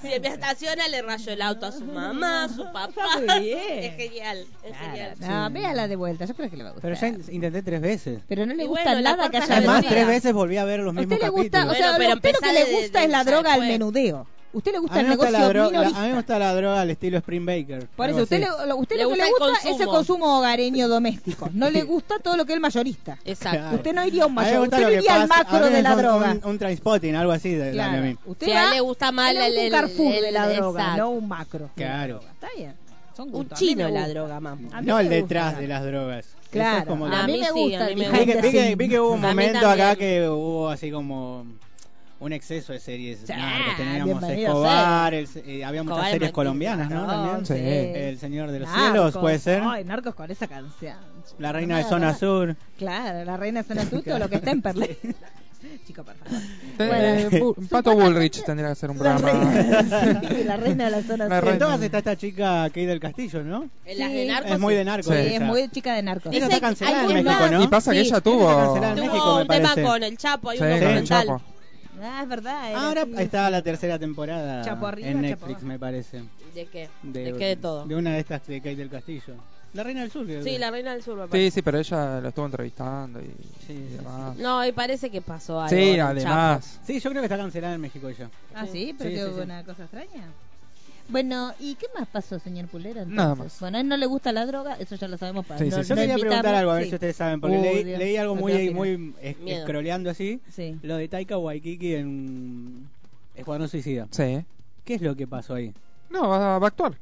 F: si me estaciona, le rayo el auto a su mamá, su papá.
B: Está muy bien.
F: Es genial, es genial.
B: No, véala de vuelta, yo creo que le va a gustar.
E: Pero ya in- intenté tres veces.
B: Pero no le
F: Y
B: gusta
F: bueno, la
B: nada que
F: cuarta
B: haya
F: es la
E: Además,
F: de
B: droga.
E: tres veces volví a ver los
B: Ah, A
E: mismos
B: usted le gusta,
E: capítulos.
B: o sea,
F: Bueno, pero
B: lo usted lo que
F: empezá
B: le
F: desde-
B: gusta es
F: desde
B: la
F: ya
B: droga al
F: después.
B: menudeo. Usted le gusta
E: a,
B: el
E: mí me gusta
B: negocio
E: la droga, la-
B: minorista.
E: a mí me gusta la droga al estilo Spring Baker.
B: Por
E: algo
B: eso, usted,
E: así.
B: le, lo- usted
F: Le
B: lo que le
F: gusta el
B: gusta es el
F: consumo.
B: consumo hogareño doméstico. No le gusta todo lo que es el mayorista.
F: Exacto.
E: Claro.
B: Usted no iría a un
E: A mí me
B: mayor,
E: gusta
B: usted no
E: lo que
B: iría al
E: pasa-
B: macro
E: a mí
B: de la
E: me gusta
B: droga.
E: Un, un transpotting, algo así. de-
B: Claro.
E: de a mí.
B: Usted
F: O sea,
B: va-
F: le gusta más
B: le gusta
F: el-
B: un
F: el-
B: Carrefour de la
F: el-
B: droga,
F: exacto.
B: no un macro. de la
E: Claro.
B: droga. Está bien. Son
F: Un
B: gustos. A mí
F: chino
B: me
F: la
B: gusta. Ah,
F: droga, mamá.
B: A mí
E: No
B: me
E: el
B: gusta.
E: detrás de las drogas. Eso es
B: Claro,
E: como que-
B: a mí me
F: A mí sí,
B: gusta.
F: a mí
B: mi
F: me
E: Vi
B: gente
E: que, vi que- vi que hubo un
F: A mí
E: momento acá
F: también.
E: que hubo así como un exceso de series.
B: Sí,
E: narcos. Teníamos
B: bienvenido
E: Escobar, el- eh, había muchas
F: Escobar,
E: series
F: Martín,
E: colombianas, ¿no? También.
B: Sí.
E: El Señor de los
B: Narcos.
E: Cielos, puede ser.
B: Ay, narcos con esa canción.
E: La Reina de
B: Claro.
E: Zona Sur.
B: Claro, la reina de zona sur, todo lo que está en Perle. Chico, por favor.
D: Te-
B: Bueno.
D: eh, Bu- Pato Bullrich tendría que hacer un
B: La
D: programa.
B: reina, sí, la reina de la zona
D: La
B: sur.
E: En
D: reina.
E: todas está esta chica que hay del castillo, ¿no?
F: En las de narcos.
E: Es muy de narcos.
D: Sí.
B: Sí, es
E: esa.
B: muy chica de narcos.
E: Esa
F: Dicen
E: está
F: que
E: cancelada en
F: hay una-
E: México, ¿no?
D: Y pasa que
F: Sí.
D: ella tuvo.
E: Cancelar en
F: Tuvo
E: México, me
F: un tema
E: parece.
F: con el Chapo, hay
D: Sí,
F: un
D: con el
F: documental.
D: Chapo.
B: Ah, es verdad. era
E: Ahora
B: así.
E: está la tercera temporada
B: Chapo arriba,
E: en
B: chapo
E: Netflix,
B: abajo.
E: me parece.
F: ¿De qué? ¿De, qué de todo?
E: De una de estas de que hay del castillo. La Reina del Sur, creo
F: Sí,
E: que.
F: la reina del sur, me
D: Sí,
F: parece.
D: sí, pero ella lo estuvo entrevistando y,
E: Sí,
D: y
E: sí,
D: demás.
F: No, y parece que pasó algo.
D: Sí,
F: con Chapo.
D: además.
E: Sí, yo creo que está cancelada en México ella.
B: Ah, sí, pero
E: Sí,
B: que
E: sí,
B: hubo
E: sí.
B: una cosa extraña. Bueno, ¿y qué más pasó, señor Pulera? entonces?
D: Nada más.
B: Bueno, a él no le gusta la droga, eso ya lo sabemos para
D: Sí,
B: no,
D: sí, sí.
E: Yo
B: no
E: quería
B: invitamos,
E: preguntar algo, a ver
B: sí.
E: si ustedes saben, porque
B: Uy,
E: leí,
B: Dios,
E: leí algo
B: no
E: muy,
B: quiero opinar.
E: muy es-
F: Miedo.
E: scrolleando así,
B: Sí.
E: lo de Taika Waikiki en Escuadrón Suicida.
D: Sí.
E: ¿Qué es lo que pasó ahí?
D: No, va, va a actuar.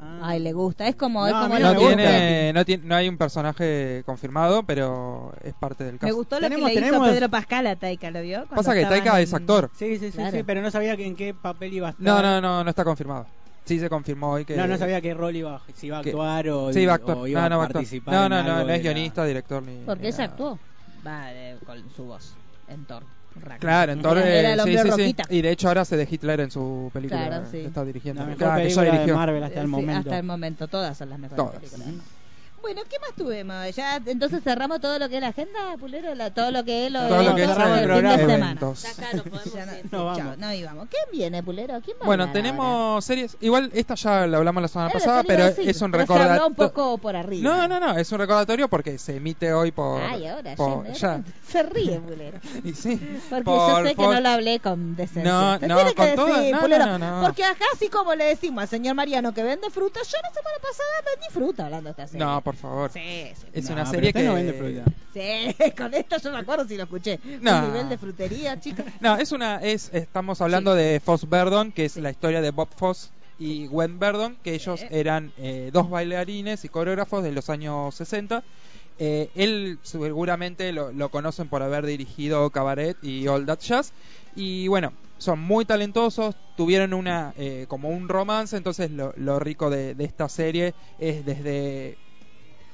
E: Ah,
B: Ay, le gusta, es como... es
E: No, a
B: como
E: mí
D: No
E: me
B: los-
E: gusta.
D: tiene, no tiene, no hay un personaje confirmado, pero es parte del
B: Me
D: caso.
B: gustó lo que
E: Tenemos-
B: le
E: tenemos-
B: hizo Pedro Pascal a Taika, ¿lo vio? Cuando
D: Pasa que
B: estaban
D: Taika
B: en-
D: es actor.
E: Sí, sí, sí,
B: Claro.
E: sí, pero no sabía que en qué papel iba a estar.
D: No, no, no, no está confirmado. Sí se confirmó hoy que.
E: No, no sabía qué rol iba, si iba a
D: que-
E: actuar o,
D: Sí, va a actuar.
E: o iba
D: No, no,
E: a
D: va a actuar.
E: participar.
D: No,
E: en
D: no, no,
E: algo
D: no es
E: de la-
D: guionista, director ni.
B: Porque
D: ni
B: ella
D: nada.
B: actuó. Va de- con su voz en Thor. Ragnarok.
D: Claro, entonces.
B: Era-
E: eh,
B: era el
D: sí,
B: hombre
D: sí, sí.
B: roquita.
D: Y de hecho ahora se de Hitler en su película.
B: Claro, sí.
D: que Está dirigiendo.
E: La mejor
D: Claro, que
E: película
D: ella
E: de
D: dirigió.
E: Marvel hasta el
B: Eh, Sí,
E: momento.
B: Hasta el momento, todas son las mejores
D: Todas.
B: películas. Bueno, ¿qué más tuvimos? Ya, entonces cerramos todo lo que es la agenda, Pulero, La- todo lo que es lo,
D: Todo lo que es
B: eventos
E: cerramos el
B: del fin de
E: programa.
B: semana.
D: eventos.
F: Ya acá no podemos
B: Ya no,
F: ir.
E: No, vamos.
B: Chao, no íbamos. ¿Quién viene, Pulero? ¿Quién va a
D: Bueno,
B: hablar ahora?
D: tenemos series. Igual esta ya la hablamos la semana
B: Era lo
D: pasada,
B: que le
D: pero
B: iba a decir,
D: es un
B: pero se habló un
D: recordatorio.
B: poco por arriba.
D: No, no, no, es un recordatorio porque se emite hoy por.
B: Ay, ahora,
D: por-
B: ya,
D: ya.
B: Se ríe, Pulero.
D: Y sí,
B: Porque
D: por-
B: yo sé
D: por-
B: que no lo hablé con decencia.
D: No,
B: Te
D: no,
B: tiene que
D: con
B: decir,
D: todo- no,
B: Pulero,
D: no, no, no.
B: Porque acá, así como le decimos al señor Mariano que vende fruta, yo la semana pasada vendí fruta hablando de esta serie.
D: No, por favor.
B: Sí, sí.
D: Es
E: No,
D: una
E: pero
D: serie
E: usted
D: que.
E: no vende fruta.
B: Sí, con esto yo me acuerdo si lo escuché.
D: No.
B: Un nivel de frutería, chicos.
D: No, es una. es Estamos hablando de Foss Verdon, que es la historia de Bob Foss y Gwen Verdon, que ellos
B: Sí.
D: eran eh, dos bailarines y coreógrafos de los años 60. Eh, él seguramente lo, lo conocen por haber dirigido Cabaret y All That Jazz. Y bueno, son muy talentosos, tuvieron una eh, como un romance, entonces lo, lo rico de, de esta serie es desde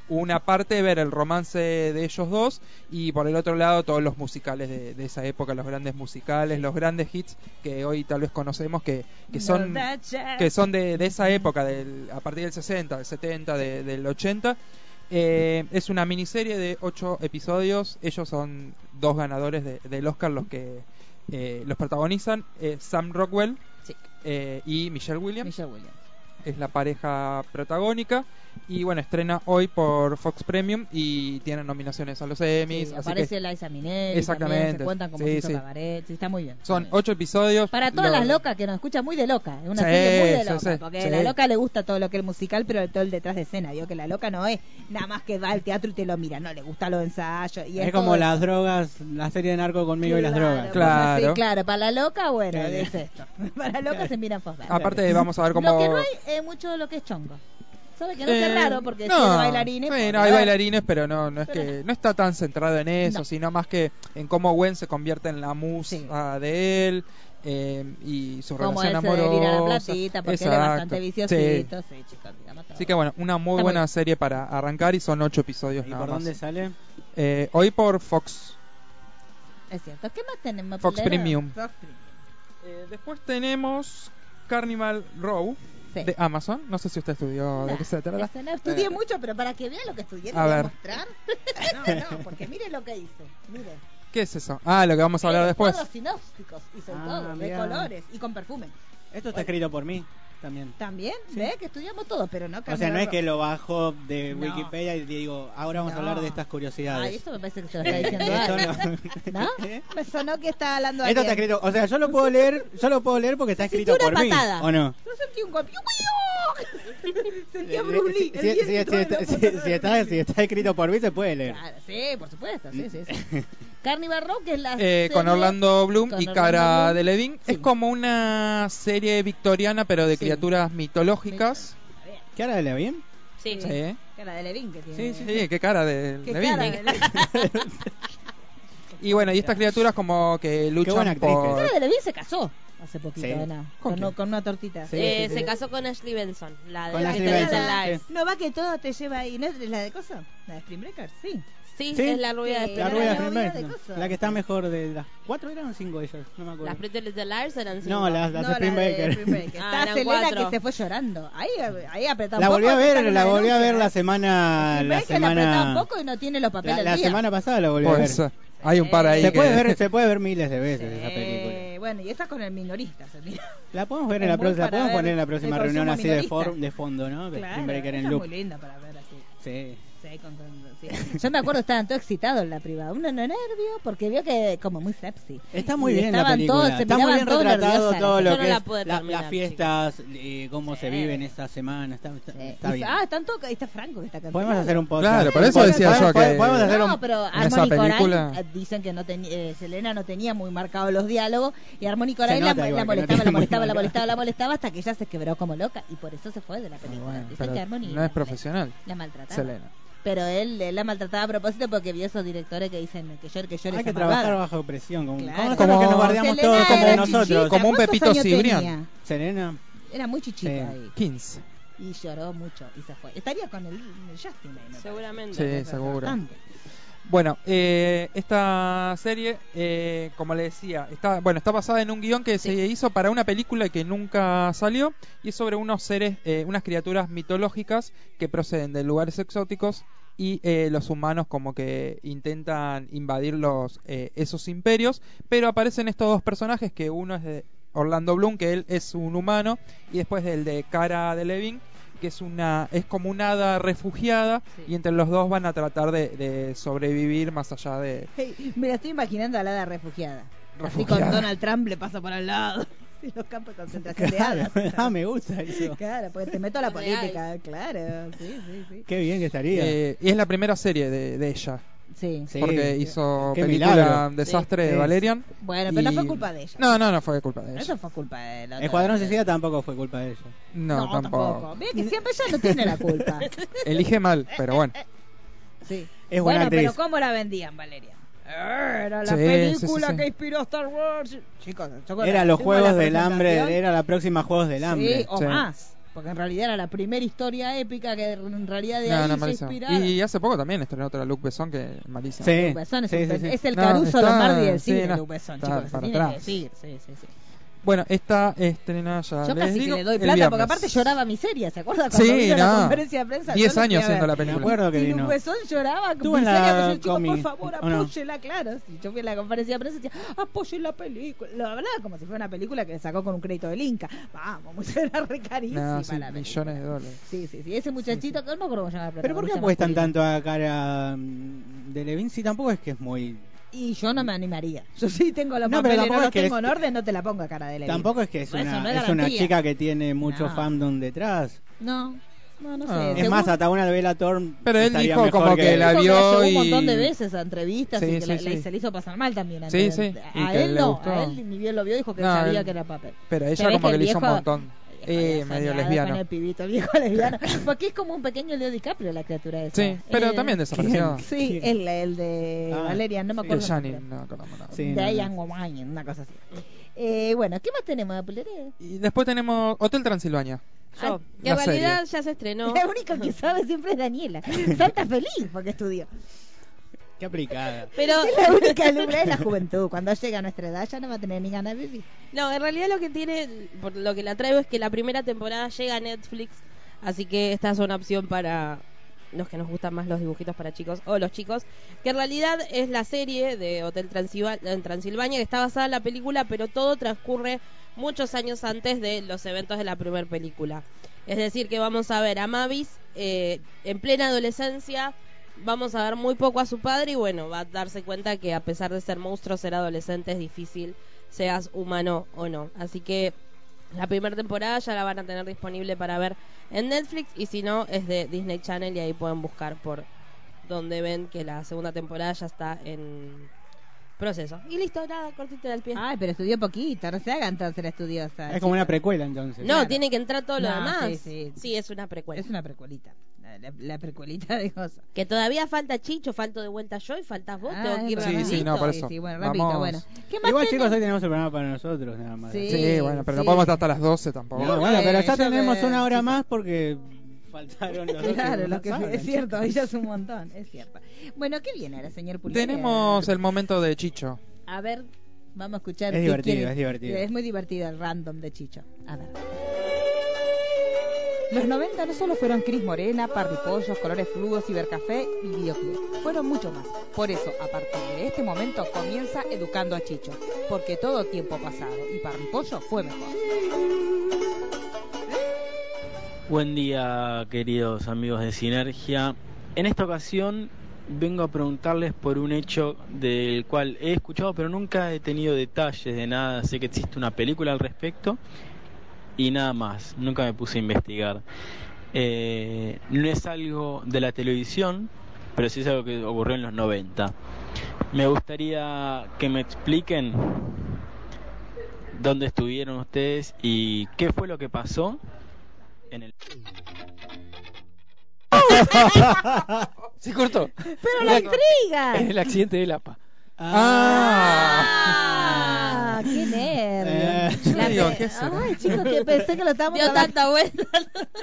D: una parte ver el romance de ellos dos y por el otro lado todos los musicales de, de esa época, los grandes musicales, los grandes hits que hoy tal vez conocemos que, que son que son de, de esa época, del, a partir del 60, del 70, de- del 80. Eh, es una miniserie de 8 episodios. Ellos son dos ganadores de- del Oscar los que eh, los protagonizan: eh, Sam Rockwell
B: Sí.
D: eh, y Michelle Williams.
B: Michelle Williams.
D: es la pareja protagónica. Y bueno, estrena hoy por Fox Premium y tiene nominaciones a los Emmys.
B: Sí,
D: así
B: aparece
D: que
B: Liza Minnelli.
D: Exactamente.
B: también, Se cuentan como
D: Sí,
B: si hizo
D: sí.
B: cabaret. sí, está muy bien.
D: son ocho episodios.
B: Para todas
D: Lo-
B: las locas que nos escuchan, muy de loca. Es una
D: Sí,
B: serie muy de
D: sí,
B: loca.
D: sí,
B: porque
D: sí.
B: la loca le gusta todo lo que es musical, pero todo el detrás de escena. Vio que la loca no es nada más que va al teatro y te lo mira. No, le gusta los ensayos. Y
E: Es,
B: es
E: como
B: todo
E: las
B: eso.
E: drogas, la serie de narco conmigo y las drogas.
B: bueno,
D: Claro.
B: sí, claro. Para la loca, bueno,
E: Claro.
B: es esto. Para la loca se miran fosfas.
D: Aparte, vamos a ver cómo.
B: Lo que no hay es mucho lo que es chongo. ¿Sabe que no
D: Eh,
B: es raro? Porque
D: no,
B: si de bailarines.
D: sí,
B: pues,
D: no, hay
B: ¿verdad?
D: bailarines, pero no, no es que no está tan centrado en eso,
B: No.
D: sino más que en cómo Gwen se convierte en la musa de él eh, y su
B: Como
D: relación
B: él se
D: amorosa.
B: delira la platita, porque él es
D: Exacto.
B: bastante
D: Sí.
B: viciosito. Sí, chicos, digamos todo.
D: Así que bueno, una muy
B: Está muy
D: buena
B: bien.
D: serie para arrancar y son ocho episodios
E: ¿Y
D: nada
E: por
D: más.
E: dónde sale?
D: Eh, hoy por Fox.
B: Es cierto. ¿Qué más tenemos?
D: Fox
B: Pilero?
D: Premium.
B: Fox Premium.
D: Eh, después tenemos Carnival Row
B: Sí.
D: de Amazon. No sé si usted estudió de qué se trata.
B: Eso, no estudié
D: Eh,
B: mucho, pero para que vea lo que estudié, le
D: a
B: voy a
D: ver.
B: mostrar. No, no, porque mire lo que hice. Mire.
D: ¿Qué es eso? Ah, lo que vamos a hablar
B: Mire,
D: después.
B: Cuadros sinópticos, hice
E: Ah,
B: todo, de
E: mirá.
B: colores y con perfume.
E: Esto está escrito por mí también.
B: También, ¿ve? Que estudiamos todo, pero no
E: O sea, no es que lo bajo de
B: No.
E: Wikipedia y digo, ahora vamos a
B: No.
E: hablar de estas
B: Ay,
E: curiosidades.
B: esto me parece que se lo está diciendo
E: Esto
B: alguien.
E: no.
B: ¿No? Me sonó que está hablando
E: Esto está
B: alguien.
E: escrito, o sea, yo lo puedo leer, yo lo puedo leer porque está escrito
B: Sintió
E: por
B: una
E: mí,
B: patada.
E: ¿o no?
B: Yo sentí un golpe. ¡Yujú! sentí a Bruce
E: Si-
B: Lee,
E: si-
B: el
E: si-
B: viento de la
E: si-
B: mano
E: si-
B: de
E: Si está
B: Bruce
E: si
B: Lee.
E: está escrito por mí, se puede leer.
B: Claro, sí, por supuesto, sí, sí, sí. Carnival Row, que es la
D: Eh, con
B: serie-
D: Orlando Bloom
B: con
D: y
B: Orlando
D: Cara
B: Bloom.
D: Delevingne.
B: Sí.
D: Es como una serie victoriana, pero de
B: Sí.
D: criaturas mitológicas.
E: ¿Qué ahora le bien?
F: Sí.
D: Sí.
B: Cara de Levin que tiene.
D: Sí, sí, sí, qué cara de
B: Qué
D: Delevingne.
B: cara de Levin.
D: Y bueno, y estas criaturas como que luchan
E: buena actriz que
D: por...
B: Cara de Levin se casó hace poquito,
E: Sí.
B: ¿no?
D: ¿Con
B: Con,
D: quién?
B: con una tortita.
E: Sí,
F: Eh,
E: sí,
F: se
E: sí.
F: casó con Ashley Benson, la
E: Con
F: de
E: Ashley
F: Saturday Night
E: Benson,
F: Live.
B: No va que todo te lleva ahí, ¿no es la de cosa? La de Spring Breakers, sí.
F: Sí,
E: Sí.
F: es la rubia de
B: Sí,
E: La
B: Era
E: rueda
B: la novia
E: Greenberg,
B: de
E: no.
B: cosas.
E: La que está mejor de las cuatro eran o cinco de ellas, no me acuerdo.
F: Las Pretty Little Liars eran cinco.
E: no, las, las
B: no,
E: de Spring
B: la de
E: Breaker.
B: Spring Breakers.
F: Ah,
B: Está
F: eran
B: Selena
F: cuatro.
B: que se fue llorando. Ahí, ahí apretaba
E: La
B: un
E: volví a
B: poco,
E: ver,
B: sacaron
E: la
B: una
E: volví a
B: denuncia,
E: ver la
B: ¿eh?
E: semana
B: Spring
E: la
B: Breakers la apretaba un
E: semana
B: poco y no tiene los papeles
E: la,
B: al
E: la
B: día.
E: semana pasada la volví a ver.
D: Pues, eh, hay un par ahí
E: Se
D: que-
E: puede ver, este- se puede ver miles de veces
B: Eh,
E: esa película.
B: Bueno, y esta con el minorista se mira.
E: La podemos ver en
B: Es
E: la
B: muy
E: próxima, la
B: para
E: podemos
B: ver
E: poner en la
B: el
E: próxima
B: consumo
E: reunión así de,
B: minorista.
E: for- de fondo, ¿no? De Spring
B: Claro,
E: Breaker en
B: esta es
E: loop.
B: muy linda para ver así.
E: Sí.
B: Sí, con- con- sí. Yo me acuerdo estaban todos excitados en la privada, uno no nervio porque vio que como muy sepsi.
E: Está muy
B: Y
E: bien la
B: estaban
E: película.
B: todos- se
E: Está muy
B: miraban
E: bien
B: todos
E: retratado
B: nerviosos.
E: todo
F: Yo
E: lo
F: no
E: que
F: la
E: es
F: pude terminar,
E: las fiestas, eh, cómo se
B: Sí.
E: viven esta semana. Está, está-
B: Sí.
E: está
B: Y-
E: bien.
B: Ah, están todos, ahí está Franco que está cantando.
E: Podemos hacer un podcast.
D: Claro, por eso
E: Podemos-
D: decía yo
E: podemos-
D: que-
E: Podemos hacer
B: no,
E: un...
B: pero
D: en esa
B: Harmony
D: película.
B: Corain, eh, dicen que no tenía, eh, Selena no tenía muy marcados los diálogos y Harmony Corain
E: Se
B: la,
E: nota igual que
B: la
E: no
B: molestaba,
E: tiene
B: la
E: muy
B: molestaba, la
E: marcado.
B: molestaba, la molestaba hasta que ella se quebró como loca y por eso se fue de la película.
D: Bueno,
B: Dicen
D: pero
B: que Harmony
D: no es
B: la-
D: profesional.
B: La maltrataba.
D: Selena.
B: Pero él, él la maltrataba a propósito porque vio esos directores que dicen que llore, que llore.
E: Hay
B: esa
E: que trabajar
B: malvada.
E: bajo presión. Como,
B: Claro.
E: como nosotros que nos
D: Como-
E: guardiamos
B: Selena
E: todos como
B: era
E: nosotros.
B: chiquita,
D: Como un
B: ¿cuántos
D: Pepito
B: años
D: Cibrián.
B: tenía?
E: Serena.
B: Era muy chichito
E: Sí.
B: ahí.
D: 15.
B: Y lloró mucho y se fue. Estaría con el, el Justin ahí, me
F: Seguramente.
D: Sí,
B: parece.
D: seguro.
B: Bastante.
D: Bueno, eh, esta serie, eh, como le decía, está bueno está basada en un guión que se hizo para una película que nunca salió y es sobre unos seres, eh, unas criaturas mitológicas que proceden de lugares exóticos y eh, los humanos como que intentan invadir los, eh, esos imperios, pero aparecen estos dos personajes que uno es de Orlando Bloom, que él es un humano, y después el de Cara de Levin, que es una es como una hada refugiada y entre los dos van a tratar de, de sobrevivir más allá de
B: Hey, me la estoy imaginando a la hada refugiada.
D: Refugiada.
B: Así con Donald Trump le pasa por al lado. En los campos de concentración de
E: Claro,
B: hadas.
E: ah, me gusta eso.
B: Claro, porque te meto a la
F: Donde hay.
B: política. Claro, sí, sí, sí.
E: Qué bien que estaría.
D: eh, y es la primera serie de, de ella
B: Sí.
E: Sí.
D: porque hizo
E: Qué
D: película
E: milagro.
D: desastre
E: Sí.
D: de Valerian
B: Bueno, pero no
D: y-
B: fue culpa de ella.
D: no no no fue culpa de ella
B: Eso fue culpa de la otra.
E: Escuadrón Suicida tampoco fue culpa de ella.
D: no, tampoco.
B: Mira que siempre ella no tiene la culpa.
D: elige mal pero bueno
B: Sí.
E: Es buena
B: bueno,
E: actriz.
B: pero ¿cómo la vendían, Valeria? Era la
D: Sí,
B: película
D: sí, sí, sí.
B: que inspiró a Star Wars. Chicos, yo cuando
E: Era los
B: fuimos a la
E: Juegos del Hambre,
B: presentación-
E: era la próxima Juegos del Hambre.
B: Sí, o
D: Sí.
B: más. Porque en realidad era la primera historia épica que en realidad de
D: No,
B: ahí
D: no,
B: se
D: malísimo.
B: inspiraba.
D: y hace poco también estrenó otra Luc Besson que malísima
E: Sí.
B: Luc Besson es,
E: Sí,
B: un
E: sí,
B: pen-
E: sí.
B: es el
D: No,
B: Caruso
D: está-
B: Lombardi del
D: sí,
B: cine,
D: no,
B: Luc Besson,
D: está
B: chicos, se
D: para
B: tiene que
D: atrás.
B: decir. Sí, sí, sí.
I: Bueno, esta estrena ya
B: Yo
I: les
B: casi
I: digo,
B: que le doy
I: el
B: plata porque
I: viernes.
B: aparte lloraba miseria, ¿se acuerda? Cuando
I: Sí,
B: vino a la
I: no.
B: conferencia de prensa.
I: 10
B: yo lo fui a
I: años siendo
B: ver.
I: la
E: Me
I: película.
E: acuerdo que
B: Y
E: vino.
B: Luzón lloraba con
E: Estuvo en
B: miseria,
E: la
B: pues, el chico, por
E: comi-
B: favor,
E: ¿o no?
B: apóyela, claro. Si yo fui a la conferencia de prensa y decía, apoyen la película. Lo hablaba como si fuera una película que sacó con un crédito del Inca. Vamos, mucho era re carísima
I: Nada, sí,
B: la película.
I: millones de dólares.
B: Sí, sí, sí. Ese muchachito, no me acuerdo cómo se llama el
E: Pero ¿por qué
B: protagonista
E: apuestan
B: masculino.
E: tanto a cara mm, de Levin si tampoco es que es muy...
B: Y yo no me animaría. Yo sí tengo los
E: No, pero
B: papeles, no
E: tampoco
B: los
E: es que
B: tengo
E: es-
B: en orden, no te la pongo a cara de Levin.
E: Tampoco es que es
B: Por eso
E: una,
B: no
E: es una
B: garantía.
E: chica que tiene mucho
B: No.
E: fandom detrás.
B: No, no, no sé.
I: Ah. Es
E: Es
B: según-
E: más, hasta una Bella Thorne
I: Pero él
E: estaría
I: dijo
E: mejor
I: como que la
B: Dijo que
I: vio
B: llevó un
I: y-
B: montón de veces a entrevistas
I: Sí,
B: y que
I: sí,
B: la-
I: sí.
B: la- se le hizo pasar mal también.
I: Sí,
B: antes.
I: sí, y
B: A
I: que
B: él
I: le
B: no,
I: gustó.
B: a él ni bien lo vio, dijo que
I: No,
B: sabía
I: él-
B: que era papel.
I: Pero
B: Se
I: ella
B: ve
I: como
B: que
I: que
B: el
I: le hizo un
B: viejo-
I: montón.
B: Es
I: Eh,
B: payaso,
I: medio
B: nada, Con
I: lesbiano.
B: el pibito el viejo lesbiano. Porque es como un pequeño Leo DiCaprio la criatura esa. Eh,
I: Sí, pero también desapareció.
B: Sí,
E: ¿Quién?
B: el, el de
E: Ah,
B: Valeria, no me
I: Que
B: acuerdo. el
I: ya ni-
B: nombre.
I: no acordamos nada.
E: Sí, no,
B: Diane
E: no.
B: O'Brien, una cosa así. Eh, bueno, ¿qué más tenemos, Apuleré?
I: Y después tenemos Hotel Transilvania.
F: Yo,
B: Ah,
I: la
F: que en realidad
I: serie.
F: ya se estrenó.
B: La única que sabe siempre es Daniela. Salta feliz porque estudió.
E: Qué aplicada.
F: Pero
B: Es la única alumna de la juventud. Cuando llega a nuestra edad ya no va a tener ni ganas de vivir.
F: No, en realidad lo que tiene, por lo que la traigo es que la primera temporada llega a Netflix, así que esta es una opción para los que nos gustan más los dibujitos para chicos o los chicos, que en realidad es la serie de Hotel Transilva- en Transilvania que está basada en la película, pero todo transcurre muchos años antes de los eventos de la primera película. Es decir, que vamos a ver a Mavis eh, en plena adolescencia, vamos a ver muy poco a su padre y bueno, va a darse cuenta que a pesar de ser monstruo, ser adolescente es difícil, seas humano o no. Así que la primera temporada ya la van a tener disponible para ver en Netflix y si no es de Disney Channel y ahí pueden buscar por donde ven que la segunda temporada ya está en proceso. Y listo, nada, cortita del pie.
B: Ay, pero estudió poquito, no se haga entonces la estudiosa.
E: Es como una precuela entonces.
F: no,
B: claro.
F: tiene que entrar todo lo
B: No,
F: demás.
B: sí, sí.
F: es una precuela.
B: Es una precuelita. La, la- la precuelita de cosas.
F: Que todavía falta Chicho, falto de vuelta yo y faltas vos.
B: Ah,
F: tengo que ir
B: es
I: Sí,
B: verdad.
I: sí, no, por eso.
B: Sí, bueno, rapidito,
I: Vamos.
B: bueno. ¿Qué más
E: Igual
B: tenés?
E: chicos, hoy tenemos el programa para nosotros nada más.
B: Sí,
I: Sí, bueno, pero no
B: sí.
I: podemos estar hasta las 12 tampoco.
E: No, bueno, pero ya
B: yo
E: tenemos
B: que-
E: una hora más porque faltaron los dos
B: Claro, lo que
E: pasaron.
B: es cierto, ella es un montón, es cierto. Bueno, ¿qué viene ahora, señor Pulido?
I: Tenemos el momento de Chicho.
B: A ver, vamos a escuchar.
E: Es
B: qué
E: divertido,
B: quiere.
E: es divertido.
B: Es muy divertido el random de Chicho. A ver. Los 90 no solo fueron Cris Morena, Parripollos, Colores Fluos, Cibercafé y Videoclub. Fueron mucho más. Por eso, a partir de este momento, comienza Educando a Chicho. Porque todo tiempo pasado y Parripollo fue mejor.
J: Buen día, queridos amigos de Sinergia. En esta ocasión vengo a preguntarles por un hecho del cual he escuchado, pero nunca he tenido detalles de nada. Sé que existe una película al respecto y nada más. Nunca me puse a investigar. Eh, no es algo de la televisión, pero sí es algo que ocurrió en los 90. Me gustaría que me expliquen dónde estuvieron ustedes y qué fue lo que pasó en el
G: Se cortó.
B: ¡Pero la
F: Ah.
G: En
B: intriga!
G: el accidente del APA.
B: ¡Ah! ¡Qué
E: Eh,
B: nervio!
I: yo
B: La
I: digo,
B: pe-
I: ¿qué será?
B: Ay, chicos, que pensé que lo estábamos
F: Dio
B: trabajando.
F: tanta vuelta.
B: Le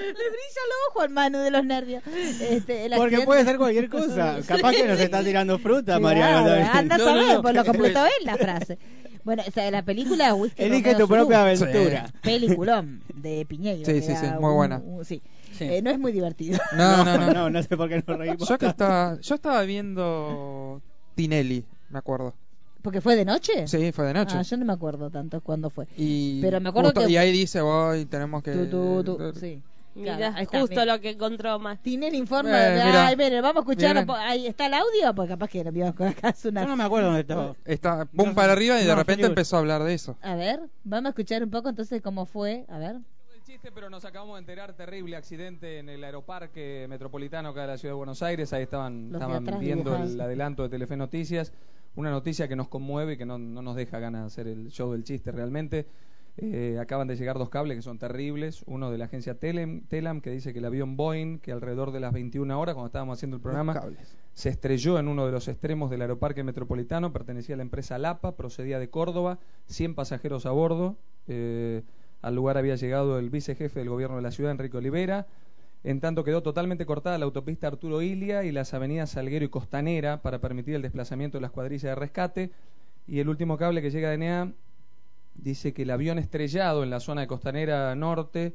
B: brilla el ojo al Manu de los nervios. Este, el
E: Porque
B: accidente-
E: puede ser cualquier cosa. Capaz que nos está tirando fruta, Mariano.
B: Claro,
E: también.
B: Anda a
G: No,
B: saber,
G: no, no.
B: por lo que puso él la frase. Bueno, o sea, la película Whisky
E: Elige
B: Romeo
E: tu
B: Zurú,
E: propia aventura.
B: Peliculón de Piñeiro.
I: Sí,
B: que
I: sí, sí,
B: era
I: muy buena.
B: sí.
E: Sí.
B: Eh, no es muy divertido.
I: No, no, no.
E: no, no sé por qué nos reímos.
I: Yo, que estaba, yo estaba viendo Tinelli, me acuerdo.
B: ¿Porque fue de noche?
I: Sí, fue de noche.
B: Ah, yo no me acuerdo tanto cuándo fue.
I: Y,
B: Pero me acuerdo
I: justo-
B: que-
I: y ahí dice, voy, tenemos que...
B: Tú, tú, tú, sí.
F: Mira,
B: Claro, ahí está,
F: justo
B: mira.
F: lo que encontró más.
B: Tiene el informe.
I: Eh,
B: de-
I: mirá.
B: Ay, miren, vamos a escuchar.
I: Miren.
B: po- Ahí está el audio, porque capaz que lo vio acá hace una.
E: Yo no me acuerdo dónde estaba.
I: Está, boom
E: No,
I: para arriba y de
E: no,
I: repente
E: película.
I: empezó a hablar de eso.
B: A ver, vamos a escuchar un poco entonces cómo fue. A ver.
D: el chiste, pero nos acabamos de enterar terrible accidente en el aeroparque metropolitano acá de la ciudad de Buenos Aires. Ahí
B: Los
D: estaban,
B: de
D: estaban
B: atrás
D: viendo
B: dibujados.
D: el adelanto de Telefe Noticias. Una noticia que nos conmueve, que no, no nos deja ganas de hacer el show del chiste realmente. Eh, acaban de llegar dos cables que son terribles. Uno de la agencia Telem- Telam, que dice que el avión Boeing, que alrededor de las 21 horas, cuando estábamos haciendo el programa, se estrelló en uno de los extremos del aeroparque metropolitano, pertenecía a la empresa Lapa, procedía de Córdoba, 100 pasajeros a bordo. eh, al lugar había llegado el vicejefe del gobierno de la ciudad, Enrique Olivera. En tanto quedó totalmente cortada la autopista Arturo Ilia y las avenidas Salguero y Costanera para permitir el desplazamiento de las cuadrillas de rescate. Y el último cable que llega de NEA
K: dice que el avión estrellado en la zona de Costanera Norte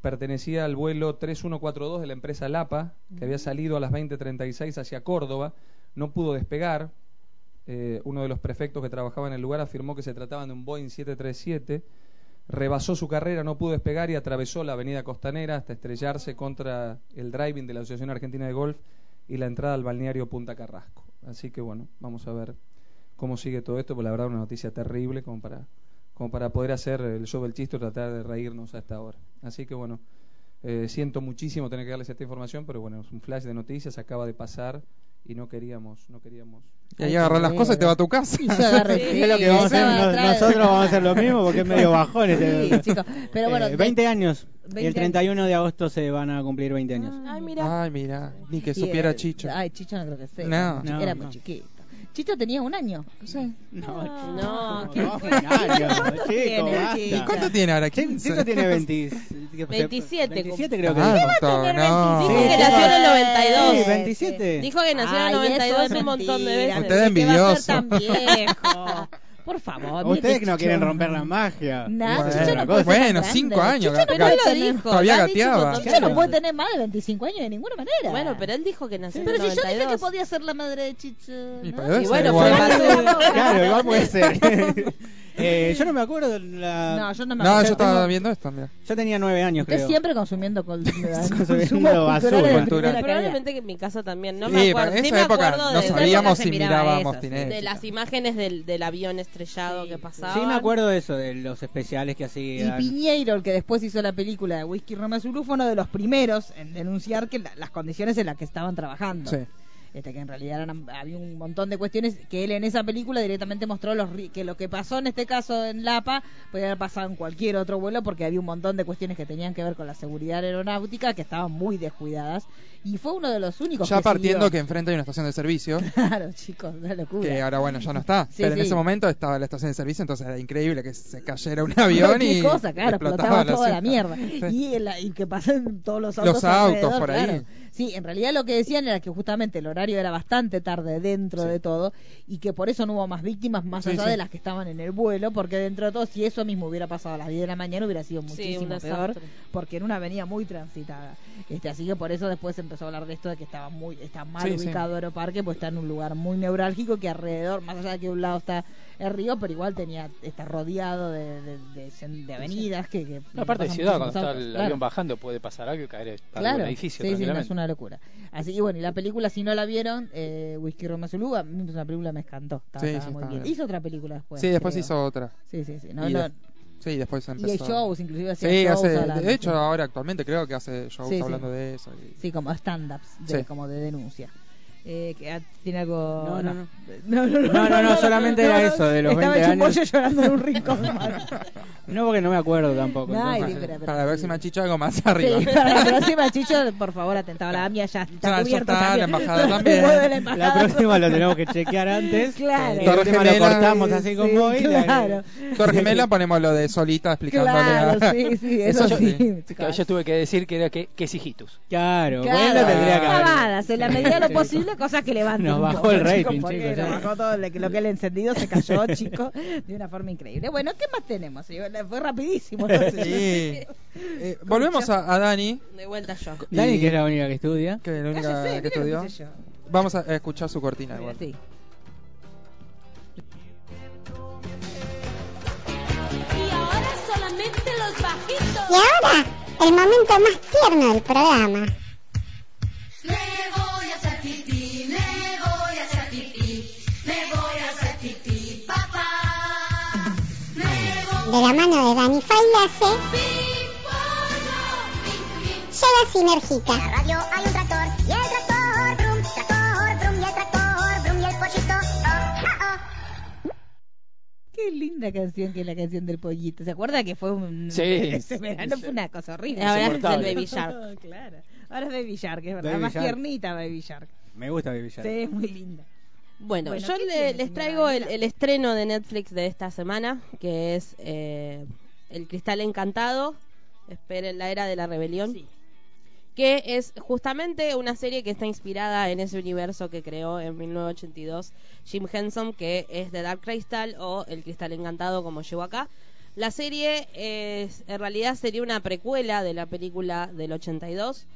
K: pertenecía al vuelo 3142 de la empresa Lapa, que había salido a las 20.36 hacia Córdoba, no pudo despegar. Eh, uno de los prefectos que trabajaba en el lugar afirmó que se trataba de un Boeing 737. Rebasó su carrera, no pudo despegar y atravesó la avenida Costanera hasta estrellarse contra el driving de la Asociación Argentina de Golf y la entrada al balneario Punta Carrasco. Así que bueno, vamos a ver cómo sigue todo esto, porque la verdad una noticia terrible como para, como para poder hacer el show del chiste o tratar de reírnos hasta ahora. Así que bueno, eh, siento muchísimo tener que darles esta información, pero bueno, es un flash de noticias, acaba de pasar y no queríamos, no queríamos.
D: Y ahí agarras las cosas y te va a tu casa.
B: Y yo agarré, sí,
E: es lo que vamos a hacer.
B: estaba
E: Nos-
B: atrás.
E: Nosotros vamos a hacer lo mismo porque es medio bajón. Este.
B: Sí, chicos, pero bueno,
E: Eh,
B: de-
E: 20 años. Y
B: 20
E: el 31 de agosto se van a cumplir 20 años.
B: Ay, mira.
D: Ay, mira, ni que
B: Y
D: supiera
B: el-
D: Chicho.
B: Ay, Chicho no creo que sea.
D: No.
B: Chi-
E: No,
B: era muy
E: no.
B: chiquito. Chicho tenía un año.
E: No,
F: No, ¿qué?
E: no, un año,
B: Tiene,
E: chico,
B: chico.
E: basta.
D: ¿Cuánto tiene ahora? ¿15?
E: Chicho tiene 20,
F: 27
E: 27 creo que
D: Ah,
E: dijo.
D: un montón, no.
F: Dijo que nació en el 92.
E: Sí, 27.
F: Dijo que nació en el
B: Ay,
F: 92
B: eso es
F: un montón de
B: mentira,
F: veces.
D: Usted es
B: ¿Qué va a ser tan
D: envidioso.
B: viejo? Por favor. mire
E: Ustedes
B: que
E: no quieren
B: Chicho-
E: romper la magia.
B: Nah,
E: Eso es
B: Chicho
E: otra
B: no
E: cosa.
B: puede ser tan
D: Bueno,
B: grande.
D: cinco años,
B: Chicho,
D: ga-
B: pero él
F: ga-
B: lo dijo.
D: todavía
B: Lo ha dicho
D: gateaba.
B: con- Chicho
E: Claro.
B: no puede tener más de 25 años de ninguna manera.
F: Bueno, pero él dijo que nació en el
B: Pero si yo
F: 92.
B: dije que podía ser la madre de Chicho.
D: Y
B: ¿no?
D: pero debe
F: Y
D: ser
F: bueno,
D: igual.
F: pero-
E: Claro, igual puede ser. Eh, yo no me acuerdo. de La...
B: No, yo no me
D: No, yo
B: acuerdo.
D: estaba viendo esto, mira.
E: Yo tenía 9 años,
B: Usted
E: creo.
B: siempre consumiendo col-
E: Consumiendo
B: consumo
E: basura.
B: cultural de la
D: Cultural.
B: primera calidad.
F: Probablemente que en mi casa también. No
D: Sí,
F: me
D: pero
F: acuerdo.
D: en
F: Sí
D: esa
F: me
D: época
F: acuerdo
D: no
F: de,
D: sabíamos
B: se
D: si
B: miraba
D: mirábamos
B: eso,
D: Tinelli.
F: de las imágenes del, del avión estrellado que pasaba.
E: Sí, me acuerdo de eso, de los especiales que
B: Y
E: hacían.
B: Piñeiro, el que después hizo la película de Whisky Roma Zulu, fue uno de los primeros en denunciar que la- las condiciones en las que estaban trabajando.
D: Sí.
B: Este, que en realidad eran- había un montón de cuestiones que él en esa película directamente mostró los ri- que lo que pasó en este caso en Lapa podía haber pasado en cualquier otro vuelo porque había un montón de cuestiones que tenían que ver con la seguridad aeronáutica que estaban muy descuidadas y fue uno de los únicos
D: Ya
B: que
D: partiendo
B: siguió.
D: que enfrente hay una estación de servicio,
B: claro chicos una locura
D: que ahora bueno ya no está,
B: Sí,
D: pero en
B: sí.
D: ese momento estaba la estación de servicio, entonces era increíble que se cayera un avión
B: Cualquier
D: y
B: cosa, claro, explotaba, toda la mierda.
D: Sí.
B: Y, el- y que pasan todos los
D: Los
B: autos.
D: autos
B: alrededor,
D: por ahí.
B: claro. Sí, en realidad lo que decían era que justamente el horario era bastante tarde dentro de todo y que por eso no hubo más víctimas más
D: Sí,
B: allá
D: sí.
B: de las que estaban en el vuelo, porque dentro de todo, si eso mismo hubiera pasado a las 10 de la mañana, hubiera sido
F: un
B: muchísimo
F: desastre.
B: peor, porque era una avenida muy transitada. Este, así que por eso después se empezó a hablar de esto de que estaba muy está mal
D: Sí, sí.
B: ubicado Aeroparque, pues está en un lugar muy neurálgico que alrededor, más allá de que de un lado está el río, pero igual tenía está rodeado de, de- de sen- de avenidas que, que
G: No, aparte de
B: pasan
G: ciudad, cuando
B: muchísimos
G: está
B: autos,
G: el
B: claro.
G: avión bajando, puede pasar algo y caer en
B: Claro,
G: un
B: sí,
G: edificio.
B: sí, no, es
G: tranquilamente.
B: una locura. Así que bueno, y la película, si no la vieron, eh, Whisky Roma Zulu, a mí es una película que me encantó. Estaba,
D: Sí,
B: estaba
D: sí,
B: muy
D: estaba
B: bien.
D: bien.
B: Hizo otra película después.
D: Sí, después
B: creo.
D: hizo otra.
B: Sí, sí, sí. No,
D: y,
B: no,
D: de- sí, después
B: y hay
D: empezó.
B: shows, inclusive hacía
D: Sí,
B: shows
D: hace-
B: a la-
D: de hecho ahora actualmente creo que hace shows
B: Sí, sí.
D: hablando de eso. y-
B: Sí, como stand-ups, de-
D: Sí.
B: como de denuncia. Eh, que, ah, ¿Tiene algo...?
E: No, no, no.
B: No, no, no,
E: No, no, no, solamente era eso, de los
B: Estaba
E: 20
B: hecho un
E: años.
B: pollo llorando en un rincón. hermano.
E: No, porque no me acuerdo tampoco.
B: No,
E: entonces.
B: y- pero- pero-
D: para la próxima chicha algo más
B: Sí,
D: arriba.
B: para la próxima, Chicho, por favor, atentado. La mía ya
D: Ya,
B: está
D: ya
B: cubierta
D: está, la
B: también.
D: embajada
B: Los
D: también.
B: huevos de la
E: La
B: embajada.
E: próxima lo tenemos que chequear antes.
B: Claro.
E: Eh,
D: Torre
E: El tema lo
D: Gemela.
E: cortamos así
B: Sí,
E: como hoy.
B: claro.
D: Torre Gemela ponemos lo de solita explicándole
B: Claro,
D: a...
B: sí, sí, eso,
D: Eso
B: sí.
D: sí.
B: chicos.
G: Yo tuve que decir que era que, que es hijitus.
E: Claro,
B: Claro,
E: bueno, tendría que haber.
B: pavadas, en la medida de lo posible, cosas que levanten.
E: Nos
B: un
E: bajó
B: poco,
E: el rating,
B: chicos, porque
E: chicos,
B: nos
E: ya.
B: bajó todo lo que- lo que el encendido se cayó, chicos, de una forma increíble. Bueno, ¿qué más tenemos? Fue rapidísimo. no sé.
D: Sí. Eh, volvemos a, a Dani,
F: De vuelta yo.
E: Dani,
D: Y-
E: que es la única que estudia.
D: que es la única
B: Cállese, mira
D: que
B: lo
D: estudió.
B: puse yo.
D: Vamos a escuchar su cortina
B: Mira,
D: igual.
B: sí.
H: Y ahora solamente los bajitos.
L: Y ahora, el momento más tierno del programa.
H: Me voy a hacer pipí, me voy a hacer pipí, me voy a hacer pipí, papá. Me voy
L: De la mano de Dani Failase,
H: pipollo,
L: llega Sinergita.
H: radio hay un tractor y el tractor brum, tractor brum y el tractor brum y el pollito. Oh, ah, oh.
B: Qué linda canción que es la canción del pollito. ¿Se acuerda que fue un.
G: Sí.
B: Ese verano fue una cosa horrible.
F: Ahora es el
G: Insoportable.
F: Baby Shark.
B: Claro. Ahora es Baby Shark, es verdad.
E: Baby
B: Más
E: Shark.
B: tiernita Baby Shark.
E: Me gusta Baby Shark.
B: Sí, es muy linda.
F: Bueno,
B: Bueno,
F: yo
B: ¿qué
F: le-
B: tiene,
F: les
B: señora
F: traigo el,
B: Daniela?
F: el estreno de Netflix de esta semana, que es eh, El Cristal Encantado, esperen la era de la rebelión, que es justamente una serie que está inspirada en ese universo que creó en 1982 Jim Henson, que es The Dark Crystal o El Cristal Encantado, como llegó acá. La serie es- en realidad sería una precuela de la película del 82.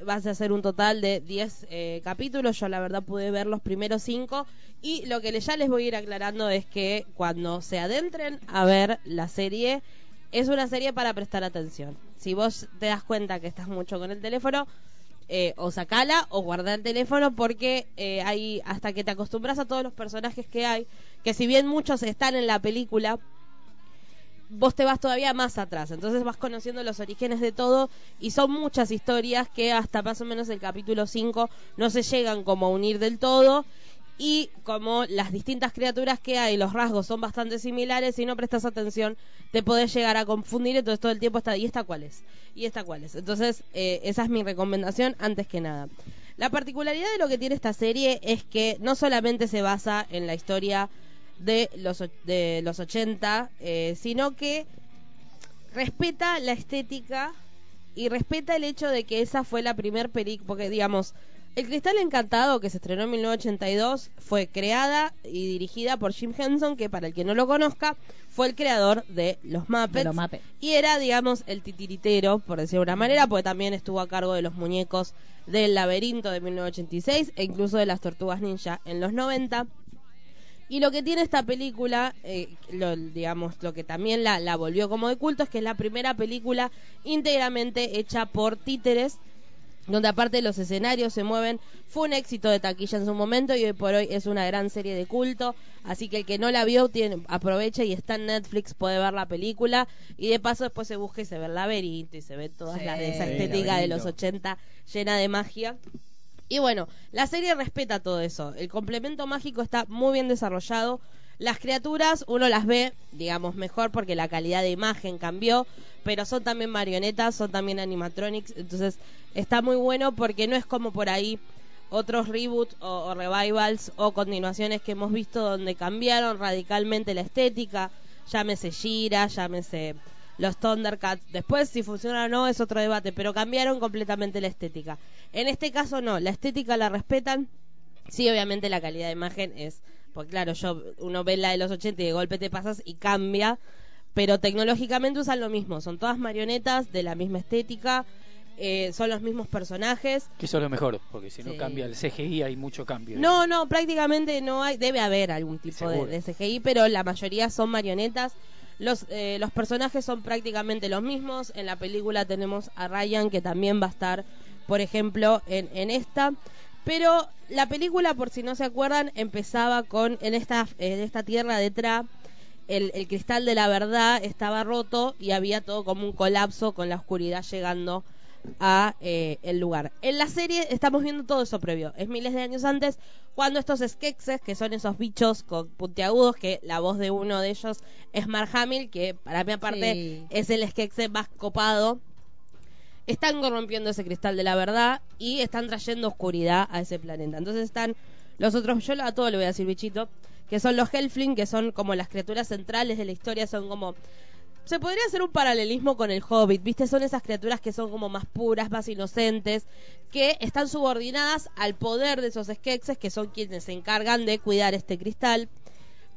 F: Vas a hacer un total de 10 eh, capítulos. Yo la verdad pude ver los primeros 5. Y lo que le- ya les voy a ir aclarando es que cuando se adentren a ver la serie, es una serie para prestar atención. Si vos te das cuenta que estás mucho con el teléfono, eh, o sacala o guarda el teléfono porque eh, hay hasta que te acostumbras a todos los personajes que hay, que si bien muchos están en la película, vos te vas todavía más atrás, entonces vas conociendo los orígenes de todo y son muchas historias que hasta más o menos el capítulo 5 no se llegan como a unir del todo y como las distintas criaturas que hay, los rasgos son bastante similares, si no prestas atención te podés llegar a confundir, entonces todo el tiempo está, ¿y esta cuál es? ¿Y esta cuál es? Entonces eh, esa es mi recomendación antes que nada. La particularidad de lo que tiene esta serie es que no solamente se basa en la historia de los, och- de los 80, eh, sino que respeta la estética y respeta el hecho de que esa fue la primer película, porque digamos, El Cristal Encantado, que se estrenó en 1982, fue creada y dirigida por Jim Henson, que para el que no lo conozca, fue el creador de Los Muppets.
B: los Muppets.
F: Y era, digamos, el titiritero, por decirlo de una manera, porque también estuvo a cargo de los muñecos del laberinto de 1986 e incluso de las tortugas ninja en los 90. Y lo que tiene esta película, eh, lo, digamos, lo que también la, la volvió como de culto es que es la primera película íntegramente hecha por títeres, donde aparte los escenarios se mueven. Fue un éxito de taquilla en su momento y hoy por hoy es una gran serie de culto. Así que el que no la vio, tiene, aprovecha y está en Netflix, puede ver la película. Y de paso después se busca y se ve el laberinto y se ve todas
B: Sí,
F: las de esa
B: el
F: estética de
B: laberinto.
F: los 80 llena de magia. Y bueno, la serie respeta todo eso. El complemento mágico está muy bien desarrollado. Las criaturas uno las ve, digamos, mejor porque la calidad de imagen cambió, pero son también marionetas, son también animatronics, entonces está muy bueno porque no es como por ahí otros reboots o, o revivals o continuaciones que hemos visto donde cambiaron radicalmente la estética, llámese Gira, llámese los Thundercats. Después, si funciona o no, es otro debate, pero cambiaron completamente la estética. En este caso, no, la estética la respetan. Sí, obviamente la calidad de imagen es. Porque claro, yo uno ve la de los 80 y de golpe te pasas y cambia. Pero tecnológicamente usan lo mismo. Son todas marionetas de la misma estética. eh, son los mismos personajes.
G: Que eso es lo mejor, porque si no
F: Sí.
G: cambia el CGI hay mucho cambio.
F: No, no, prácticamente no hay, debe haber algún tipo de,
G: Seguro.
F: de CGI, pero la mayoría son marionetas. Los, eh, los personajes son prácticamente los mismos. En la película tenemos a Ryan, que también va a estar, por ejemplo, en, en esta. Pero la película, por si no se acuerdan, empezaba con en esta, en esta tierra de Tra, el, el cristal de la verdad estaba roto y había todo como un colapso con la oscuridad llegando a eh, el lugar. En la serie estamos viendo todo eso previo. Es miles de años antes cuando estos skexes, que son esos bichos con puntiagudos, que la voz de uno de ellos es Mark Hamill, que para mí aparte
B: Sí.
F: es el skexe más copado, están corrompiendo ese cristal de la verdad y están trayendo oscuridad a ese planeta. Entonces están los otros, yo a todo le voy a decir bichito, que son los Hellfling, que son como las criaturas centrales de la historia, son como se podría hacer un paralelismo con el Hobbit, ¿viste? Son esas criaturas que son como más puras, más inocentes, que están subordinadas al poder de esos Skeksis, que son quienes se encargan de cuidar este cristal.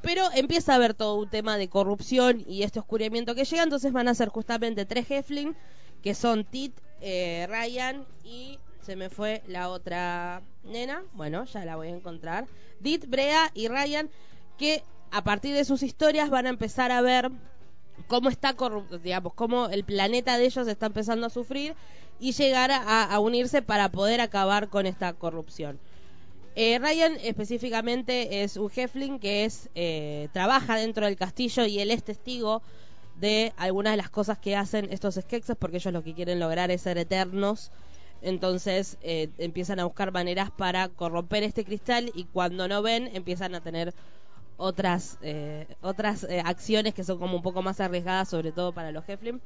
F: Pero empieza a haber todo un tema de corrupción y este oscuramiento que llega, entonces van a ser justamente tres Hefling, que son Tit, eh, Ryan y se me fue la otra nena, bueno, ya la voy a encontrar. Dit, Brea y Ryan, que a partir de sus historias van a empezar a ver cómo está corrupto, digamos, cómo el planeta de ellos está empezando a sufrir y llegar a, a unirse para poder acabar con esta corrupción. Eh, Ryan específicamente es un Hefling que es eh, trabaja dentro del castillo y él es testigo de algunas de las cosas que hacen estos Skeksis porque ellos lo que quieren lograr es ser eternos. Entonces eh, empiezan a buscar maneras para corromper este cristal y cuando no ven empiezan a tener otras eh, otras eh, acciones que son como un poco más arriesgadas sobre todo para los Heflim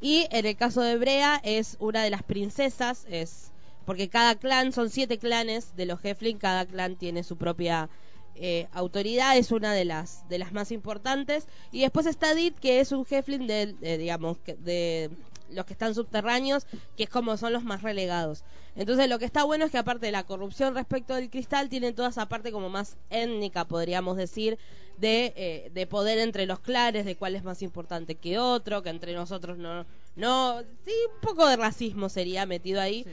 F: y en el caso de Brea es una de las princesas es porque cada clan son siete clanes de los Hefling cada clan tiene su propia eh, autoridad es una de las de las más importantes y después está Dit que es un Hefling de, de, digamos que- de los que están subterráneos, que es como son los más relegados. Entonces lo que está bueno es que aparte de la corrupción respecto del cristal, tienen toda esa parte como más étnica, podríamos decir, de, eh, de poder entre los clares, de cuál es más importante que otro, que entre nosotros no... No, sí, un poco de racismo sería metido ahí.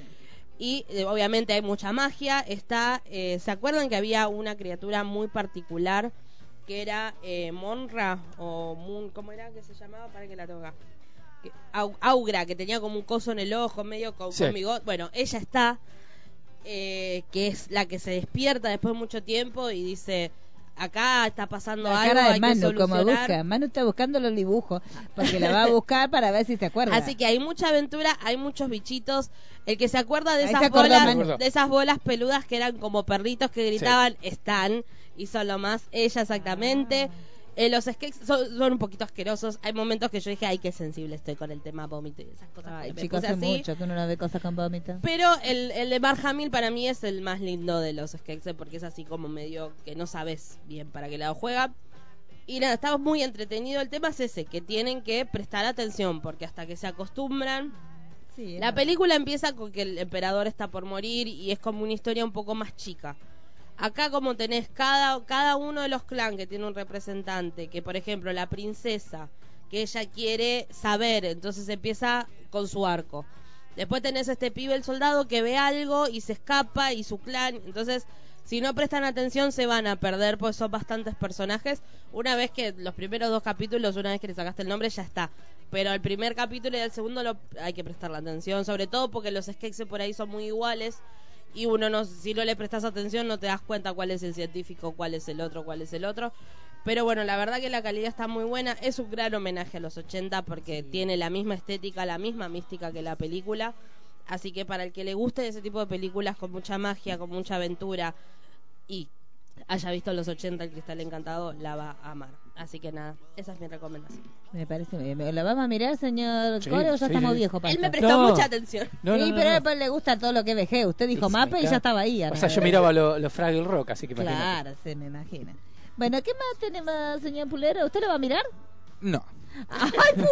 F: Y eh, obviamente hay mucha magia. Está, eh, ¿se acuerdan que había una criatura muy particular que era eh, Monra o Moon, ¿cómo era que se llamaba para que la toca? Que- Au- Aura, que tenía como un coso en el ojo, medio co-
J: Sí.
F: con bigot- Bueno, ella está, eh, que es la que se despierta después de mucho tiempo y dice, acá está pasando
B: La
F: algo,
B: cara de
F: hay
B: Manu,
F: que
B: como
F: solucionar".
B: busca. Manu está buscando los dibujos, porque la va a buscar para ver si se acuerda.
F: Así que hay mucha aventura, hay muchos bichitos. El que se acuerda de
B: Ahí
F: esas
B: se acordó, Manu.
F: bolas, de esas bolas peludas que eran como perritos que gritaban están y son lo más ella exactamente.
B: Ah.
F: Eh, los sketches son, son un poquito asquerosos. Hay momentos que yo dije, ay, qué sensible estoy con el tema vómito y esas cosas.
B: Ay,
F: Me
B: chicos,
F: puse
B: hace
F: así.
B: mucho que uno no ve cosas con vómito.
F: Pero el, el de Mark Hamill para mí es el más lindo de los sketches porque es así como medio que no sabes bien para qué lado juega. Y nada, estaba muy entretenido. El tema es ese, que tienen que prestar atención porque hasta que se acostumbran... La película empieza con que el emperador está por morir y es como una historia un poco más chica. Acá como tenés cada, cada uno de los clans que tiene un representante, que por ejemplo la princesa, que ella quiere saber, entonces empieza con su arco. Después tenés este pibe, el soldado, que ve algo y se escapa y su clan. Entonces, si no prestan atención, se van a perder, pues son bastantes personajes. Una vez que los primeros dos capítulos, una vez que le sacaste el nombre, ya está. Pero el primer capítulo y el segundo lo, hay que prestarle atención, sobre todo porque los sketches por ahí son muy iguales. Y uno, no, si no le prestas atención, no te das cuenta cuál es el científico, cuál es el otro, cuál es el otro. Pero bueno, la verdad que la calidad está muy buena. Es un gran homenaje a los 80 porque tiene la misma estética, la misma mística que la película. Así que para el que le guste ese tipo de películas con mucha magia, con mucha aventura y haya visto en los 80 el cristal encantado, la va a amar. Así que nada, esa es mi recomendación.
B: Me parece bien. ¿La vamos a mirar, señor
F: Sí,
B: Core, o ya
F: sí,
B: estamos
F: sí.
B: viejos para
F: Él me
B: esto?
F: prestó No. mucha atención. No,
B: sí,
F: no, no,
B: pero
F: no.
B: a él pues le gusta todo lo que es VG. Usted dijo mape y ya estaba ahí.
G: O
B: Ana.
G: sea, yo miraba lo- los Fraggle Rock, así que imagínate.
B: Claro, se me imagina. Bueno, ¿qué más tenemos, señor Pulero? ¿Usted lo va a mirar?
D: No.
B: ¡Ay,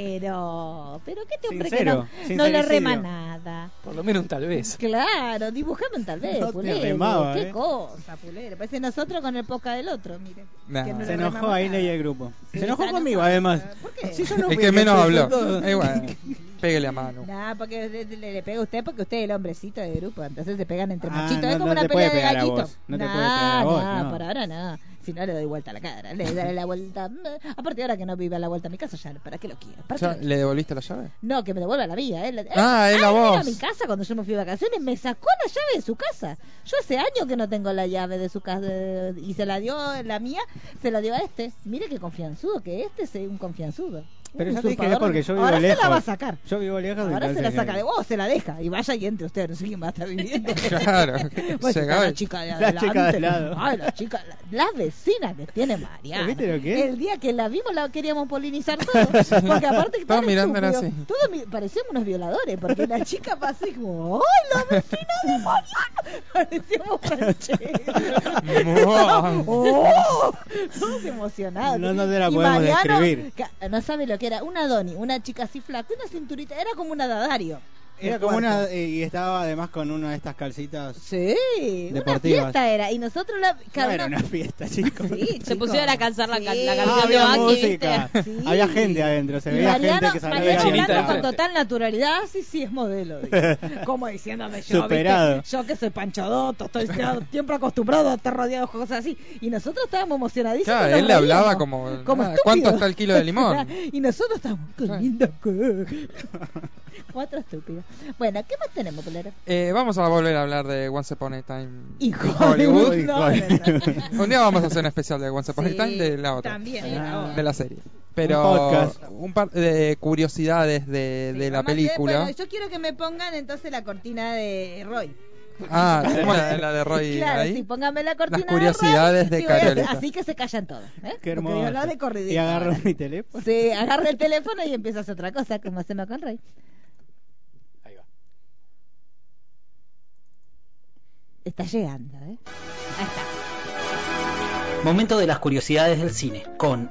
B: Pulero! Pero qué te hombre
G: Sincero,
B: que no, no le
G: sincericidio.
B: rema nada.
G: Por lo menos un tal vez.
B: Claro, dibujame tal vez,
G: No te
B: Pulero.
G: remaba,
B: qué
G: eh.
B: cosa, Pulero. Parece nosotros con el poca del otro, mire.
D: Nah.
B: Que no
E: Se
B: le
E: enojó
B: remamos
E: ahí
B: nada.
E: leí el grupo.
B: Sí,
E: Se enojó
B: está
E: conmigo,
B: enojado.
E: además.
B: ¿Por qué?
E: Sí, yo no
D: el
E: fui
D: que menos
E: fui
D: habló.
E: todo.
D: Eh, bueno, pégale a mano.
B: Nah, porque le, le- le pega a usted porque usted es el hombrecito de grupo, entonces se pegan entre
E: Ah,
B: machitos,
E: no-
B: es como
E: no
B: una
E: te
B: pelea
E: puede
B: de
E: pegar a
B: gallitos.
E: vos, no te puede pegar a vos, no.
B: por ahora no. Si no le doy vuelta a la cara, le doy la vuelta. Aparte ahora que no vive a la vuelta a mi casa ya, ¿para qué lo quiero? ¿Para qué
D: ¿Ya
B: lo
D: ¿Le devolviste la llave?
B: No, que me devuelva la mía. ¿eh? La-
D: Ah, es la
B: él vino
D: voz.
B: a mi casa cuando yo me fui de vacaciones, me sacó la llave de su casa. Yo hace años que no tengo la llave de su casa eh, y se la dio la mía, se la dio a este. Mire qué confianzudo que este es un confianzudo.
E: Pero
B: Un
E: ya te dije que
B: usurpador.
E: es porque yo vivo
B: Ahora
E: lejos.
B: se la va a sacar.
E: Yo vivo lejos.
B: Ahora
E: entonces
B: se la
E: que-
B: saca de vos, se la deja y vaya y entre usted, no sé quién va a estar viviendo.
D: Claro.
B: Pues
D: Se
B: está
D: acaba
B: la
D: el-
B: chica de
D: La
B: adelante.
D: chica de lado.
B: Ay, la chica, la- las vecinas que tiene Mariana.
D: ¿Viste lo que es?
B: El día que la vimos la queríamos polinizar todos. Porque aparte que
D: Todos
B: tan
D: mirándola
B: estúpidos,
D: así.
B: Todos mi- parecíamos unos violadores, porque la chica pasó y como, ¡ay, los vecinos de Mariana! Parecíamos franceses. ¡Oh! Todos emocionados.
E: No, no te la
B: Y
E: podemos
B: Mariano,
E: describir.
B: ca- No sabe lo que era. Una Doni, una chica así flaca, una cinturita, era como una Dadario.
E: Era
B: de
E: como
B: cuerpo.
E: una. eh, Y estaba además con una de estas calcitas.
B: Sí, una
E: Deportivas.
B: fiesta era. Y nosotros la.
E: No
B: cada
E: era
B: una-
E: una fiesta, chicos. Ah,
B: Sí,
F: Se
B: chicos.
F: pusieron a cansar la, can- la
B: Sí.
F: canción de
E: había
F: Baki,
E: música.
F: ¿viste?
E: Había gente adentro. Se
B: Y
E: veía
B: Mariano,
E: gente que salía
B: Mariano
E: de la
B: hablando con
E: fiesta.
B: total naturalidad, sí, sí, es modelo. dice. Como diciéndome yo,
E: Superado.
B: ¿viste? yo que soy panchadoto, estoy ya- siempre acostumbrado a estar rodeado de cosas así. Y nosotros estábamos emocionadísimos.
D: Claro,
B: y nos
D: él le
B: reíamos.
D: hablaba como,
B: como
D: ah,
B: estúpido.
D: ¿cuánto está el kilo de limón?
B: y nosotros estábamos, qué lindo que... Cuatro estúpidos. Bueno, ¿qué más tenemos, Polero?
D: Eh, vamos a volver a hablar de Once Upon a Time
B: Y
D: Hollywood.
B: Hollywood, no,
D: un día vamos a hacer un especial de Once Upon a Time de la otra.
B: También, la otra.
D: De la serie. Pero
E: Un podcast.
D: un par de curiosidades de, de la
B: Además,
D: película.
B: bueno, yo quiero que me pongan entonces la cortina de Roy.
D: Ah, ¿cómo la, la de Roy
B: claro,
D: ahí?
B: sí, póngame la cortina
D: Las curiosidades
B: de, Roy,
D: de
B: y voy a-
D: Carolita.
B: Así que se callan todos. ¿eh?
E: Qué
B: Porque voy a hablar
E: hermoso.
B: de corridito.
E: Y agarro mi teléfono.
B: Sí, agarra el teléfono y empiezas otra cosa, como hacemos con Roy.
G: Ahí va.
B: Está llegando, ¿eh? Ahí está.
M: Momento de las curiosidades del cine con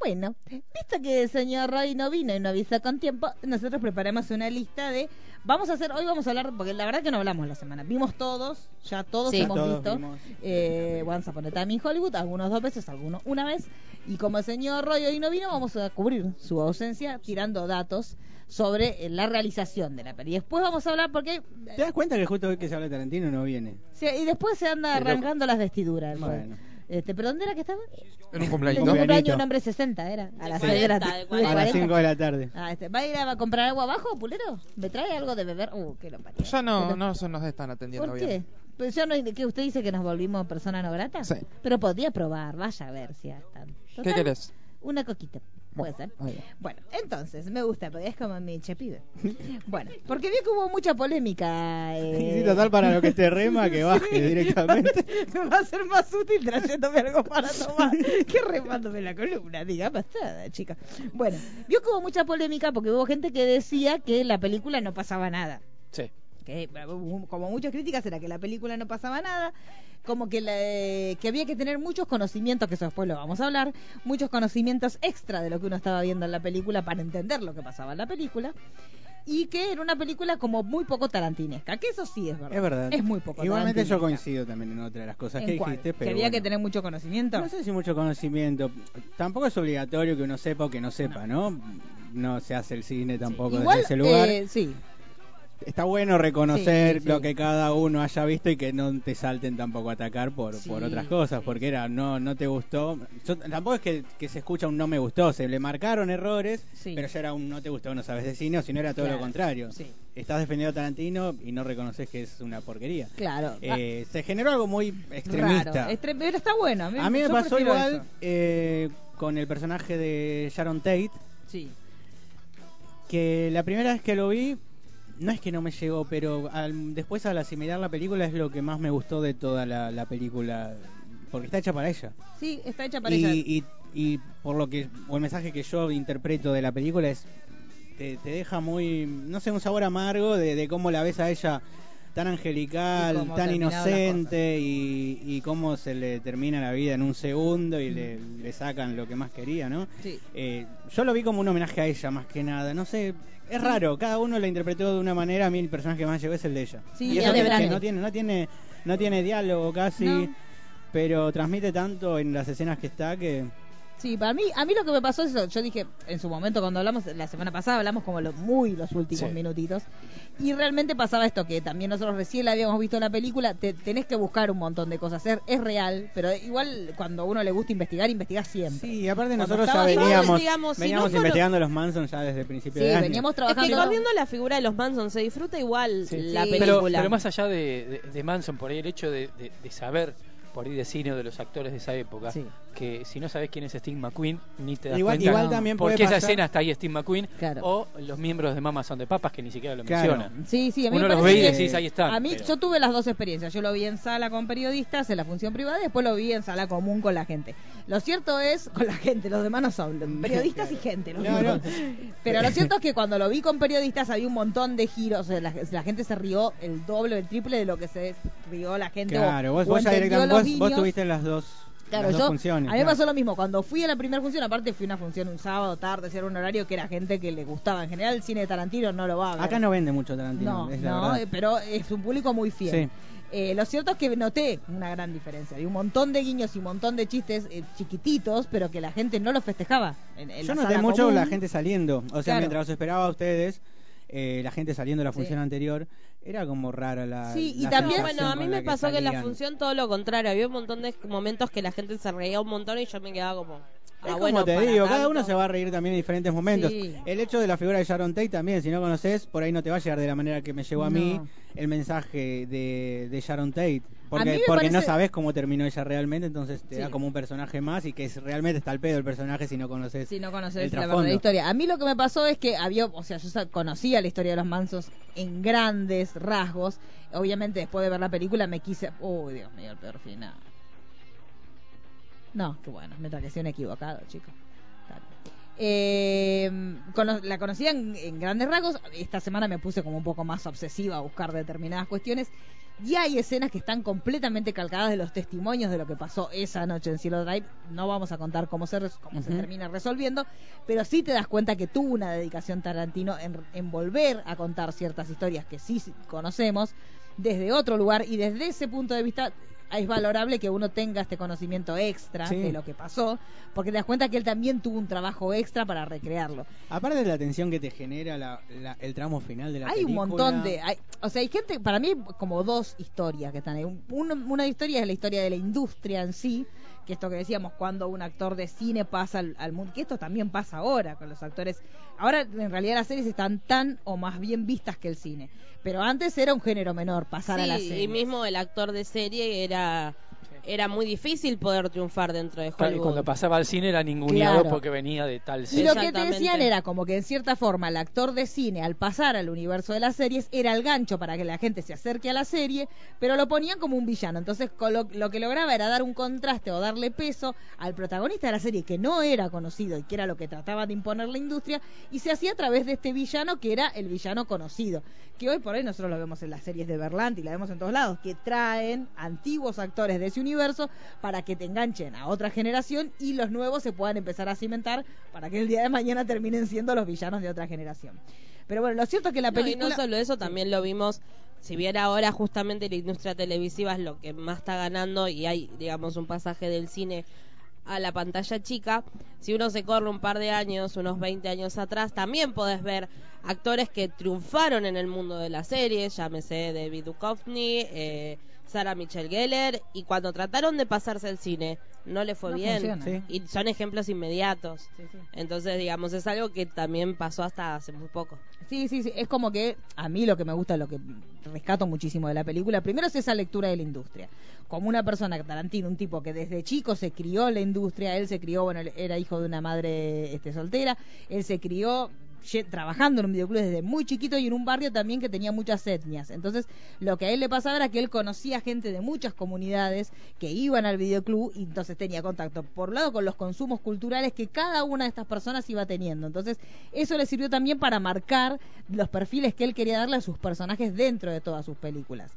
B: Bueno, visto que el señor Roy no vino y no avisó con tiempo, nosotros preparamos una lista de. Vamos a hacer, hoy vamos a hablar, porque la verdad que no hablamos la semana. Vimos todos, ya todos
N: Sí.
B: hemos
N: Todos
B: visto
N: vimos.
B: eh, Once Upon a Time in Hollywood, algunos dos veces, algunos una vez. Y como el señor Roy hoy no vino, vamos a cubrir su ausencia tirando datos sobre eh, la realización de la peli. Después vamos a hablar porque eh,
E: ¿Te das cuenta que justo hoy que se habla de Tarantino no viene?
B: se- y después se anda
E: Pero-
B: arrancando las vestiduras. el Roy.
E: Bueno.
B: Este, ¿Pero dónde era que estaba?
D: En un
B: Tenía
D: cumpleaños.
B: un cumpleaños, un hombre 60 era. A las 6 de la tarde.
E: A las 5 de la tarde.
B: Ah, este, ¿Va a ir a comprar agua abajo, Pulero? ¿Me trae algo de beber? Uh, qué lomparía.
D: Ya no, no se nos están atendiendo
B: ¿Por
D: bien.
B: qué? Pues ya no, hay- ¿qué, ¿Usted dice que nos volvimos personas no gratas?
D: Sí.
B: Pero podría probar, vaya a ver si hasta.
D: ¿Qué
B: Total,
D: querés?
B: Una coquita. Puede ser.
D: Ahí va.
B: Bueno, entonces, me gusta, porque es como mi chepibe. Bueno, porque vi que hubo mucha polémica. eh.
E: Sí, total, para lo que te rema, que baje
B: Sí.
E: directamente.
B: Me va a ser más útil trayéndome algo para tomar que remándome la columna, diga bastada, chica. Bueno, vio que hubo mucha polémica porque hubo gente que decía que en la película no pasaba nada.
G: Sí.
B: Que, hubo como muchas críticas era que la película no pasaba nada, como que, la, eh, que había que tener muchos conocimientos, que eso después lo vamos a hablar, muchos conocimientos extra de lo que uno estaba viendo en la película para entender lo que pasaba en la película. Y que era una película como muy poco tarantinesca, que eso sí es verdad.
E: Es verdad.
B: Es muy poco
E: Igualmente yo
B: tarantinesca.
E: coincido también en otra de las cosas
B: ¿En
E: que
B: cuál?
E: dijiste, pero
B: que había que
E: bueno.
B: tener mucho conocimiento.
E: No sé si mucho conocimiento. Tampoco es obligatorio que uno sepa o que no sepa, ¿no? No se hace el cine tampoco
B: Igual,
E: desde ese lugar.
B: eh, sí.
E: Está bueno reconocer
B: Sí, sí,
E: lo
B: sí.
E: que cada uno haya visto y que no te salten tampoco a atacar por,
B: Sí,
E: por otras cosas, porque era no no te gustó. Yo- tampoco es que, que se escucha un no me gustó, se le marcaron errores,
B: Sí.
E: pero ya era un no te gustó, no sabes de cine, o si no era todo
B: Claro,
E: lo contrario.
B: sí.
E: Estás defendiendo a Tarantino y no reconoces que es una porquería.
B: Claro. Ah,
E: Eh, se generó algo muy extremista.
B: Raro. Estre- Pero está bueno. A mí,
E: A mí me
B: yo
E: pasó
B: prefiero
E: igual
B: eso.
E: eh, con el personaje de Sharon Tate,
B: Sí.
E: que la primera vez que lo vi, no es que no me llegó, pero al- después al asimilar la película es lo que más me gustó de toda la, la película, porque está hecha para ella.
B: Sí, está hecha para
E: y,
B: ella.
E: y- y por lo que, o el mensaje que yo interpreto de la película es, te, te deja muy, no sé, un sabor amargo de, de cómo la ves a ella tan
B: Y
E: angelical,
B: cómo
E: tan
B: terminaron las
E: inocente y, y cómo se le termina la vida en un segundo y le, le sacan lo que más quería, ¿no?
B: Sí.
E: Eh, yo lo vi como un homenaje a ella más que nada, no sé, es raro, cada uno la interpretó de una manera, a mí el personaje que más llegó es el de ella.
B: Sí,
E: y eso
B: es
E: que,
B: grande.
E: que no tiene, no tiene, no tiene diálogo casi,
B: No.
E: pero transmite tanto en las escenas que está que
B: Sí, para mí, a mí lo que me pasó es eso. Yo dije, en su momento cuando hablamos, la semana pasada hablamos como lo- muy los últimos
E: Sí.
B: minutitos. Y realmente pasaba esto, que también nosotros recién la habíamos visto en la película, te, tenés que buscar un montón de cosas. Es, es real, pero igual cuando a uno le gusta investigar, investigás siempre.
E: Sí, y aparte
B: Cuando
E: nosotros ya
B: estaba yo,
E: veníamos,
F: digamos, si
E: veníamos
F: no cono-
E: investigando los Manson ya desde el principio
B: Sí,
E: de año.
B: veníamos
F: Es que
B: trabajando.
F: corriendo la figura de los Manson se disfruta igual la
B: Sí.
F: película.
G: Pero, pero más allá de, de- de Manson, por ahí el hecho de, de- de saber por ahí de cine o de los actores de esa época,
B: Sí.
G: que si no sabes quién es Steve McQueen, ni te das
E: Igual-
G: cuenta
E: igual también
G: por
E: puede
G: qué esa
E: pasar-
G: escena está ahí Steve McQueen
B: Claro.
G: o los miembros de Mamas son de papas que ni siquiera lo
E: Claro.
G: mencionan.
B: Sí, sí, a mí
G: Uno
B: me
G: los ve
B: parece
G: y
B: que-
G: decís, ahí están.
B: A mí,
G: pero-
B: yo tuve las dos experiencias. Yo lo vi en sala con periodistas, en la función privada, y después lo vi en sala común con la gente. Lo cierto es, con la gente, los demás no son periodistas y gente. los
E: No,
B: demás.
E: no.
B: Pero lo cierto es que cuando lo vi con periodistas había un montón de giros. eh, La, la gente se rió el doble, el triple de lo que se rió la gente. o-
E: Claro, vos,
B: o
E: vos ya
B: entendió
E: directamente
B: los
E: vos, vos
B: guiños.
E: tuviste las dos,
B: Claro,
E: las dos
B: yo,
E: funciones.
B: a mí me
E: claro.
B: pasó lo mismo. Cuando fui a la primera función, aparte fui a una función un sábado tarde, si era un horario que era gente que le gustaba. En general, el cine de Tarantino no lo va a ver.
E: Acá no vende mucho Tarantino,
B: No,
E: es la
B: no,
E: verdad.
B: eh, pero es un público muy fiel.
E: Sí.
B: Eh, lo cierto es que noté una gran diferencia. Había un montón de guiños y un montón de chistes eh, chiquititos, pero que la gente no los festejaba. En, en
E: Yo
B: la
E: noté
B: sala
E: mucho
B: común.
E: la gente saliendo. O sea,
B: Claro.
E: mientras os esperaba a ustedes, eh, la gente saliendo de la
B: Sí.
E: función anterior, era como rara la.
B: Sí, y
E: la
B: también-
F: No,
E: sensación
F: bueno, a mí
E: con
F: me
E: la
F: pasó que en la
E: salían.
F: función todo lo contrario. Había un montón de momentos que la gente se reía un montón y yo me quedaba como.
E: Es
F: Ah,
E: como
F: bueno,
E: te
F: para
E: digo, cada
F: tanto.
E: uno se va a reír también en diferentes momentos.
F: Sí.
E: El hecho de la figura de Sharon Tate también, si no conoces, por ahí no te va a llegar de la manera que me llegó a mí
B: No.
E: el mensaje de, de Sharon Tate.
B: A mí
E: Porque,
B: me
E: porque no
B: parece-
E: sabes cómo terminó ella realmente, entonces te
B: Sí.
E: da como un personaje más y que es- realmente está al pedo el personaje si no conoces.
B: Si no
E: el
B: conoces la
E: trasfondo.
B: verdadera historia. A mí lo que me pasó es que había, o sea, yo sa- conocía la historia de los Mansos en grandes rasgos. Obviamente, después de ver la película, me quise. Uy, Dios mío, el peor final. No, qué bueno, me pareció un equivocado, chicos. Eh, cono- la conocía en, en grandes rasgos. Esta semana me puse como un poco más obsesiva a buscar determinadas cuestiones. Y hay escenas que están completamente calcadas de los testimonios de lo que pasó esa noche en Cielo Drive. No vamos a contar cómo se, res- cómo se
N: Ujú.
B: termina resolviendo, pero sí te das cuenta que tuvo una dedicación Tarantino en, en volver a contar ciertas historias que sí conocemos desde otro lugar y desde ese punto de vista es valorable que uno tenga este conocimiento extra
E: Sí.
B: de lo que pasó, porque te das cuenta que él también tuvo un trabajo extra para recrearlo.
E: Aparte de la tensión que te genera la- la- el tramo final de la
B: hay un
E: película.
B: montón de... hay- o sea, hay gente, para mí, como dos historias que están ahí. Un- una- una historia es la historia de la industria en sí, que esto que decíamos, cuando un actor de cine pasa al, al mundo, que esto también pasa ahora con los actores. Ahora, en realidad, las series están tan o más bien vistas que el cine. Pero antes era un género menor pasar a la
F: Sí,
B: serie.
F: y mismo el actor de serie era era muy difícil poder triunfar dentro de
G: Claro, y
F: Hollywood.
G: cuando pasaba al cine era ninguneado
B: Claro.
G: porque venía de tal
B: Y
G: serie.
B: lo que te decían era como que en cierta forma el actor de cine al pasar al universo de las series era el gancho para que la gente se acerque a la serie, pero lo ponían como un villano. Entonces con lo, lo que lograba era dar un contraste o darle peso al protagonista de la serie que no era conocido y que era lo que trataba de imponer la industria y se hacía a través de este villano que era el villano conocido, que hoy por hoy nosotros lo vemos en las series de Berlanti, la vemos en todos lados, que traen antiguos actores de ese universo para que te enganchen a otra generación y los nuevos se puedan empezar a cimentar para que el día de mañana terminen siendo los villanos de otra generación. Pero bueno, lo cierto es que la
F: No,
B: película...
F: Y no solo eso, también lo vimos, si bien ahora justamente la industria televisiva es lo que más está ganando y hay, digamos, un pasaje del cine a la pantalla chica, si uno se corre un par de años, unos 20 años atrás, también podés ver actores que triunfaron en el mundo de la serie, llámese David Duchovny, eh, Sarah Michelle Geller, y cuando trataron de pasarse al cine, no le fue
B: No
F: bien.
B: funciona. Sí.
F: Y son ejemplos inmediatos. Entonces, digamos, es algo que también pasó hasta hace muy poco.
B: Sí, sí, sí. Es como que a mí lo que me gusta, lo que rescato muchísimo de la película, primero es esa lectura de la industria. Como una persona, Tarantino, un tipo que desde chico se crió en la industria, él se crió, bueno, él era hijo de una madre este, soltera, él se crió ye- trabajando en un videoclub desde muy chiquito y en un barrio también que tenía muchas etnias. Entonces, lo que a él le pasaba era que él conocía gente de muchas comunidades que iban al videoclub y entonces tenía contacto, por un lado, con los consumos culturales que cada una de estas personas iba teniendo. Entonces, eso le sirvió también para marcar los perfiles que él quería darle a sus personajes dentro de todas sus películas.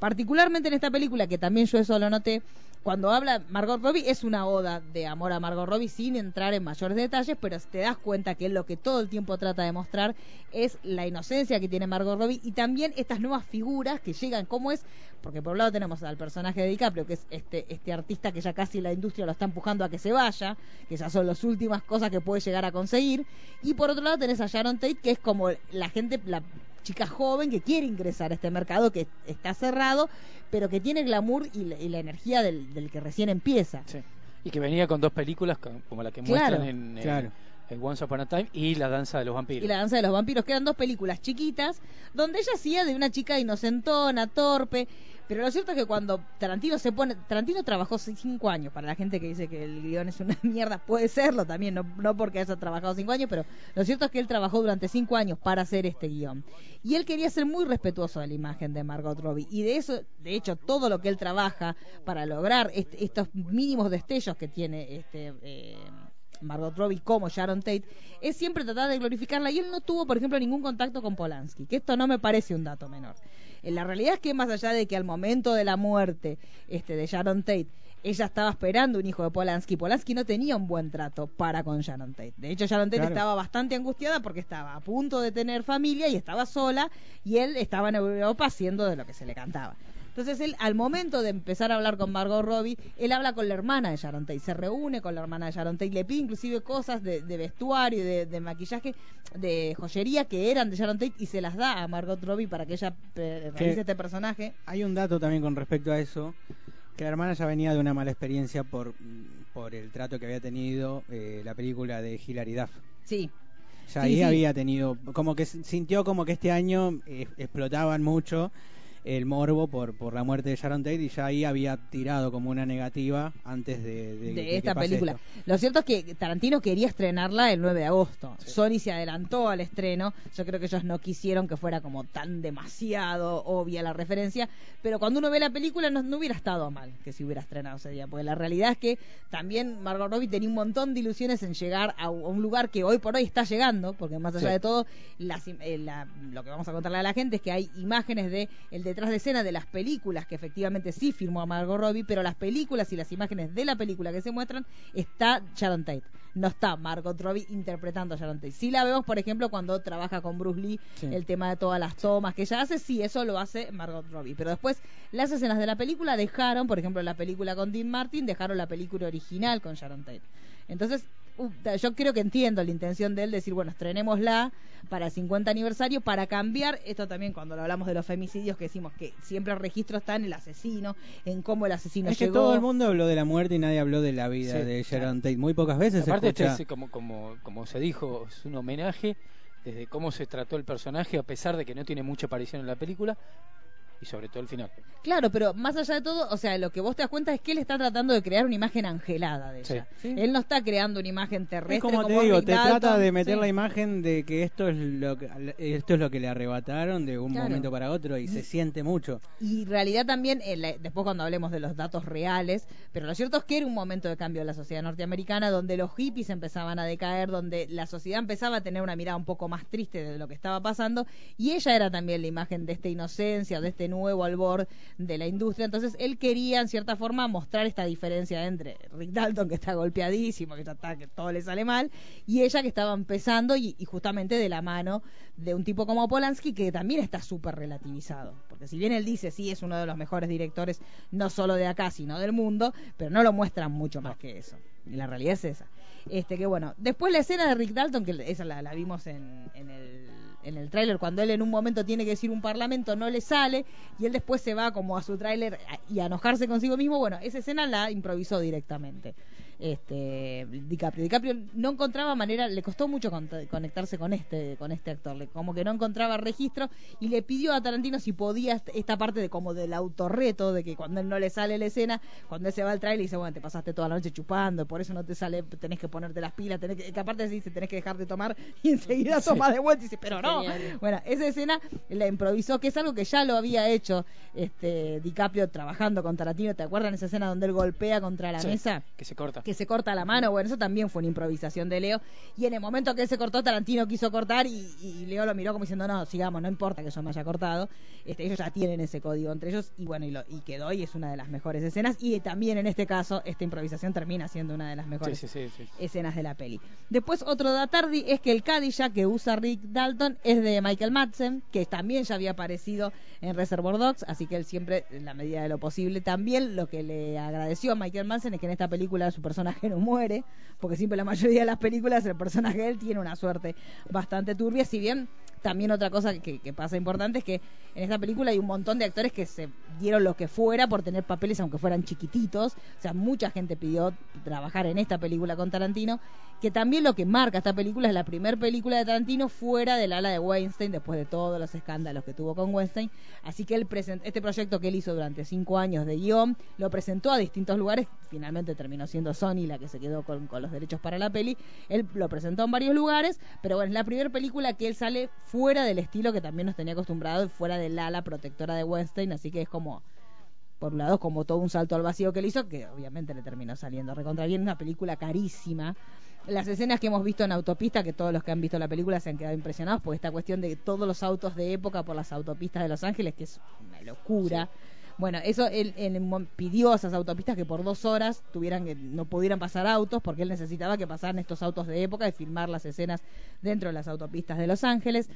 B: Particularmente en esta película, que también yo eso lo noté, cuando habla Margot Robbie, es una oda de amor a Margot Robbie sin entrar en mayores detalles, pero te das cuenta que lo que todo el tiempo trata de mostrar es la inocencia que tiene Margot Robbie y también estas nuevas figuras que llegan, como es, porque por un lado tenemos al personaje de DiCaprio, que es este, este artista que ya casi la industria lo está empujando a que se vaya, que ya son las últimas cosas que puede llegar a conseguir, y por otro lado tenés a Sharon Tate, que es como la gente, la chica joven que quiere ingresar a este mercado que está cerrado, pero que tiene el glamour y la, y la energía del, del que recién empieza.
G: Y que venía con dos películas co- como la que
B: Claro.
G: muestran en, eh,
B: Claro.
G: en Once Upon a Time y La Danza de los Vampiros.
B: Y la danza de los vampiros, que eran dos películas chiquitas, donde ella hacía de una chica inocentona, torpe. Pero lo cierto es que cuando Tarantino se pone. Tarantino trabajó cinco años. Para la gente que dice que el guión es una mierda, puede serlo también, no, no porque haya trabajado cinco años, pero lo cierto es que él trabajó durante cinco años para hacer este guión. Y él quería ser muy respetuoso de la imagen de Margot Robbie. Y de eso, de hecho, todo lo que él trabaja para lograr est- estos mínimos destellos que tiene este. eh, Margot Robbie como Sharon Tate, es siempre tratar de glorificarla y él no tuvo, por ejemplo, ningún contacto con Polanski, que esto no me parece un dato menor. Eh, La realidad es que más allá de que al momento de la muerte este, de Sharon Tate, ella estaba esperando un hijo de Polanski, Polanski no tenía un buen trato para con Sharon Tate. De hecho, Sharon Tate
N: Claro.
B: estaba bastante angustiada porque estaba a punto de tener familia y estaba sola y él estaba en Europa haciendo de lo que se le cantaba. Entonces él, al momento de empezar a hablar con Margot Robbie, él habla con la hermana de Sharon Tate, se reúne con la hermana de Sharon Tate, le pide inclusive cosas de, de vestuario, de, de maquillaje, de joyería que eran de Sharon Tate y se las da a Margot Robbie para que ella eh, realice este personaje.
E: Hay un dato también con respecto a eso, que la hermana ya venía de una mala experiencia por, por el trato que había tenido eh, la película de Hilary Duff.
B: Sí.
E: Ya
B: Sí,
E: ahí
B: sí.
E: había tenido, como que s- sintió como que este año eh, explotaban mucho el morbo por, por la muerte de Sharon Tate y ya ahí había tirado como una negativa antes de, de- de
B: de
E: que
B: esta
E: pase
B: película.
E: esto.
B: Lo cierto es que Tarantino quería estrenarla el 9 de agosto. Sony se adelantó al estreno. Yo creo que ellos no quisieron que fuera como tan demasiado obvia la referencia. Pero cuando uno ve la película, no, no hubiera estado mal que se hubiera estrenado ese día. Porque la realidad es que también Margot Robbie tenía un montón de ilusiones en llegar a u- a un lugar que hoy por hoy está llegando. Porque más allá
N: Sí.
B: de todo, las im- eh, la- lo que vamos a contarle a la gente es que hay imágenes de el detrás de escena de las películas que efectivamente sí firmó a Margot Robbie, pero las películas y las imágenes de la película que se muestran está Sharon Tate. No está Margot Robbie interpretando a Sharon Tate. Sí la vemos, por ejemplo, cuando trabaja con Bruce Lee,
N: Sí.
B: el tema de todas las tomas que ella hace, sí, eso lo hace Margot Robbie. Pero después las escenas de la película dejaron, por ejemplo, la película con Dean Martin, dejaron la película original con Sharon Tate. Entonces, u- ta- yo creo que entiendo la intención de él decir, bueno, estrenémosla para el 50 aniversario, para cambiar, esto también cuando lo hablamos de los femicidios, que decimos que siempre el registro está en el asesino, en cómo el asesino
E: es que
B: llegó.
E: todo el mundo habló de la muerte y nadie habló de la vida
G: Sí,
E: de Sharon Tate. Muy pocas veces se
G: Aparte, este
E: escucha.
G: es, como, como, como se dijo, es un homenaje desde cómo se trató el personaje, a pesar de que no tiene mucha aparición en la película, y sobre todo el final.
B: Claro, pero más allá de todo, o sea, lo que vos te das cuenta es que él está tratando de crear una imagen angelada de ella. Él no está creando una imagen terrestre.
E: Es como te
B: Rick
E: digo, te
B: Dalton.
E: trata de meter
B: Sí.
E: la imagen de que esto es lo que esto es lo que le arrebataron de un
B: Claro.
E: momento para otro y se siente mucho.
B: Y en realidad también, eh, la- después cuando hablemos de los datos reales, pero lo cierto es que era un momento de cambio de la sociedad norteamericana donde los hippies empezaban a decaer, donde la sociedad empezaba a tener una mirada un poco más triste de lo que estaba pasando y ella era también la imagen de esta inocencia, de este nuevo albor de la industria. Entonces él quería, en cierta forma, mostrar esta diferencia entre Rick Dalton, que está golpeadísimo, que ya está, que todo le sale mal, y ella que estaba empezando y, y justamente de la mano de un tipo como Polanski que también está súper relativizado. Porque si bien él dice, sí, es uno de los mejores directores, no solo de acá, sino del mundo, pero no lo muestran mucho más que eso. Y la realidad es esa. Este, que bueno, después la escena de Rick Dalton, que esa la, la vimos en, en el, en el tráiler, cuando él en un momento tiene que decir un parlamento, no le sale, y él después se va como a su tráiler a- y a enojarse consigo mismo, bueno, esa escena la improvisó directamente. Este, DiCaprio. DiCaprio no encontraba manera, le costó mucho cont- conectarse con este, con este actor, le- como que no encontraba registro y le pidió a Tarantino si podía est- esta parte de como del autorreto, de que cuando él no le sale la escena, cuando él se va al trailer y dice, bueno, te pasaste toda la noche chupando, por eso no te sale, tenés que ponerte las pilas, tenés que, que aparte dice, tenés que dejar de tomar y enseguida
N: Sí.
B: tomás de vuelta y dice, pero no.
N: Genial.
B: Bueno, esa escena la improvisó, que es algo que ya lo había hecho este DiCaprio trabajando con Tarantino, ¿te acuerdan esa escena donde él golpea contra la
G: Sí,
B: mesa?
G: Que se corta.
B: que se corta la mano, bueno, eso también fue una improvisación de Leo. Y en el momento que él se cortó, Tarantino quiso cortar y, y Leo lo miró como diciendo, no, sigamos, no importa que yo me haya cortado. Este, ellos ya tienen ese código entre ellos y bueno, y, lo- y quedó y es una de las mejores escenas. Y también en este caso, esta improvisación termina siendo una de las mejores
G: Sí, sí, sí, sí.
B: escenas de la peli. Después otro datardi es que el Cadillac que usa Rick Dalton es de Michael Madsen, que también ya había aparecido en Reservoir Dogs, así que él siempre en la medida de lo posible también lo que le agradeció a Michael Madsen es que en esta película su personaje no muere, porque siempre la mayoría de las películas el personaje de él tiene una suerte bastante turbia, si bien también otra cosa que, que pasa importante es que en esta película hay un montón de actores que se dieron lo que fuera por tener papeles aunque fueran chiquititos. O sea, mucha gente pidió trabajar en esta película con Tarantino, que también lo que marca esta película es la primera película de Tarantino fuera del ala de Weinstein, después de todos los escándalos que tuvo con Weinstein. Así que él presen- este proyecto que él hizo durante cinco años de guión, lo presentó a distintos lugares, finalmente terminó siendo Sony la que se quedó con, con los derechos para la peli, él lo presentó en varios lugares, pero bueno, es la primera película que él sale fuera del estilo que también nos tenía acostumbrado, fuera del ala protectora de Weinstein, así que es como por un lado como todo un salto al vacío que él hizo, que obviamente le terminó saliendo recontra bien, una película carísima. Las escenas que hemos visto en autopista, que todos los que han visto la película se han quedado impresionados por esta cuestión de todos los autos de época por las autopistas de Los Ángeles, que es una locura. Bueno, eso él, él mo- pidió a esas autopistas que por dos horas tuvieran que no pudieran pasar autos porque él necesitaba que pasaran estos autos de época y filmar las escenas dentro de las autopistas de Los Ángeles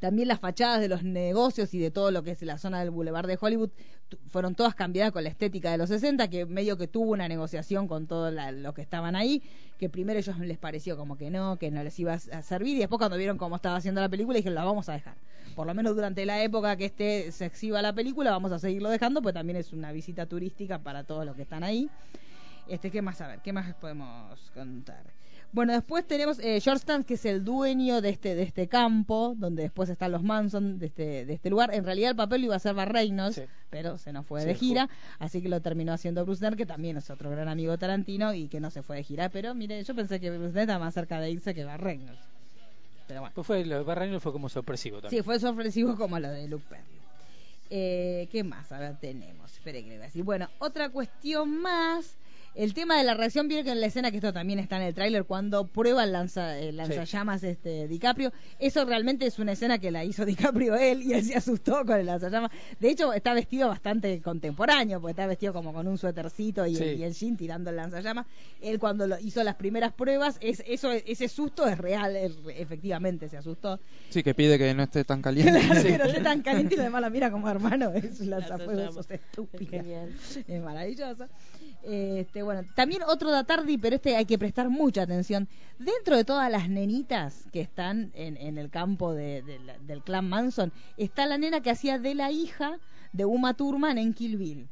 B: también las fachadas de los negocios y de todo lo que es la zona del Boulevard de Hollywood tu- fueron todas cambiadas con la estética de los 60, que medio que tuvo una negociación con todos los que estaban ahí, que primero ellos les pareció como que no, que no les iba a s- a servir, y después cuando vieron cómo estaba haciendo la película, dijeron, la vamos a dejar. Por lo menos durante la época que esté se exhiba la película, vamos a seguirlo dejando, pues también es una visita turística para todos los que están ahí. Este, ¿qué más? A ver, ¿qué más podemos contar? Bueno, después tenemos eh, Georgetown, que es el dueño de este, de este campo, donde después están los Manson de este, de este lugar. En realidad el papel lo iba a hacer Bar Reynolds, pero se nos fue
N: Sí,
B: de
N: ju-
B: gira, así que lo terminó haciendo Bruce Dern, que también es otro gran amigo de Tarantino y que no se fue de gira. Pero mire, yo pensé que Bruce Dern estaba más cerca de irse que Bar Reynolds.
G: Pues fue, lo de Burt Reynolds fue como sorpresivo también.
B: Sí, fue sorpresivo como lo de Luke Perry. Eh, ¿Qué más? A ver, tenemos. Espere que le voy a decir. Bueno, otra cuestión más. El tema de la reacción, vieron que en la escena, que esto también está en el tráiler, cuando prueba el, lanza, el lanzallamas este, DiCaprio, eso realmente es una escena que la hizo DiCaprio él y él se asustó con el lanzallamas. De hecho, está vestido bastante contemporáneo, porque está vestido como con un suétercito y,
N: Sí.
B: el, y el jean tirando el lanzallamas. Él cuando lo hizo las primeras pruebas, es, eso, ese susto es real, él efectivamente se asustó.
D: Sí, que pide que no esté tan caliente.
B: Claro, que no esté tan caliente y lo demás la mira como hermano. Es un lanzafuegos, sos estúpida. Es maravilloso. Este, bueno, también otro Datardi, pero este hay que prestar mucha atención. Dentro de todas las nenitas que están en, en el campo de- de la- del clan Manson, está la nena que hacía de la hija de Uma Thurman en Kill Bill.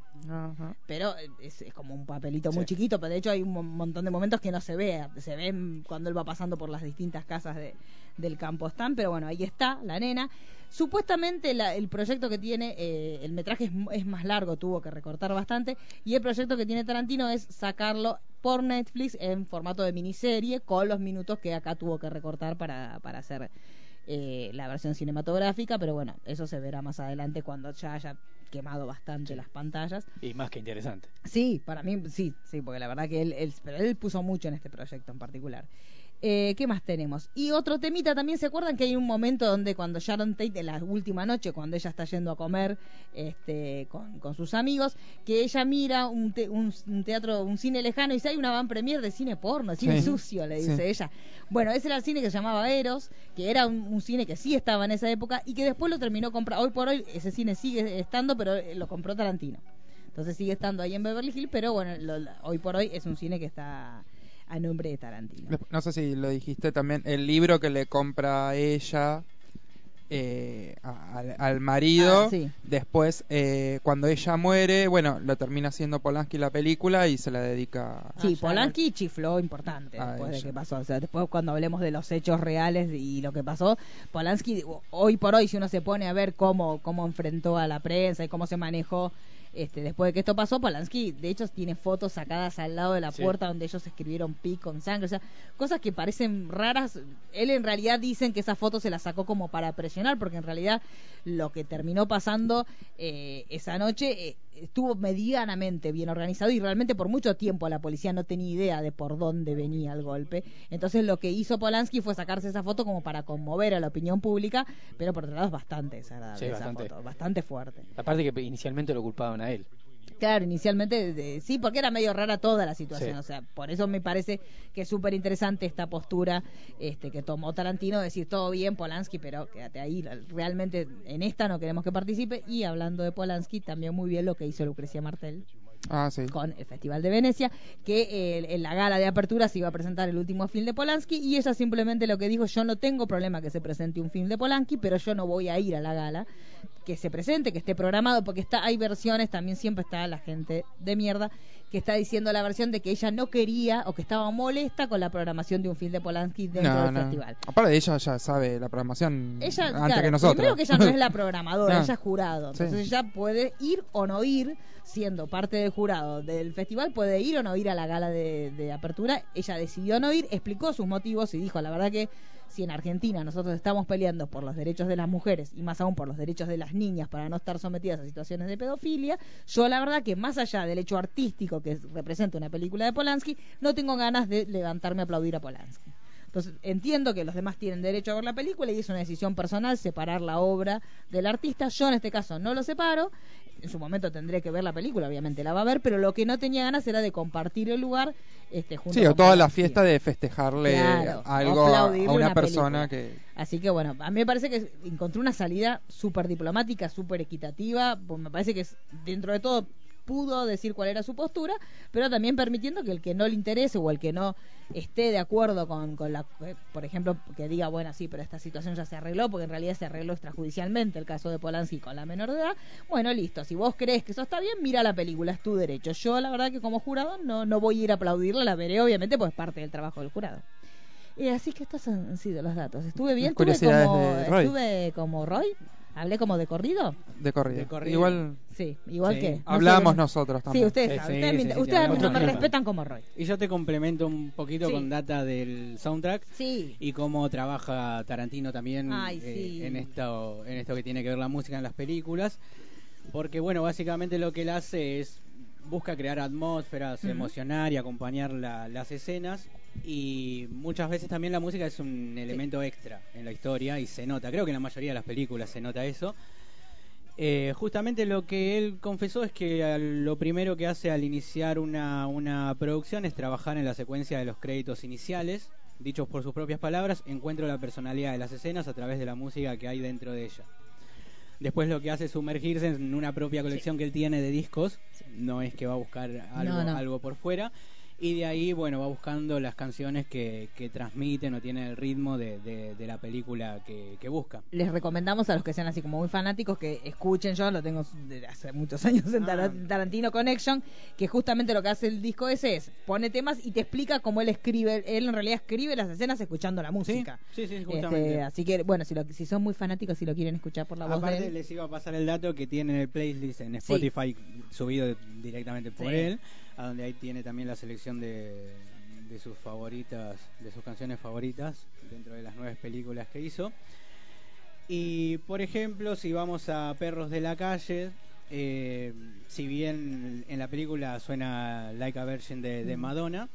B: Pero eh, es, es como un papelito muy chiquito, pero de hecho hay un mon- montón de momentos que no se ve, se ven cuando él va pasando por las distintas casas de, del campo Stan, pero bueno, ahí está la nena. Supuestamente la- el proyecto que tiene, eh, el metraje es, mu- es más largo, tuvo que recortar bastante, y el proyecto que tiene Tarantino es sacarlo por Netflix en formato de miniserie, con los minutos que acá tuvo que recortar para, para hacer eh, la versión cinematográfica, pero bueno, eso se verá más adelante cuando ya haya quemado bastante las pantallas.
G: Y más que interesante.
B: Sí, para mí sí, sí, porque la verdad que él, él- pero él puso mucho en este proyecto en particular. Eh, ¿Qué más tenemos? Y otro temita, también se acuerdan que hay un momento donde cuando Sharon Tate, en la última noche, cuando ella está yendo a comer este, con, con sus amigos, que ella mira un, te- un- un teatro, un cine lejano y dice, hay una van premier de cine porno, cine
N: Sí.
B: sucio, le
N: Sí.
B: dice ella. Bueno, ese era el cine que se llamaba Eros, que era un, un cine que sí estaba en esa época y que después lo terminó comprando. Hoy por hoy ese cine sigue estando, pero eh, lo compró Tarantino. Entonces sigue estando ahí en Beverly Hills, pero bueno, lo- lo- hoy por hoy es un cine que está a nombre de Tarantino.
D: Desp- No sé si lo dijiste también, el libro que le compra a ella eh, a- al, al marido.
B: Ah, sí.
D: Después, eh, cuando ella muere, bueno, lo termina haciendo Polanski la película y se la dedica.
B: Sí, Polanski chifló importante
D: Ah,
B: después de
D: ella.
B: que pasó. O sea, después cuando hablemos de los hechos reales y lo que pasó, Polanski o- hoy por hoy, si uno se pone a ver cómo, cómo enfrentó a la prensa y cómo se manejó este, después de que esto pasó, Polanski de hecho tiene fotos sacadas al lado de la
N: Sí.
B: puerta donde ellos escribieron pi con sangre. O sea, cosas que parecen raras. Él en realidad dicen que esa foto se la sacó como para presionar, porque en realidad lo que terminó pasando eh, esa noche eh, estuvo medianamente bien organizado y realmente por mucho tiempo la policía no tenía idea de por dónde venía el golpe. Entonces lo que hizo Polanski fue sacarse esa foto como para conmover a la opinión pública, pero por otro lado es bastante desagradable
G: Sí,
B: esa
G: bastante.
B: foto, bastante fuerte.
G: Aparte que inicialmente lo culpaban a él.
B: Claro, inicialmente de- sí, porque era medio rara toda la situación,
G: Sí.
B: o sea, por eso me parece que es súper interesante esta postura este, que tomó Tarantino, de decir todo bien Polanski, pero quédate ahí, la- realmente en esta no queremos que participe, y hablando de Polanski, también muy bien lo que hizo Lucrecia Martel
D: Ah, sí.
B: con el Festival de Venecia, que eh, en la gala de apertura se iba a presentar el último film de Polanski y ella simplemente lo que dijo, yo no tengo problema que se presente un film de Polanski, pero yo no voy a ir a la gala, que se presente, que esté programado, porque está hay versiones, también siempre está la gente de mierda que está diciendo la versión de que ella no quería o que estaba molesta con la programación de un film de Polanski dentro
D: No,
B: del
D: no.
B: festival.
D: Aparte, ella ya sabe la programación
B: Ella,
D: antes
B: claro,
D: que nosotros.
B: primero que ella no es la programadora,
D: No.
B: ella es jurado.
D: Sí.
B: Entonces ella puede ir o no ir, siendo parte del jurado del festival, puede ir o no ir a la gala de, de apertura. Ella decidió no ir, explicó sus motivos y dijo, la verdad que si en Argentina nosotros estamos peleando por los derechos de las mujeres y más aún por los derechos de las niñas para no estar sometidas a situaciones de pedofilia, yo la verdad que más allá del hecho artístico que representa una película de Polanski, no tengo ganas de levantarme a aplaudir a Polanski. Entonces, entiendo que los demás tienen derecho a ver la película y es una decisión personal separar la obra del artista. Yo en este caso no lo separo. En su momento tendré que ver la película, obviamente la va a ver, pero lo que no tenía ganas era de compartir el lugar este, junto
D: Sí, o
B: con
D: toda la
B: Polanski.
D: fiesta de festejarle
B: Claro,
D: algo
B: o
D: a, a
B: aplaudirle
D: una,
B: una
D: persona
B: película.
D: que.
B: Así que bueno, a mí me parece que encontró una salida súper diplomática, súper equitativa, pues me parece que es- dentro de todo pudo decir cuál era su postura, pero también permitiendo que el que no le interese o el que no esté de acuerdo con, con la, eh, por ejemplo, que diga, bueno, sí, pero esta situación ya se arregló, porque en realidad se arregló extrajudicialmente el caso de Polanski con la menor de edad, bueno, listo, si vos crees que eso está bien, mira la película, es tu derecho. Yo la verdad que como jurado no, no voy a ir a aplaudirla, la veré obviamente, pues parte del trabajo del jurado. Y así que estos han han sido los datos. Estuve bien,
D: Las
B: estuve
D: curiosidades
B: como,
D: de Roy.
B: estuve como Roy, hablé como de corrido.
D: De corrido.
B: De corrido.
D: Igual.
B: Sí, igual que- no sé,
D: Hablamos
B: bueno.
D: nosotros
B: Sí,
D: también.
B: ustedes
E: Sí,
B: saben, ustedes
E: sí,
B: me-
E: sí, sí,
B: ustedes
E: hablamos
B: me- me
E: nosotros.
B: respetan como Roy.
E: Y yo te complemento un poquito
B: Sí.
E: con data del soundtrack.
B: Sí.
E: Y cómo trabaja Tarantino también
B: Ay,
E: eh,
B: sí.
E: en esto en esto que tiene que ver la música en las películas. Porque bueno, básicamente lo que él hace es busca crear atmósferas,
B: Ujú.
E: emocionar y acompañar la- las escenas y muchas veces también la música es un elemento extra en la historia y se nota, creo que en la mayoría de las películas se nota eso. Eh, justamente lo que él confesó es que al- lo primero que hace al iniciar una, una producción es trabajar en la secuencia de los créditos iniciales. Dichos por sus propias palabras, encuentro la personalidad de las escenas a través de la música que hay dentro de ella. Después lo que hace es sumergirse en una propia colección que él tiene de discos. No es que va a buscar algo,
B: No, no.
E: algo por fuera. Y de ahí, bueno, va buscando las canciones que, que transmiten o tienen el ritmo de, de- de la película que- que busca.
B: Les recomendamos a los que sean así como muy fanáticos que escuchen, yo lo tengo desde hace muchos años
E: Ah.
B: en Tara- Tarantino Connection, que justamente lo que hace el disco ese es pone temas y te explica cómo él escribe, él en realidad escribe las escenas escuchando la música.
E: Sí, sí,
B: Este,
E: justamente.
B: así que, bueno, si, lo- si son muy fanáticos y lo quieren escuchar por la voz de
E: Aparte
B: él.
E: les iba a pasar el dato que tiene el playlist en Spotify subido directamente por
B: Sí.
E: él, a donde ahí tiene también la selección de, de sus favoritas, de sus canciones favoritas dentro de las nueve películas que hizo. Y por ejemplo, si vamos a Perros de la calle, eh, si bien en la película suena Like a Virgin de, de
K: Mm.
E: Madonna,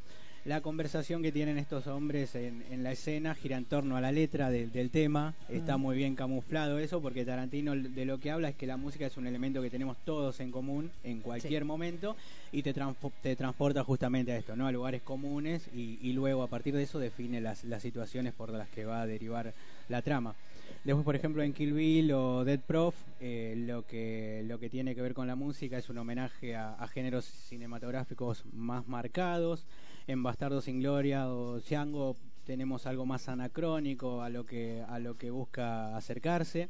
E: la conversación que tienen estos hombres en, en la escena gira en torno a la letra del- del tema. Está
K: Mm.
E: muy bien camuflado eso, porque Tarantino de lo que habla es que la música es un elemento que tenemos todos en común en cualquier momento y te, transpo- te transporta justamente a esto, ¿no? A lugares comunes y, y luego a partir de eso define las, las situaciones por las que va a derivar la trama. Después, por ejemplo, en Kill Bill o Dead Prof, eh, lo, que, lo que tiene que ver con la música es un homenaje a, a géneros cinematográficos más marcados. En Bastardo sin Gloria o Django tenemos algo más anacrónico a lo que, a lo que busca acercarse.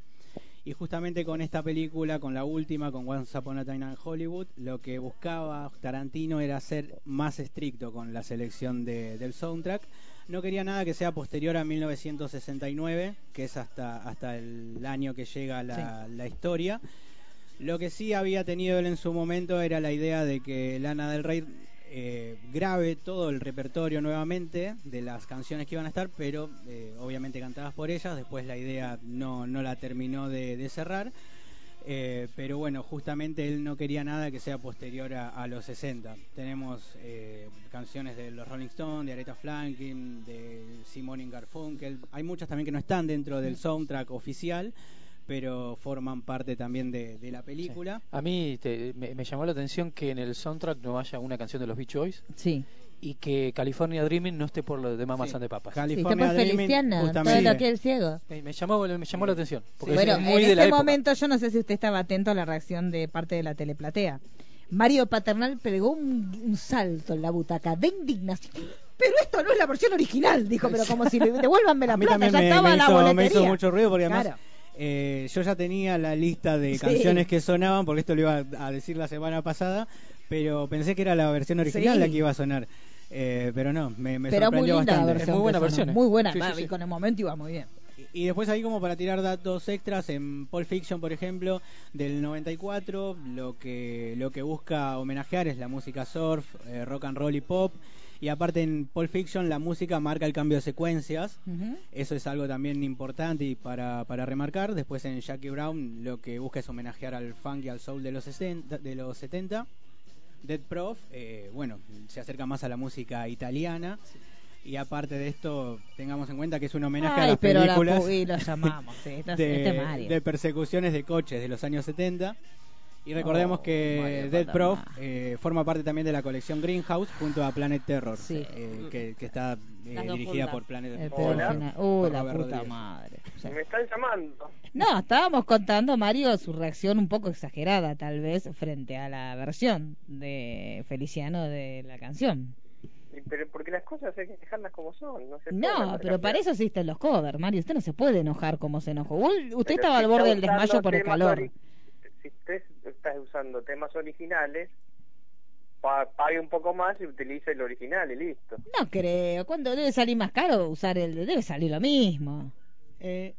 E: Y justamente con esta película, con la última, con Once Upon a Time in Hollywood, lo que buscaba Tarantino era ser más estricto con la selección de- del soundtrack. No quería nada que sea posterior a 1969, que es hasta, hasta el año que llega la, la historia. Lo que sí había tenido él en su momento era la idea de que Lana del Rey eh, grabe todo el repertorio nuevamente de las canciones que iban a estar, pero eh, obviamente cantadas por ellas. Después la idea no, no la terminó de, de cerrar. Eh, pero bueno, justamente él no quería nada que sea posterior a, a los 60. Tenemos eh, canciones de los Rolling Stones, de Aretha Franklin, de Simone y Garfunkel. Hay muchas también que no están dentro del soundtrack oficial, pero forman parte también de, de la película.
G: A mí te- me, me llamó la atención que en el soundtrack no haya una canción de los Beach Boys
B: Sí.
G: y que California Dreaming no esté por lo de Mamas
E: Sí.
G: and the Papas.
B: Sí, está por Feliciana, todo lo que el ciego.
G: Me, me llamó, me llamó la atención. Porque
B: bueno,
G: es muy
B: en
G: de
B: este
G: la época.
B: momento yo no sé si usted estaba atento a la reacción de parte de la teleplatea. Mario Paternal pegó un, un salto en la butaca de indignación. Pero esto no es la versión original, dijo, pero como si le devuélvanme la
E: A mí
B: plata,
E: también
B: ya
E: me,
B: estaba
E: me
B: la
E: hizo,
B: boletería.
E: me hizo mucho ruido porque además
B: Claro.
E: eh, yo ya tenía la lista de
B: Sí.
E: canciones que sonaban, porque esto lo iba a a decir la semana pasada, pero pensé que era la versión original
B: Sí.
E: la que iba a sonar. Eh, pero no, me, me
B: pero muy
E: sorprendió
B: linda la
E: bastante.
B: versión. que sonó,
G: ¿eh?
B: Muy buena, va, y con el momento iba muy bien.
E: Y después ahí como para tirar datos extras en Pulp Fiction, por ejemplo, del 94, lo que lo que busca homenajear es la música surf, eh, rock and roll y pop. Y aparte en Pulp Fiction la música marca el cambio de secuencias. Eso es algo también importante y para, para remarcar. Después en Jackie Brown lo que busca es homenajear al funk y al soul de los 60, de los 70. Dead Prof, eh, bueno, se acerca más a la música italiana. Y aparte de esto, tengamos en cuenta que es un homenaje a
B: Ay,
E: las
B: pero la
E: películas
B: pu- y lo llamamos, sí, este- este
E: de,
B: Mario.
E: de persecuciones de coches de los años 70. Y recordemos
B: Oh,
E: que
B: Mario
E: Dead Prof
B: Patamá.
E: eh, forma parte también de la colección Greenhouse junto a Planet Terror, eh, que, que está eh,
B: Las dos
E: dirigida
B: juntas.
E: por Planet
J: Eh,
B: El
E: por-
B: pedo Eh, final. Uy,
E: por
B: la
E: Robert
B: puta
E: Rodríguez.
B: madre.
J: Me están llamando.
B: No, estábamos contando, Mario, su reacción un poco exagerada, tal vez, frente a la versión de Feliciano de la canción.
J: Y- Pero porque las cosas hay que dejarlas como son. No, se pueden
B: No,
J: hacer
B: pero para
J: cambiar.
B: eso existen los covers, Mario. Usted no se puede enojar como se enojó. Vos- Usted
J: Pero
B: estaba
J: si
B: al
J: está
B: borde del
J: usando
B: desmayo por el
J: temas
B: calor.
J: ori- Si usted estás usando temas originales, pa- pague un poco más y utilice el original y listo.
B: No creo. ¿Cuánto debe salir más caro usar el? Debe salir lo mismo.
E: Eh,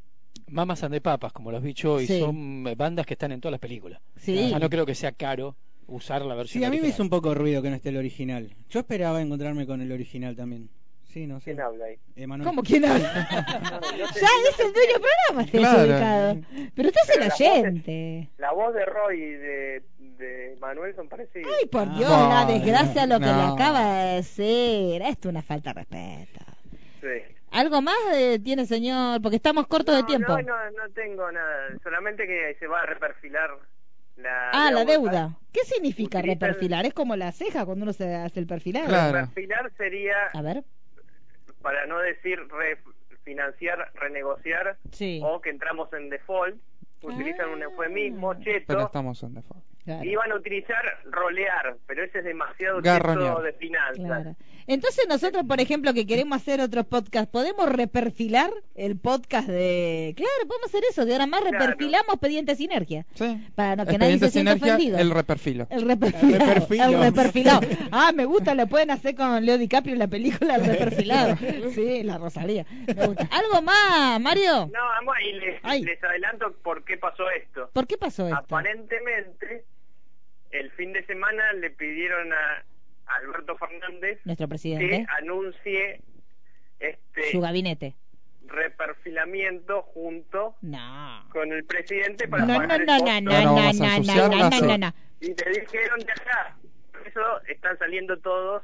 G: Mamas and the Papas, como los bichos hoy,
B: Sí.
G: son eh, bandas que están en todas las películas.
B: Sí.
G: O sea, no creo que sea caro usar la versión
E: Sí, a mí me
G: original.
E: hizo un poco de ruido que no esté el original. Yo esperaba encontrarme con el original también. Sí, no sé. Eh,
J: ¿Quién habla ahí?
E: Emanuel.
B: ¿Cómo quién habla? ya es el dueño del programa, este
E: Claro.
B: desubicado. Pero usted es
J: Pero
B: el
J: la voz
B: oyente.
J: La voz de Roy y de, de Manuel son parecidas.
B: Ay,
D: Ah,
B: por Dios, la desgracia lo que le acaba de decir. Esto es una falta de respeto.
J: Sí.
B: ¿Algo más eh, tiene, señor? Porque estamos cortos de tiempo.
J: No, no, no tengo nada. Solamente que se va a reperfilar la.
B: ah, la
J: digamos,
B: deuda. ¿Qué significa
J: Utiliza el-
B: reperfilar? Es como la ceja cuando uno se hace el perfilado.
J: Reperfilar sería,
B: A ver.
J: para no decir refinanciar, renegociar,
B: Sí. Ah.
J: o que entramos en default, utilizan un eufemismo,
D: Pero
J: cheto,
D: estamos en default.
J: iban a utilizar rolear, pero ese es demasiado
D: Garroñar.
J: cheto de finanzas.
B: Claro. Entonces nosotros, por ejemplo, que queremos hacer otro podcast, ¿podemos reperfilar el podcast de... Claro, podemos hacer eso, de ahora más
D: Claro.
B: reperfilamos Pediente Sinergia.
D: Sí.
B: Para no, que nadie
D: Expediente
B: se sienta
D: Sinergia,
B: ofendido.
D: el reperfilo.
B: El reperfilado. El reperfilado.
D: reperfilado.
B: Ah, me gusta, lo pueden hacer con Leo DiCaprio en la película El reperfilado. Sí, la Rosalía. Me gusta. ¿Algo más, Mario?
J: No, vamos, y les,
B: Ay.
J: les adelanto por qué pasó esto.
B: ¿Por qué pasó esto?
J: Aparentemente, el fin de semana le pidieron a Alberto Fernández
B: Nuestro
J: que
B: presidente,
J: anuncie este
B: su gabinete.
J: reperfilamiento junto
B: No.
J: con el presidente
B: No,
J: para
B: no, no,
J: pagar el
B: no, no,
J: costo.
B: no, no, no, no, no, no.
J: y te dijeron de acá por eso están saliendo todos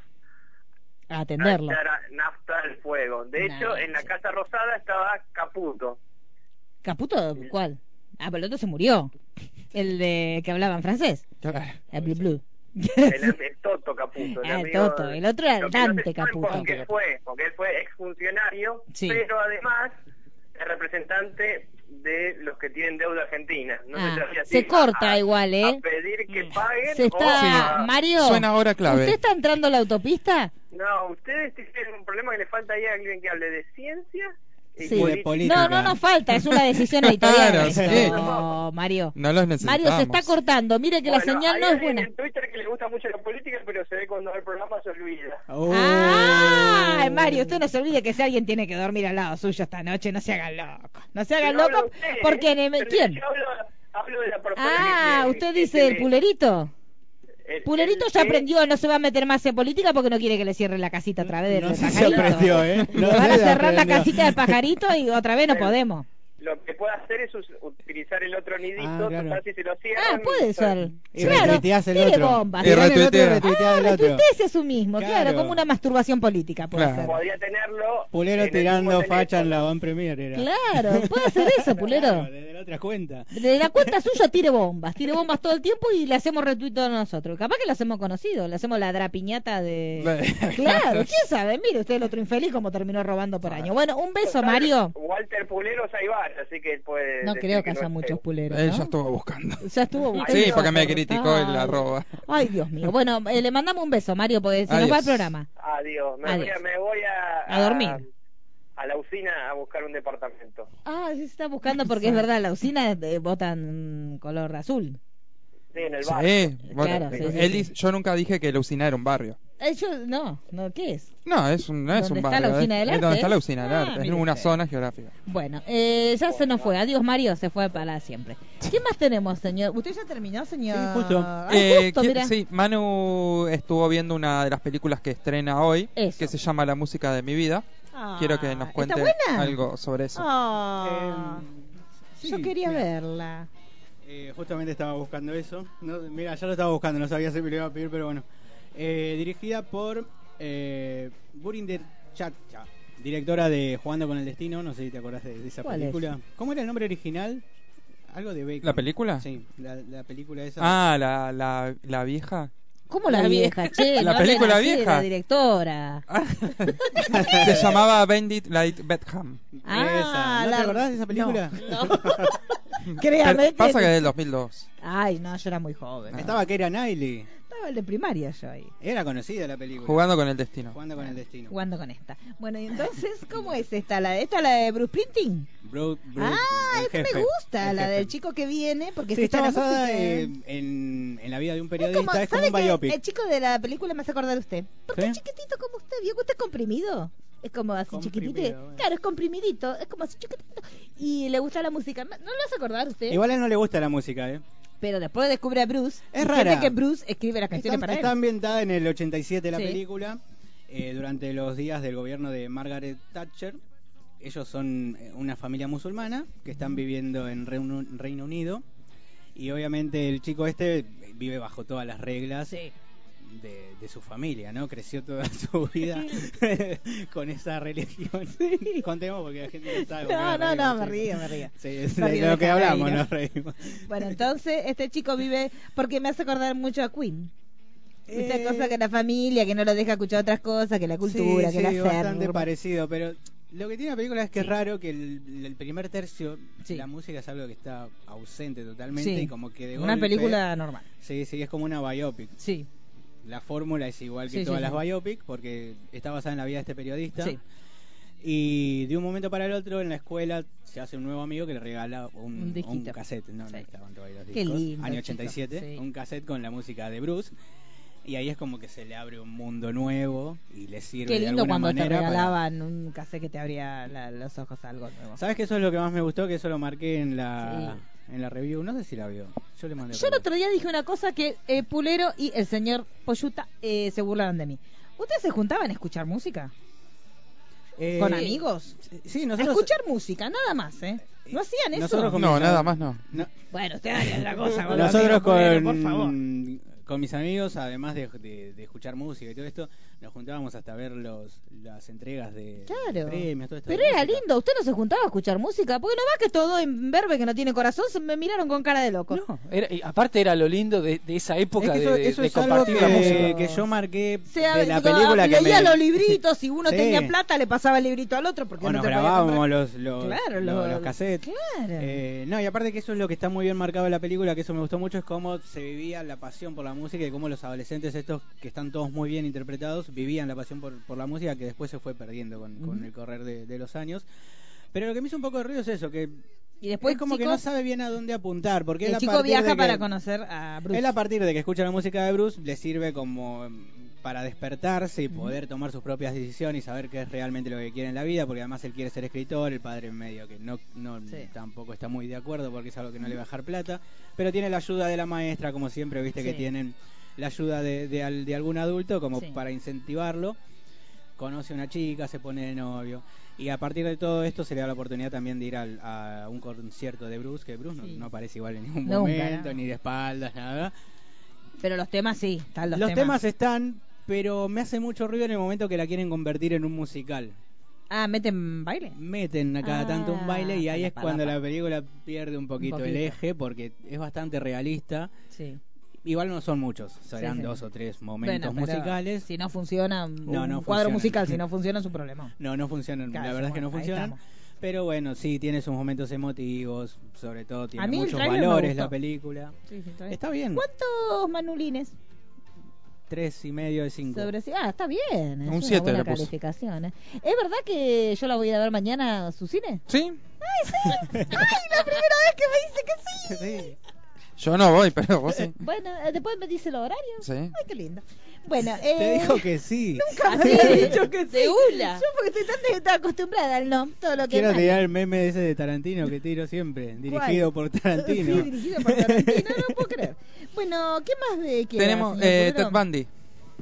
B: A
J: a
B: atenderlo.
J: echar a- nafta al fuego de
B: No,
J: hecho en la casa rosada estaba Caputo
B: ¿Caputo? ¿Cuál? Ah, pero el otro se murió. El de que hablaba en francés. El Blue Blue.
J: el, el Toto Caputo el,
B: Ah, el
J: amigo de-
B: Toto. El otro era
J: Lo
B: el
J: que no
B: Dante
J: se sabe
B: Caputo.
J: porque fue porque él fue exfuncionario
B: Sí.
J: pero además el representante de los que tienen deuda argentina no
B: Ah,
J: se sabía si
B: se
J: a-
B: corta
J: a-
B: igual, ¿eh?
J: a pedir que paguen
B: Se está...
J: o a-
B: Mario.
D: Suena ahora clave.
B: ¿Usted está entrando a la autopista?
J: No, ustedes tienen un problema que le falta ahí a alguien que hable de ciencia y política.
B: No, no nos falta. Es una decisión editorial.
D: Claro,
B: esto,
D: sí.
B: Mario.
D: No
B: Mario
D: los necesitamos.
B: se está cortando. Mire que la
J: Bueno,
B: señal
J: hay
B: no es
J: alguien
B: buena.
J: en Twitter que le gusta mucho la política, pero se ve cuando el programa se olvida.
E: Oh.
B: Ay, Mario, usted no se olvide que si alguien tiene que dormir al lado suyo esta noche, no se haga loco. No se haga
J: Pero habla
B: loco
J: usted,
B: porque...
J: ¿eh?
B: en el-
J: Pero
B: ¿Quién?
J: yo hablo, hablo de la persona
B: Ah,
J: que-
B: usted
J: que
B: dice el
J: tiene- este,
B: pulerito.
J: el-
B: Pulerito
J: el
B: ya
J: que-
B: aprendió, no se va a meter más en política porque no quiere que le cierren la casita a través del
E: No sé si
B: pajarito.
E: aprendió, ¿eh?
B: Le
E: No
B: van a
E: sé si
B: cerrar la
E: aprendió.
B: casita del pajarito y otra vez no
J: Pero-
B: podemos.
J: Lo que puede hacer es us- utilizar el otro nidito,
E: Ah, claro.
J: total, si se lo cierran.
B: Ah, puede ser.
E: Y
B: claro,
E: retuiteás el
B: tire
E: otro.
B: bombas.
E: Y Tirá en el otro y
B: Ah,
E: retuiteás. retuiteás el otro.
B: retuiteese a su mismo, claro.
E: Claro.
B: como una masturbación política puede
E: Claro.
B: ser.
J: Podría tenerlo.
E: Pulero tirando facha en la Van Premier era.
B: Claro, puede hacer eso, pulero.
E: Desde la otra cuenta.
B: De la cuenta suya tire bombas, tire bombas todo el tiempo y le hacemos retuito a nosotros. Capaz que lo hacemos conocido, le hacemos la drapiñata de... Claro, quién sabe, mire usted el otro infeliz como terminó robando por año. Bueno, un beso, Mario.
J: Walter Puleros hay varios, así que él puede.
B: No
J: Eh, decir
B: creo que haya
J: es
B: muchos
J: feo.
B: puleros,
E: Eh,
D: Él ya
B: ¿no?
D: estuvo buscando.
B: Ya estuvo buscando.
D: Sí, porque me criticó el arroba.
B: Ay, Dios mío. Bueno, eh, le mandamos un beso, Mario, porque se nos
D: Adiós.
B: va el programa.
J: Adiós. Me,
B: Adiós.
J: Voy, a, me voy a,
B: A dormir.
J: A, la usina a buscar un departamento.
B: Ah, sí, se está buscando porque es verdad, la usina eh, botan color azul.
J: Sí, en el
D: Sí,
J: bar.
D: bueno,
B: Claro, sí, sí,
D: él
B: sí.
D: dice- yo nunca dije que la usina era un barrio.
B: Eh, yo- no, no, ¿qué es?
D: No, es un, no es
B: ¿Dónde
D: un
B: está
D: barrio.
B: la usina
D: es-
B: del
D: es
B: arte?
D: donde está la usina del
B: Ah,
D: arte, es
B: mire
D: en una
B: usted.
D: zona geográfica.
B: Bueno, eh, ya se nos fue. Adiós, Mario, se fue para siempre. ¿Qué más tenemos, señor? ¿Usted ya terminó, señor?
E: Sí, justo.
B: Ay,
D: Eh,
B: Ah, justo,
D: ¿quién-
B: mira.
D: sí, Manu estuvo viendo una de las películas que estrena hoy,
B: Eso.
D: que se llama La música de mi vida.
B: Ah,
D: Quiero que nos
B: ¿está
D: cuente
B: buena?
D: algo sobre eso.
B: Ah, yo
E: Eh, sí,
B: quería
E: mira.
B: verla.
E: Eh, justamente estaba buscando eso. No, mira, ya lo estaba buscando, no sabía si me lo iba a pedir, pero bueno. Eh, dirigida por eh, Burinder Chacha, directora de Jugando con el Destino. No sé si te acordás de, de esa
D: ¿Cuál es?
E: película. ¿Cómo era el nombre original? Algo de Bacon.
D: ¿La película?
E: Sí, la, la película esa.
D: Ah, la, la, la vieja.
B: ¿Cómo la,
E: La
B: vieja,
E: vieja.
B: che?
D: La
B: no hablen
D: película
B: así de
D: vieja.
B: La directora.
D: Se llamaba Bendit Like Bedham.
B: Ah,
E: Esa. ¿No
B: la-
E: te acordás de esa película?
B: Créame
D: Pero
B: que-
D: pasa que Ah. es del 2002.
B: Ay, no, yo era muy joven.
E: Estaba que era Niley.
B: Está Estaba el de primaria yo ahí.
E: Era conocida la película.
D: Jugando con el destino.
E: Jugando con el destino.
B: Jugando con esta. Bueno, y entonces, ¿cómo es esta? ¿La de, esta la de Bruce Springsteen?
E: Bro- bro-
B: ah,
E: el
B: esta me
E: jefe,
B: gusta,
E: el
B: la
E: jefe.
B: del chico que viene, porque
E: Sí, está
B: escucha la
E: basada
B: música.
E: eh, en, en la vida de un
B: Es
E: periodista,
B: como,
E: es como
B: ¿sabe
E: un
B: qué?
E: biopic.
B: El chico de la película me hace acordar de usted. Porque
E: ¿Sí?
B: es chiquitito como usted, vio que usted es comprimido. Es como así chiquitito. Claro, es comprimidito, es como así chiquitito. Y le gusta la música. No, no lo hace acordar usted.
E: Igual a él no le gusta la música, ¿eh?
B: Pero después descubre a Bruce.
E: Es
B: y
E: rara.
B: siente que Bruce escribe las canciones
E: Está,
B: para
E: está
B: él.
E: ambientada en el 87 la
B: Sí.
E: película, eh, durante los días del gobierno de Margaret Thatcher. Ellos son eh, una familia musulmana que están viviendo en Reino, Reino Unido. Y obviamente el chico este vive bajo todas las reglas de, de su familia, ¿no? Creció toda su vida con esa religión. Contemos porque la gente no sabe. porque
B: No,
E: nos
B: no, no,
E: reímos,
B: me
E: sí.
B: río, me río.
E: Sí, es
B: Nos
E: de
B: río
E: lo que
B: de
E: hablamos,
B: Janaína.
E: nos reímos.
B: Bueno, entonces este chico vive porque me hace acordar mucho a Queen. Esa
E: Eh.
B: cosa que la familia, que no lo deja escuchar otras cosas, que la cultura,
E: sí,
B: que la
E: sí,
B: hacer.
E: bastante parecido, pero lo que tiene la película es que es raro que el, el primer tercio la música es algo que está ausente totalmente
B: Sí.
E: y como que de
B: Una
E: golpe-
B: película normal.
E: Sí, sí, es como una biopic.
B: Sí.
E: La fórmula es igual que
B: Sí,
E: todas
B: sí,
E: las
B: sí.
E: biopic porque está basada en la vida de este periodista.
B: Sí.
E: Y de un momento para el otro en la escuela se hace un nuevo amigo que le regala
B: Un
E: un, un,
B: disquito.
E: cassette, no, no estaban todavía los
B: Qué
E: discos,
B: lindo,
E: año
B: chico,
E: 87,
B: sí.
E: un cassette con la música de Bruce y ahí es como que se le abre un mundo nuevo y le sirve
B: Qué
E: de
B: lindo
E: alguna
B: cuando te
E: manera para-
B: regalaban un cassette que te abría la- los ojos a algo nuevo.
E: ¿Sabes que eso es lo que más me gustó? Que eso lo marqué en la en la review, no sé si la vio. Yo le mandé
B: Yo el
E: por-
B: otro día dije una cosa que eh, Pulero y el señor Poyuta eh, se burlaron de mí. ¿Ustedes se juntaban a escuchar música?
E: Eh,
B: ¿Con amigos?
E: Sí,
B: A
E: nosotros
B: escuchar música, nada más, ¿eh? ¿No hacían eso?
E: nosotros con
D: No,
E: mis
D: nada
E: am-
D: más no.
E: No.
B: Bueno, ustedes harían otra cosa. con los
E: Nosotros
B: amigos, Pulero,
E: con,
B: Por favor.
E: con mis amigos, además de, de- de escuchar música y todo esto, nos juntábamos hasta ver los, las entregas de
B: Claro.
E: premios, todo esto.
B: Pero era lindo, usted no se juntaba a escuchar música, porque no va que todo en verbe que no tiene corazón se me miraron con cara de loco.
G: Era- y aparte era lo lindo de, de esa época
E: Es que eso,
G: de,
E: eso
G: de
E: es algo
G: compartir la
E: que,
G: música.
E: que yo marqué
B: Se
E: de
B: ab-
E: la película que
B: ah, leía
E: me...
B: los libritos, si uno
E: Sí.
B: tenía plata le pasaba el librito al otro porque
E: O
B: no
E: nos
B: te podía
E: grabábamos
B: comprar.
E: los, los,
B: Claro,
E: los,
B: lo-
E: los cassettes.
B: Claro.
E: Eh, no, y aparte que eso es lo que está muy bien marcado en la película, que eso me gustó mucho, es cómo se vivía la pasión por la música y cómo los adolescentes estos, que están todos muy bien interpretados, vivían la pasión por, por la música que después se fue perdiendo con, con
B: Ujú.
E: el correr de, de los años. Pero lo que me hizo un poco de ruido es eso, que
B: y después
E: es como que no
B: chicos,
E: sabe bien a dónde apuntar, porque él
B: el
E: a
B: chico
E: partir de
B: viaja
E: que-
B: para conocer a Bruce.
E: él a partir de que escucha la música de Bruce le sirve como mm, para despertarse y poder tomar sus propias decisiones y saber qué es realmente lo que quiere en la vida, porque además él quiere ser escritor, el padre en medio que no, no
B: Sí.
E: tampoco está muy de acuerdo porque es algo que no le va a dejar plata, pero tiene la ayuda de la maestra, como siempre, viste que
B: Sí.
E: tienen la ayuda de, de al- de algún adulto como
B: Sí.
E: para incentivarlo, conoce a una chica, se pone de novio. Y a partir de todo esto se le da la oportunidad también de ir al- a un concierto de Bruce, que Bruce no-
B: Sí.
E: no, aparece igual en ningún
B: Nunca,
E: momento,
B: no.
E: ni de espaldas, nada.
B: Pero los temas sí, están los,
E: Los, temas. están, pero me hace mucho ruido en el momento que la quieren convertir en un musical.
B: Ah, meten baile.
E: Meten a cada
B: Ah,
E: tanto un baile y ahí es
B: palapa,
E: cuando
B: palapa.
E: la película pierde un poquito, el
B: poquito.
E: eje porque es bastante realista.
B: Sí.
E: Igual no son muchos, serán
B: Sí, sí.
E: dos o tres momentos
B: Bueno, pero
E: musicales.
B: Si no funciona un
E: No, no
B: cuadro
E: funcionan.
B: musical, si no funciona es un problema.
E: No, no funcionan,
B: Claro,
E: la verdad es que no
B: bueno, ahí
E: funcionan.
B: estamos.
E: Pero bueno, sí, tiene sus momentos emotivos, sobre todo tiene
B: A mí el
E: muchos
B: tráiler me
E: valores
B: gustó. ¿Eh?
E: la película.
B: Sí, sí, está, bien.
E: Está bien,
B: ¿Cuántos manulines?
E: tres y medio de cinco.
B: Sobre... Ah, está bien. Es
D: Un
B: una
D: siete
B: buena
D: le puse.
B: calificación. ¿eh? ¿Es verdad que yo la voy a ir a ver mañana a su cine?
D: Sí.
B: ¡Ay, sí! ¡Ay, la primera vez que me dice que sí!
E: Sí.
D: Yo no voy, pero vos sí.
B: Bueno, eh, después me dice el horario.
D: Sí.
B: Ay, qué lindo. Bueno,
E: Te
B: eh,
E: dijo que sí.
B: nunca me había dicho que
F: De
B: sí.
F: una.
B: Yo porque estoy tan, tan acostumbrada al no, todo lo que
E: Quiero
B: mal.
E: tirar el meme ese de Tarantino que tiro siempre, dirigido por Tarantino.
B: Sí, dirigido por Tarantino, no puedo creer. Bueno, ¿qué más de que
D: Tenemos eh, Ted Bundy.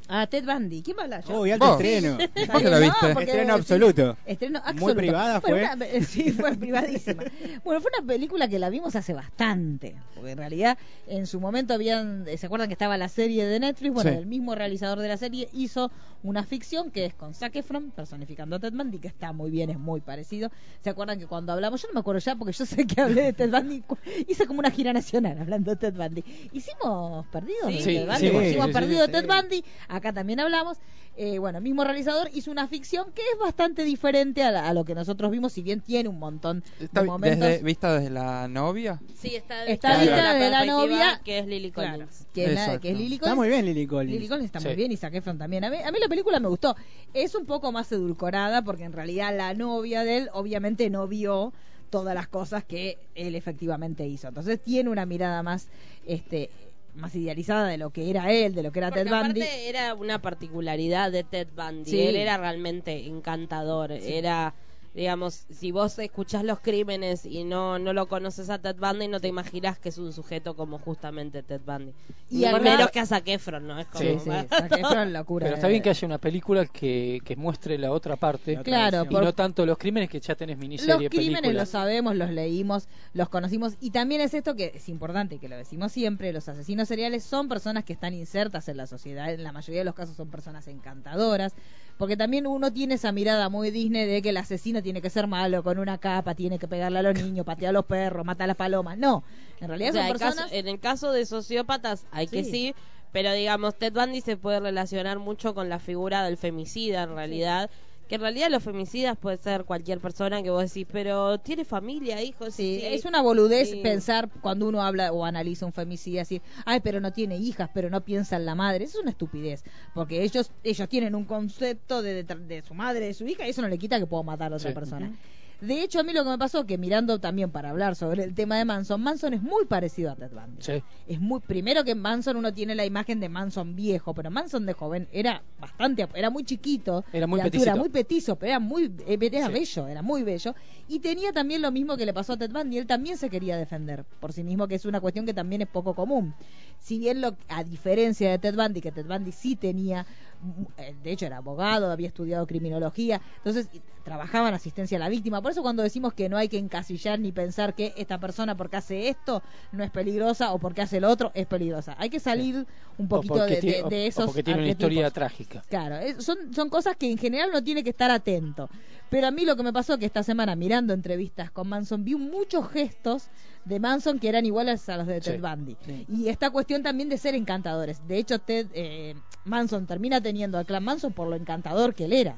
B: Ah, Ted Bundy. ¿Quién va a hablar yo?
E: Uy, alto
D: Vos.
E: estreno.
D: ¿Vos que la viste?
B: porque-
E: Estreno absoluto.
B: Estreno
E: Muy
B: absoluto.
E: privada
B: Bueno,
E: fue.
B: una- sí, fue privadísima. bueno, fue una película que la vimos hace bastante. Porque en realidad, en su momento habían. eh, ¿Se acuerdan que estaba la serie de Netflix? Bueno,
D: Sí.
B: el mismo realizador de la serie hizo una ficción que es con Zac Efron, personificando a Ted Bundy, que está muy bien, es muy parecido. ¿Se acuerdan que cuando hablamos? Yo no me acuerdo ya porque yo sé que hablé de Ted Bundy. cu- Hice como una gira nacional hablando de Ted Bundy. Hicimos perdidos. de
G: Sí,
B: Ted Bundy?
G: sí,
B: hicimos
G: sí, sí,
B: perdidos
G: sí.
B: de Ted Bundy. acá también hablamos. Eh, bueno, el mismo realizador hizo una ficción que es bastante diferente a, la- a lo que nosotros vimos, si bien tiene un montón
D: Está
B: de
D: vi-
B: momentos.
D: desde- ¿Vista desde la novia?
F: Sí, está,
B: Está
F: desde
B: vista de la
F: perspectiva
B: novia,
F: que es Lily
B: claro,
F: Collins.
B: que, es la- que es
E: Exacto.
B: Lily
E: Está
B: Collins.
E: muy bien Lily Collins.
B: Lily Collins está muy
E: Sí.
B: bien y Zac Efron también. A mí, a mí la película me gustó. Es un poco más edulcorada porque en realidad la novia de él obviamente no vio todas las cosas que él efectivamente hizo. Entonces tiene una mirada más este más idealizada de lo que era él, de lo que era
F: Porque
B: Ted Bundy.
F: aparte era una particularidad de Ted Bundy.
B: Sí.
F: Él era realmente encantador. Era, digamos, si vos escuchás los crímenes y no, no lo conoces a Ted Bundy, no te imaginás que es un sujeto como justamente Ted Bundy.
B: Y
F: Y al
B: además-
F: menos que a Zac Efron, ¿no? Es como...
G: Sí, sí,
B: Zac Efron, locura.
G: Pero está bien que haya una película que, que muestre la otra parte.
B: Claro,
G: y
B: por-
G: no tanto los crímenes que ya tenés
B: Los
G: miniserie,
B: crímenes
G: película.
B: los sabemos, los leímos, los conocimos y también es esto que es importante que lo decimos siempre, los asesinos seriales son personas que están insertas en la sociedad, en la mayoría de los casos son personas encantadoras, porque también uno tiene esa mirada muy Disney de que el asesino tiene que ser malo, con una capa, tiene que pegarle a los niños, patear a los perros, matar a las palomas, no, en realidad
F: O sea,
B: son
F: hay
B: personas...
F: caso- en el caso de sociópatas hay que
B: Sí.
F: sí, pero digamos, Ted Bundy se puede relacionar mucho con la figura del femicida en realidad. Que en realidad los femicidas puede ser cualquier persona que vos decís, pero tiene familia, hijos.
B: Sí, es una boludez
F: sí.
B: pensar cuando uno habla o analiza un femicida así, ay, pero no tiene hijas, pero no piensa en la madre. Eso es una estupidez, porque ellos ellos tienen un concepto de, de- de su madre, de su hija, y eso no le quita que puedo matar a otra
N: Sí.
B: persona. De hecho, a mí lo que me pasó que mirando también para hablar sobre el tema de Manson, Manson es muy parecido a Ted Bundy. Es muy primero que en Manson uno tiene la imagen de Manson viejo, pero Manson de joven era bastante era muy chiquito,
G: Era muy
B: de altura,
G: peticito.
B: muy petizo, pero era muy eh, era
G: Sí.
B: bello, era muy bello y tenía también lo mismo que le pasó a Ted Bundy, él también se quería defender por sí mismo, que es una cuestión que también es poco común. Si bien lo a diferencia de Ted Bundy, que Ted Bundy sí tenía mm, eh, de hecho era abogado, había estudiado criminología, entonces y- trabajaba en asistencia a la víctima. Por eso cuando decimos que no hay que encasillar ni pensar que esta persona porque hace esto no es peligrosa o porque hace lo otro es peligrosa. Hay que salir un
G: O
B: poquito
G: porque
B: de,
G: tiene-
B: de-
G: o-
B: de
G: o
B: esos
G: porque tiene una
B: arquetipos.
G: historia trágica.
B: Claro, es- son, son cosas que en general uno tiene que estar atento. Pero a mí lo que me pasó que esta semana mirando entrevistas con Manson vi muchos gestos de Manson que eran iguales a los de Ted
N: Sí,
B: Bundy.
N: sí.
B: Y esta cuestión también de ser encantadores. De hecho, Ted eh, Manson termina teniendo al clan Manson por lo encantador que él era.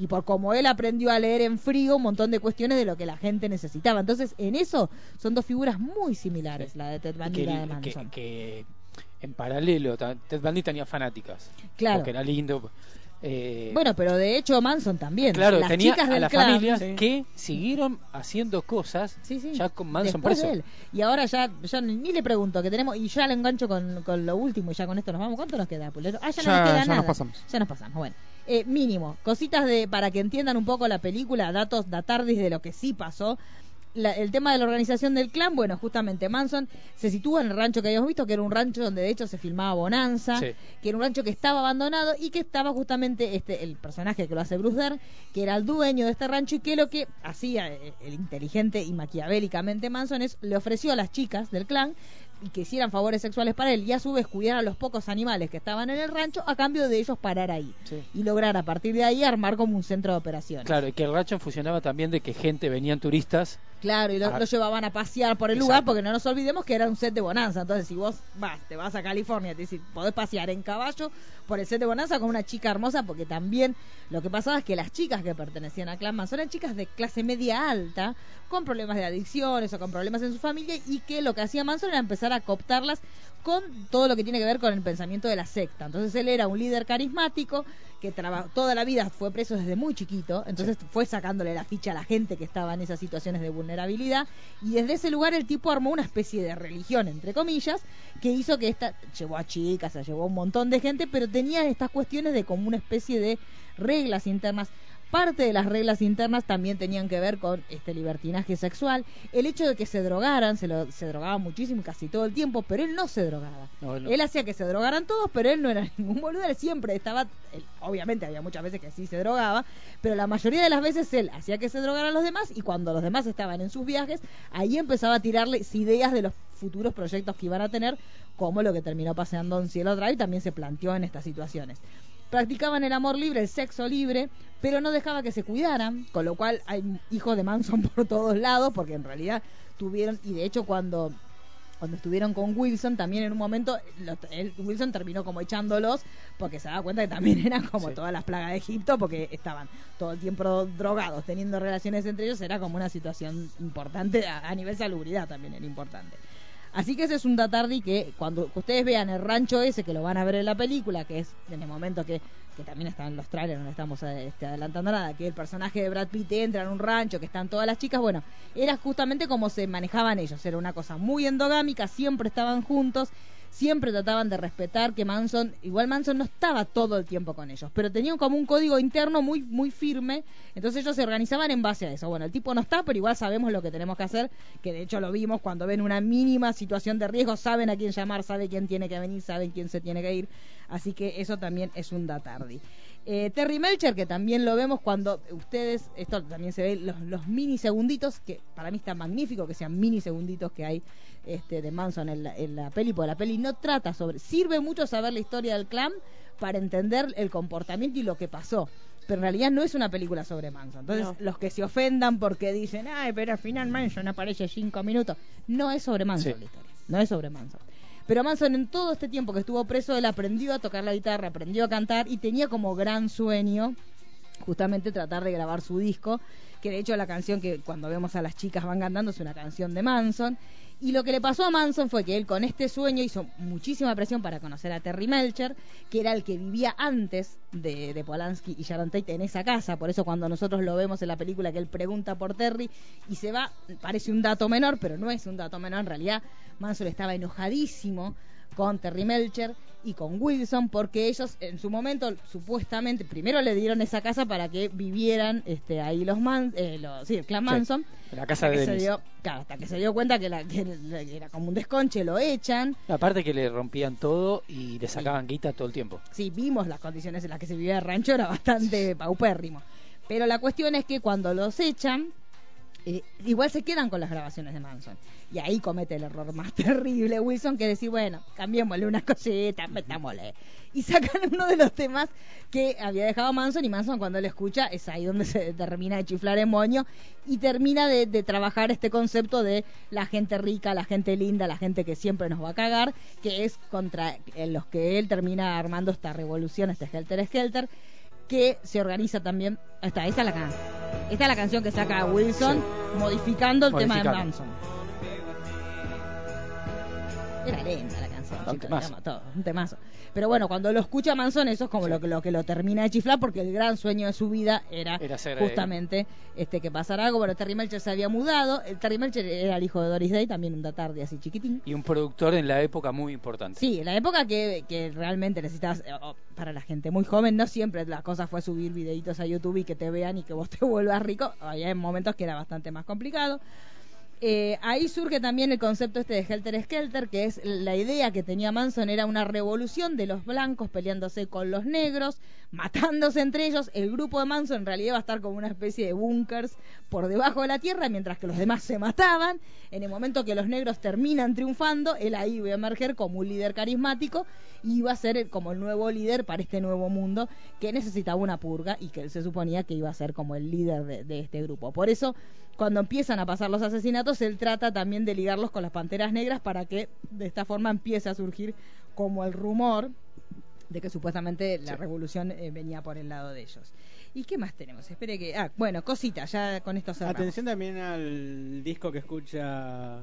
B: Y por cómo él aprendió a leer en frío un montón de cuestiones de lo que la gente necesitaba. Entonces, en eso son dos figuras muy similares, la de Ted Bundy
G: que,
B: y la de
G: el- que-
B: Manson.
G: que en paralelo, ta- Ted Bundy tenía fanáticas.
B: Claro.
G: Porque era lindo. eh,
B: Bueno, pero de hecho Manson también.
G: claro,
B: las
G: tenía
B: chicas
G: a
B: del
G: las
B: clan,
G: familias
B: sí.
G: que siguieron haciendo cosas ya con Manson
B: Después
G: preso.
B: de él. Y ahora ya, ya ni- ni le pregunto que tenemos, y ya le engancho con, con lo último, y ya con esto nos vamos. ¿Cuánto nos queda, Pulero? Ah, ya, no
D: Ya-
B: nos queda
D: ya nos
B: nada.
D: pasamos.
B: Ya nos pasamos, bueno. Eh, mínimo, cositas de para que entiendan un poco la película, datos datardis de lo que sí pasó. La- el tema de la organización del clan, bueno, justamente Manson se sitúa en el rancho que habíamos visto, que era un rancho donde de hecho se filmaba Bonanza,
N: Sí.
B: que era un rancho que estaba abandonado y que estaba justamente este el personaje que lo hace Bruce Dern, que era el dueño de este rancho y que lo que hacía eh, el inteligente y maquiavélicamente Manson es le ofreció a las chicas del clan y que hicieran favores sexuales para él y a su vez cuidar a los pocos animales que estaban en el rancho a cambio de ellos parar ahí y lograr a partir de ahí armar como un centro de operaciones.
G: Claro, y que el rancho funcionaba también de que gente venían turistas.
B: Claro, y lo,
G: Ah.
B: lo llevaban a pasear por el lugar porque no nos olvidemos que era un set de bonanza. Entonces, si vos vas, te vas a California, te decís, podés pasear en caballo por el set de bonanza con una chica hermosa porque también lo que pasaba es que las chicas que pertenecían a Clan Manson eran chicas de clase media alta con problemas de adicciones o con problemas en su familia y que lo que hacía Manson era empezar a cooptarlas con todo lo que tiene que ver con el pensamiento de la secta. Entonces él era un líder carismático que traba- toda la vida fue preso desde muy chiquito, entonces fue sacándole la ficha a la gente que estaba en esas situaciones de vulnerabilidad y desde ese lugar el tipo armó una especie de religión, entre comillas, que hizo que esta llevó a chicas, a llevó a un montón de gente, pero tenía estas cuestiones de como una especie de reglas internas parte de las reglas internas también tenían que ver con este libertinaje sexual, el hecho de que se drogaran, se, lo, se drogaba muchísimo casi todo el tiempo, pero él no se drogaba.
G: No, él no.
B: Él hacía que se drogaran todos, pero él no era ningún boludo, él siempre estaba, él- obviamente había muchas veces que sí se drogaba, pero la mayoría de las veces él hacía que se drogaran los demás y cuando los demás estaban en sus viajes, ahí empezaba a tirarles ideas de los futuros proyectos que iban a tener, como lo que terminó paseando en Cielo Drive, también se planteó en estas situaciones practicaban el amor libre, el sexo libre, pero no dejaba que se cuidaran, con lo cual hay hijos de Manson por todos lados, porque en realidad tuvieron, y de hecho cuando cuando estuvieron con Wilson, también en un momento lo- él- Wilson terminó como echándolos porque se daba cuenta que también eran como todas las plagas de Egipto porque estaban todo el tiempo drogados, teniendo relaciones entre ellos, era como una situación importante, a, a nivel salubridad también era importante. Así que ese es un Datardi que cuando ustedes vean el rancho ese, que lo van a ver en la película, que es en el momento que, que también están los trailers, no estamos eh, este, adelantando nada, que el personaje de Brad Pitt entra en un rancho, que están todas las chicas, bueno, era justamente como se manejaban ellos, era una cosa muy endogámica, siempre estaban juntos, siempre trataban de respetar que Manson, igual Manson no estaba todo el tiempo con ellos, pero tenían como un código interno muy, muy firme, entonces ellos se organizaban en base a eso. Bueno, el tipo no está, pero igual sabemos lo que tenemos que hacer, que de hecho lo vimos cuando ven una mínima situación de riesgo, saben a quién llamar, saben quién tiene que venir, saben quién se tiene que ir, así que eso también es un datardi. Eh, Terry Melcher, que también lo vemos cuando ustedes, esto también se ve, los, los mini segunditos, que para mí está magnífico que sean mini segunditos que hay este, de Manson en la, en la peli, porque la peli no trata sobre, sirve mucho saber la historia del clan para entender el comportamiento y lo que pasó. Pero en realidad no es una película sobre Manson. Entonces,
N: No.
B: los que se ofendan porque dicen, ay, pero al final Manson aparece cinco minutos, no es sobre Manson la historia, no es sobre Manson. Pero Manson en todo este tiempo que estuvo preso, él aprendió a tocar la guitarra, aprendió a cantar y tenía como gran sueño justamente tratar de grabar su disco, que de hecho la canción que cuando vemos a las chicas van cantando es una canción de Manson. Y lo que le pasó a Manson fue que él con este sueño hizo muchísima presión para conocer a Terry Melcher, que era el que vivía antes de, de Polanski y Sharon Tate en esa casa. Por eso cuando nosotros lo vemos en la película que él pregunta por Terry y se va, parece un dato menor, pero no es un dato menor. En realidad Manson estaba enojadísimo con Terry Melcher y con Wilson porque ellos en su momento supuestamente primero le dieron esa casa para que vivieran este ahí los man eh, los- sí, el clan
G: Sí,
B: Manson
G: la casa
B: Hasta
G: de
B: que se
G: Dennis.
B: dio- claro, hasta que se dio cuenta que, la- que la- que era como un desconche lo echan
G: Aparte que le rompían todo y le sacaban guita todo el tiempo.
B: sí vimos las condiciones en las que se vivía el rancho era bastante paupérrimo pero la cuestión es que cuando los echan eh, igual se quedan con las grabaciones de Manson y ahí comete el error más terrible Wilson que decir bueno cambiémosle unas cositas metámosle y sacan uno de los temas que había dejado Manson y Manson cuando lo escucha es ahí donde se termina de chiflar en moño y termina de, de trabajar este concepto de la gente rica, la gente linda, la gente que siempre nos va a cagar, que es contra eh, los que él termina armando esta revolución, este Helter Skelter, que se organiza también, ahí está, esta es la canción, esta es la canción que saca Wilson modificando el tema de
G: Modificando.
B: Manson. Era lenta la canción,
G: Un
B: chicos,
G: temazo.
B: digamos, todo, un temazo. Pero bueno, cuando lo escucha Manson, eso es como lo, que- lo que lo termina de chiflar, porque el gran sueño de su vida era,
G: Era ser, eh,
B: justamente este que pasara algo. Bueno, Terry Melcher se había mudado, el Terry Melcher era el hijo de Doris Day, también un tarde así chiquitín.
G: Y un productor en la época muy importante.
B: Sí, en la época que, que realmente necesitas, eh, oh, para la gente muy joven, no siempre la cosa fue subir videitos a YouTube y que te vean y que vos te vuelvas rico. Había momentos que era bastante más complicado. Eh, ahí surge también el concepto este de Helter Skelter, que es la idea que tenía Manson, era una revolución de los blancos peleándose con los negros, matándose entre ellos. El grupo de Manson en realidad va a estar como una especie de bunkers por debajo de la tierra, mientras que los demás se mataban. En el momento que los negros terminan triunfando, él ahí va a emerger como un líder carismático y va a ser el- como el nuevo líder para este nuevo mundo que necesitaba una purga y que él se suponía que iba a ser como el líder de, de este grupo. Por eso, cuando empiezan a pasar los asesinatos, él trata también de ligarlos con las panteras negras para que de esta forma empiece a surgir como el rumor de que supuestamente la revolución eh, venía por el lado de ellos. ¿Y qué más tenemos? Espere que. Ah, bueno, cosita, ya con esto cerramos.
E: Atención también al disco que escucha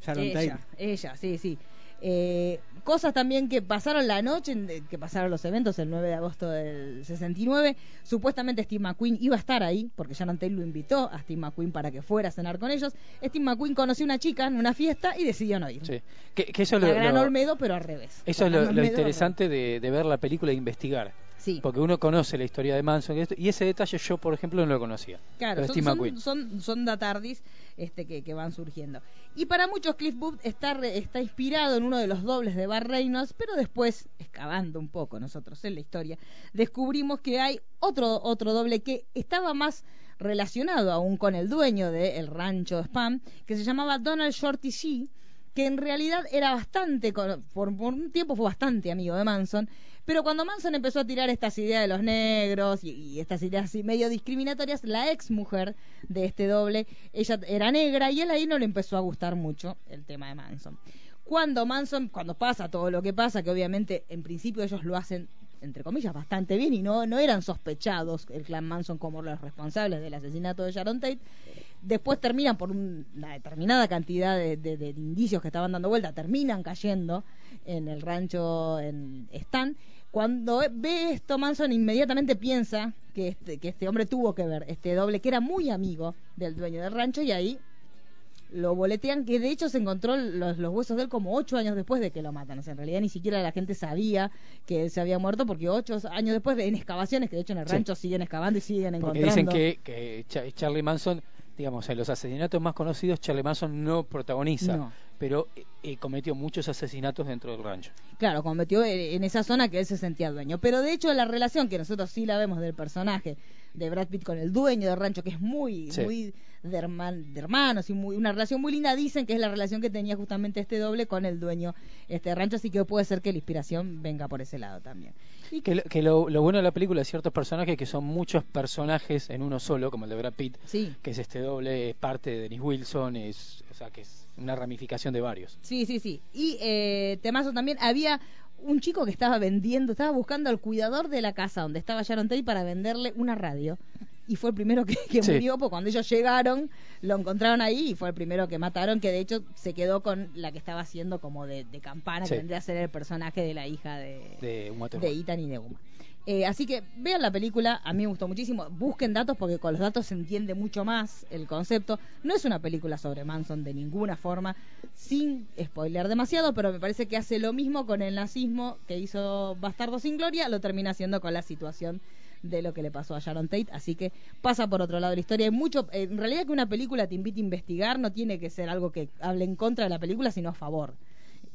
E: Sharon
B: Ella,
E: Tate.
B: ella, sí, sí. Eh, cosas también que pasaron la noche, en- de- que pasaron los eventos el 9 de agosto del 69. Supuestamente Steve McQueen iba a estar ahí, porque Sharon Tate lo invitó a Steve McQueen para que fuera a cenar con ellos. Steve McQueen conoció una chica en una fiesta y decidió no ir.
G: Sí. Que, que eso
B: la
G: lo-
B: gran
G: lo-
B: Olmedo, pero al revés.
G: Eso
B: La
G: es lo,
B: gran
G: lo
B: Olmedo,
G: interesante de, de ver la película e investigar.
B: Sí.
G: Porque uno conoce la historia de Manson y, esto- y ese detalle yo, por ejemplo, no lo conocía.
B: Claro,
G: Lo de
B: son,
G: Steve McQueen.
B: son, son, son datardis este, que, que van surgiendo. Y para muchos, Cliff Booth está, re- está inspirado en uno de los dobles de Bar Reynolds, pero después, excavando un poco nosotros en la historia, descubrimos que hay otro, otro doble que estaba más relacionado aún con el dueño del rancho Spam, que se llamaba Donald Shorty Shee, que en realidad era bastante, con- por, por un tiempo fue bastante amigo de Manson, pero cuando Manson empezó a tirar estas ideas de los negros y, y estas ideas así medio discriminatorias, la ex mujer de este doble, ella era negra y él ahí no le empezó a gustar mucho el tema de Manson. cuando Manson, cuando pasa todo lo que pasa, que obviamente en principio ellos lo hacen entre comillas bastante bien y no no eran sospechados el clan Manson como los responsables del asesinato de Sharon Tate. Después terminan por un- una determinada cantidad de, de- de indicios que estaban dando vuelta, terminan cayendo en el rancho en Stan. Cuando ve esto, Manson inmediatamente piensa que este, que este hombre tuvo que ver, este doble, que era muy amigo del dueño del rancho, y ahí lo boletean, que de hecho se encontró los, los huesos de él como ocho años después de que lo matan. O sea, en realidad ni siquiera la gente sabía que él se había muerto, porque ocho años después, de- en excavaciones, que de hecho en el
G: Sí.
B: rancho siguen excavando y siguen
G: Porque
B: encontrando.
G: dicen que, que Cha- Charlie Manson, digamos, en los asesinatos más conocidos, Charlie Manson no protagoniza,
B: No.
G: pero eh, eh, cometió muchos asesinatos dentro del rancho.
B: Claro, cometió eh, en esa zona que él se sentía dueño. Pero de hecho la relación que nosotros sí la vemos del personaje de Brad Pitt con el dueño del rancho, que es muy,
G: Sí.
B: muy de, herman- de hermanos y muy, una relación muy linda, dicen que es la relación que tenía justamente este doble con el dueño este rancho, así que puede ser que la inspiración venga por ese lado también.
G: Y que, lo, que lo- lo bueno de la película es ciertos personajes que son muchos personajes en uno solo, como el de Brad Pitt,
B: Sí.
G: que es este doble, es parte de Dennis Wilson, es, o sea, que es una ramificación de varios.
B: Sí, sí, sí. Y eh, temazo también, había un chico que estaba vendiendo, estaba buscando al cuidador de la casa donde estaba Sharon Tate para venderle una radio. Y fue el primero que, que
G: Sí.
B: murió, porque cuando ellos llegaron, lo encontraron ahí y fue el primero que mataron, que de hecho se quedó con la que estaba haciendo como de, de campana,
G: Sí.
B: que vendría a ser el personaje de la hija de,
G: De un
B: de Ethan y de Uma. Eh, así que vean la película, a mí me gustó muchísimo. Busquen datos porque con los datos se entiende mucho más el concepto. No es una película sobre Manson de ninguna forma, sin spoiler demasiado, pero me parece que hace lo mismo con el nazismo que hizo Bastardo sin Gloria, lo termina haciendo con la situación de lo que le pasó a Sharon Tate, así que pasa por otro lado de la historia. Hay mucho, eh, en realidad que una película te invite a investigar no tiene que ser algo que hable en contra de la película, sino a favor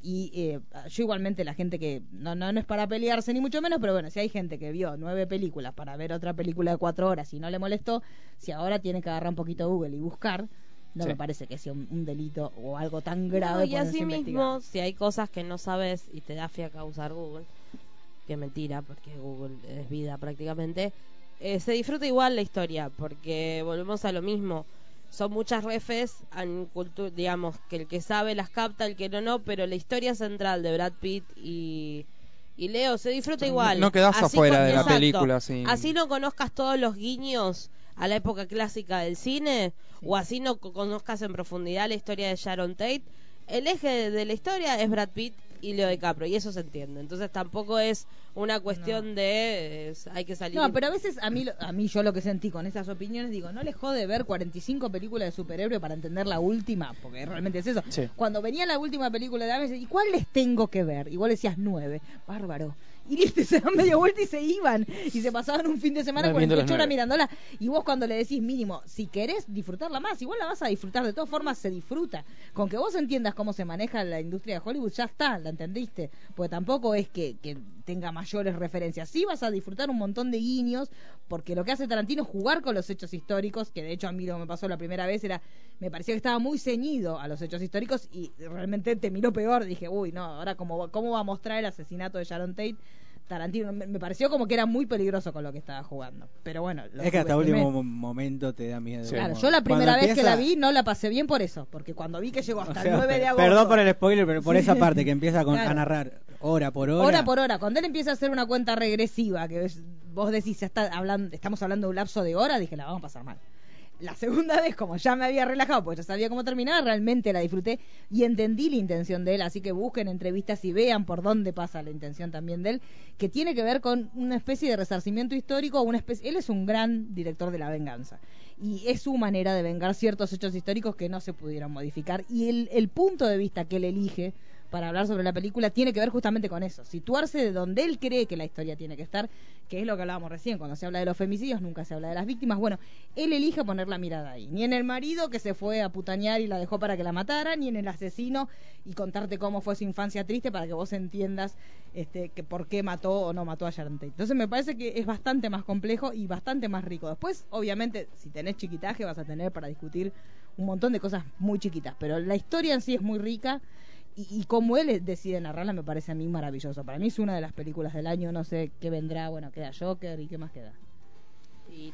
B: y eh, yo igualmente la gente que no, no no es para pelearse ni mucho menos pero bueno si hay gente que vio nueve películas para ver otra película de cuatro horas y no le molestó si ahora tiene que agarrar un poquito Google y buscar no
F: Sí.
B: me parece que sea un, un delito o algo tan grave
F: No, y
B: ponerse a
F: así
B: investigar.
F: mismo, si hay cosas que no sabes y te da fiaca usar Google, que mentira, porque Google es vida prácticamente, eh, se disfruta igual la historia, porque volvemos a lo mismo. Son muchas refes, en cultu- digamos, que el que sabe las capta, el que no, no, pero la historia central de Brad Pitt y, y Leo se disfruta igual.
D: no quedás afuera
F: con-
D: de la película, sí.
F: Así no conozcas todos los guiños a la época clásica del cine, o así no co- conozcas en profundidad la historia de Sharon Tate, el eje de- de la historia es Brad Pitt y Leo DiCaprio, y eso se entiende. Entonces tampoco es una cuestión de eh, es- hay que salir.
B: No, pero a veces a mí, lo- a mí yo lo que sentí con esas opiniones, digo, no les jode ver 45 películas de superhéroe para entender la última, porque realmente es eso. Cuando venía la última película de Avengers, ¿y cuál les tengo que ver? Igual decías nueve, bárbaro. Y listo, y se dan media vuelta y se iban. Y se pasaban un fin de semana
F: No, viendo
B: 48
F: las
B: horas
F: nueve.
B: mirándola. Y vos cuando le decís mínimo, si querés disfrutarla más, igual la vas a disfrutar. De todas formas, se disfruta. Con que vos entiendas cómo se maneja la industria de Hollywood, ya está, la entendiste. Porque tampoco es que, que tenga mayores referencias. Sí vas a disfrutar un montón de guiños, porque lo que hace Tarantino es jugar con los hechos históricos, que de hecho a mí lo que me pasó la primera vez era, me parecía que estaba muy ceñido a los hechos históricos y realmente te miró peor. Dije, uy, no, ahora cómo, va- cómo va a mostrar el asesinato de Sharon Tate. Tarantino me, me pareció como que era muy peligroso con lo que estaba jugando. Pero bueno, lo
E: Es que hasta
B: subestimé.
E: último mo- momento te da miedo.
B: Claro,
E: Como-
B: yo la
E: cuando
B: primera vez que la
E: empieza-
B: vi no la pasé bien por eso, porque cuando vi que llegó hasta el 9 de agosto.
E: Perdón por el spoiler, pero por
B: Sí.
E: esa parte que empieza con,
B: Claro.
E: a narrar hora por hora.
B: hora. por hora, cuando él empieza a hacer una cuenta regresiva, que es- vos decís, ya está hablando, estamos hablando de un lapso de hora, dije, la vamos a pasar mal. La segunda vez, como ya me había relajado, pues ya sabía cómo terminaba, realmente la disfruté y entendí la intención de él, así que busquen entrevistas y vean por dónde pasa la intención también de él, que tiene que ver con una especie de resarcimiento histórico, una especie, él es un gran director de la venganza y es su manera de vengar ciertos hechos históricos que no se pudieron modificar y el, el punto de vista que él elige para hablar sobre la película tiene que ver justamente con eso, situarse de donde él cree que la historia tiene que estar, que es lo que hablábamos recién, cuando se habla de los femicidios nunca se habla de las víctimas, bueno, él elige poner la mirada ahí, ni en el marido que se fue a putañear y la dejó para que la matara, ni en el asesino y contarte cómo fue su infancia triste para que vos entiendas este, que por qué mató o no mató a Sharon Tate. Entonces me parece que es bastante más complejo y bastante más rico. Después, obviamente, si tenés chiquitaje vas a tener para discutir un montón de cosas muy chiquitas, pero la historia en sí es muy rica y, y como él decide narrarla me parece a mí maravilloso. Para mí es una de las películas del año, no sé qué vendrá, bueno, queda Joker y qué más queda.
F: Y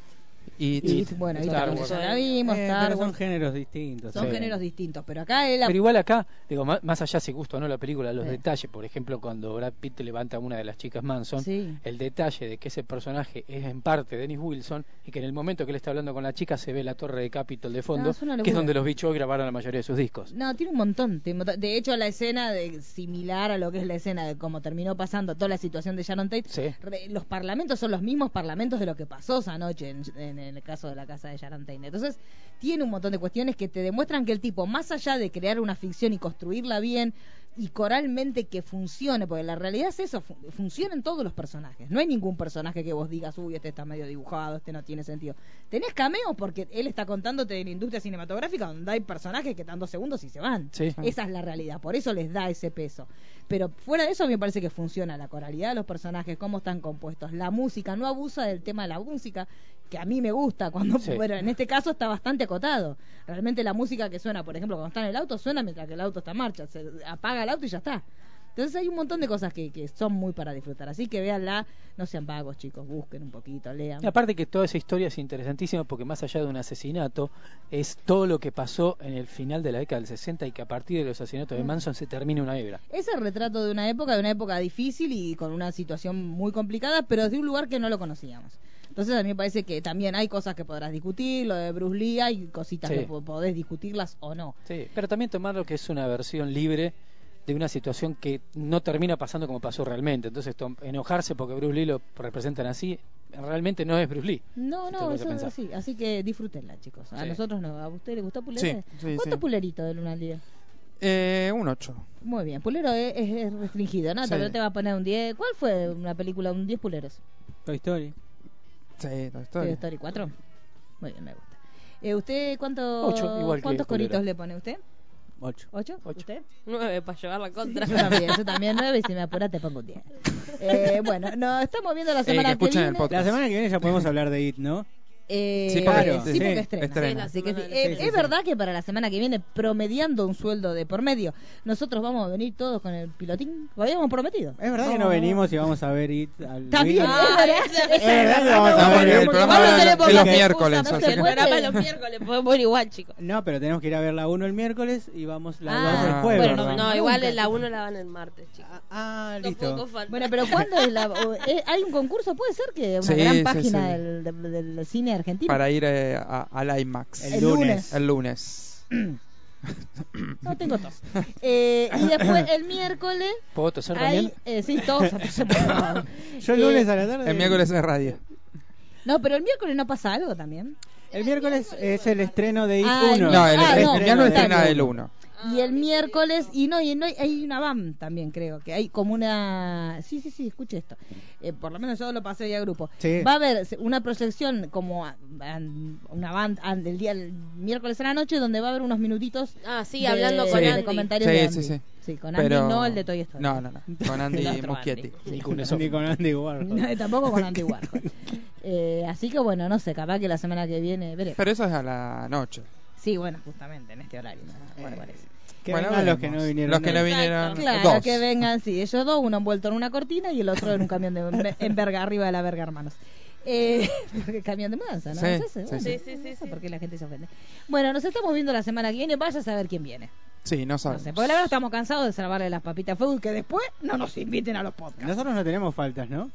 D: Y,
B: Y, bueno, y
D: Star
B: también
D: Wars.
B: ya la vimos,
E: Eh,
B: Star
E: pero son
B: Wars.
E: géneros distintos. eh.
B: Son
G: sí.
B: géneros distintos, pero acá él...
G: Pero igual acá, digo, ma- más allá si gusta o no la película, los
B: Sí.
G: detalles, por ejemplo, cuando Brad Pitt levanta a una de las chicas Manson,
B: Sí.
G: el detalle de que ese personaje es en parte Dennis Wilson y que en el momento que él está hablando con la chica se ve la torre de Capitol de fondo,
B: No, es una
G: que es
B: locura.
G: donde los bichos grabaron la mayoría de sus discos.
B: No, tiene un montón. tiene un montón. De hecho, la escena de, similar a lo que es la escena de cómo terminó pasando toda la situación de Sharon Tate,
G: Sí.
B: re- los parlamentos son los mismos parlamentos de lo que pasó esa noche en, en el caso de la casa de Sharon Tate. Entonces, tiene un montón de cuestiones que te demuestran que el tipo, más allá de crear una ficción y construirla bien y coralmente que funcione, porque la realidad es eso, fu- funcionan todos los personajes. No hay ningún personaje que vos digas, uy, este está medio dibujado, este no tiene sentido. Tenés cameos porque él está contándote de la industria cinematográfica donde hay personajes que están dos segundos y se van.
G: Sí.
B: Esa es la realidad, por eso les da ese peso. Pero fuera de eso, a mí me parece que funciona la coralidad de los personajes, cómo están compuestos. La música, no abusa del tema de la música, que a mí me gusta. cuando
G: Sí.
B: Bueno, en este caso está bastante acotado. Realmente la música que suena, por ejemplo, cuando está en el auto, suena mientras que el auto está en marcha. Se apaga el auto y ya está. Entonces hay un montón de cosas que, que son muy para disfrutar. Así que véanla, no sean vagos, chicos, busquen un poquito, lean.
G: Y aparte que toda esa historia es interesantísima porque más allá de un asesinato, es todo lo que pasó en el final de la década del 60 y que a partir de los asesinatos
B: Mm.
G: de Manson se termina una hebra.
B: Es el retrato de una época, de una época difícil y con una situación muy complicada, pero desde un lugar que no lo conocíamos. Entonces a mí me parece que también hay cosas que podrás discutir, lo de Bruce Lee, hay cositas
G: Sí.
B: que po- podés discutirlas o no.
G: Sí, pero también tomarlo que es una versión libre de una situación que no termina pasando como pasó realmente. Entonces, tom- enojarse porque Bruce Lee lo representan así, realmente no es Bruce Lee.
B: No,
G: Si
B: no,
G: te pones a
B: eso es
G: pensar.
B: así. Así que disfrútenla, chicos. A
G: Sí.
B: nosotros no. ¿A usted le gustó Pulero?
D: Sí, sí,
B: ¿Cuánto
D: sí.
B: pulerito de luna al día?
D: Eh, un 8.
B: Muy bien. Pulero es, es- es restringido, ¿no?
D: Sí.
B: Pero te va a poner un 10. ¿Cuál fue una película? Un 10 puleros.
E: Toy Story.
D: Sí, Toy
B: Toy
D: Story.
B: Story 4. Muy bien, me gusta. Eh, ¿Usted cuánto,
E: Ocho, igual que
B: cuántos
E: Pulero.
B: coritos le pone usted?
E: 8.
B: ¿Ocho? ¿Usted?
F: Nueve para llevar la contra.
B: Yo también, yo también nueve y si me apura te pongo un 10. Eh, bueno, nos estamos viendo
E: Eh,
B: la semana que, viene.
E: La semana que viene ya podemos hablar de IT, ¿no?
B: Eh,
E: Sí, porque- este,
B: claro, sí,
E: sí,
B: porque estrena.
E: estrena.
B: Así que sí.
E: Sí, la
B: Eh,
E: semana
B: es
E: del- sí, sí,
B: verdad que para la semana que viene, promediando un sueldo de por medio, nosotros vamos a venir todos con el pilotín. Lo habíamos prometido.
E: Es verdad que no venimos y vamos a ver IT. Al
B: Está bien,
E: Ah,
B: es verdad.
E: es verdad que vamos
D: No,
E: a ver
D: porque
E: IT.
D: el programa
E: Vamos a
D: era
E: ver
D: los-
E: el
D: los
E: podcast.
D: miércoles, o sea
F: El
D: que-
F: programa los miércoles podemos ir igual, chicos.
E: No, pero tenemos que ir a ver la 1 el miércoles y vamos la 2
D: Ah,
E: el jueves.
D: bueno,
E: ¿verdad?
F: No, igual en la 1 la van el martes, chicos.
E: Ah,
F: Tampoco
E: listo.
F: falta.
B: Bueno, pero ¿cuándo es la, o- eh, hay un concurso? Puede ser que una
D: Sí, sí,
B: gran página
D: sí.
B: Del, del- del cine argentino.
D: Para ir eh, a- al IMAX.
B: El El lunes. lunes.
D: El lunes.
B: No tengo tos. Eh, y después el miércoles.
G: ¿Puedo toser
B: Hay,
G: también?
B: eh, sí, todos tosen, por favor.
E: Yo el
B: Eh,
E: lunes a la tarde.
D: El miércoles es radio.
B: No, pero el miércoles no pasa algo también.
E: El miércoles es el estreno de IT
B: Ah,
E: 1.
D: No, el,
B: Ah,
D: el
B: no,
D: miércoles
B: está
D: estrena
B: bien.
D: el 1.
F: Ah,
B: Y el miércoles, y no, y no hay, hay una BAM también, creo, que hay como una. Sí, sí, sí, escuche esto. Eh, por lo menos yo lo pasé ya a grupo.
E: Sí.
B: Va a haber se- una proyección como a- an- una BAM an- del día el miércoles a la noche, donde va a haber unos minutitos.
F: Ah, sí,
B: de-
F: hablando con
B: de
F: Andy.
B: comentarios de
D: Sí,
B: Andy.
D: sí, sí.
B: Sí, con Andy, no el de Toy Story.
D: No, no, no. Con
B: El
D: Andy
B: otro
D: Muschietti.
E: Ni con eso. Ni con Andy Warhol.
B: No, tampoco con Andy Warhol. Eh, así que bueno, no sé, capaz que la semana que viene veremos.
D: Pero eso es a la noche.
B: Sí, bueno, justamente en este horario. ¿no? Bueno, parece.
E: Que
D: Bueno,
E: vengan los que
D: veremos.
E: no vinieron.
D: Los que no
E: hoy.
D: vinieron.
B: Claro,
D: Eh, dos.
B: que vengan, sí, ellos dos, uno envuelto en una cortina y el otro en un camión de enver- en verga, arriba de la verga, hermanos. Eh, porque camión de mudanza, ¿no?
D: Sí,
B: ¿Es ese?
D: sí,
B: Bueno,
D: sí.
F: Sí, sí,
B: no sé
F: sí.
B: por qué la gente se ofende. Bueno, nos estamos viendo la semana que viene, vaya a saber quién viene.
D: Sí, no
B: No
D: sabemos.
B: sé, porque la verdad estamos cansados de salvarle las papitas fútbol que después no nos inviten a los podcasts.
E: Nosotros no tenemos faltas, ¿no?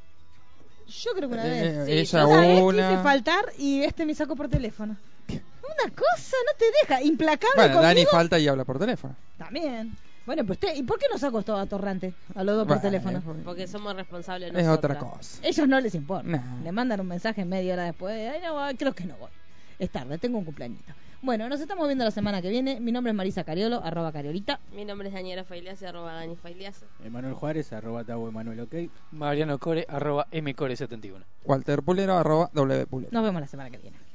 B: Yo creo que una
D: Eh,
B: vez.
D: eh, ella
B: Otra vez
D: una.
B: quise faltar y este me sacó por teléfono. Una cosa, no te deja. Implacable
D: Bueno, Dani
B: conmigo.
D: falta y habla por teléfono.
B: También. Bueno, pero usted, ¿y por qué nos acostó a Torrante? A los dos por
D: Bueno,
B: teléfono.
F: Porque somos responsables
D: Es
F: nosotros.
D: otra cosa.
B: Ellos no les importa.
D: No.
B: Le mandan un mensaje media hora después. Ay, no, voy, creo que no voy. Es tarde, tengo un cumpleañito. Bueno, nos estamos viendo la semana que viene. Mi nombre es Marisa Cariolo, arroba Cariolita.
F: Mi nombre es Daniela Failiase, arroba Dani Failiase.
E: Emanuel Juárez, arroba Tabo Emanuel, ok.
G: Mariano Core, arroba mcore71.
D: Walter Pulero, arroba W Pulero.
B: Nos vemos la semana que viene.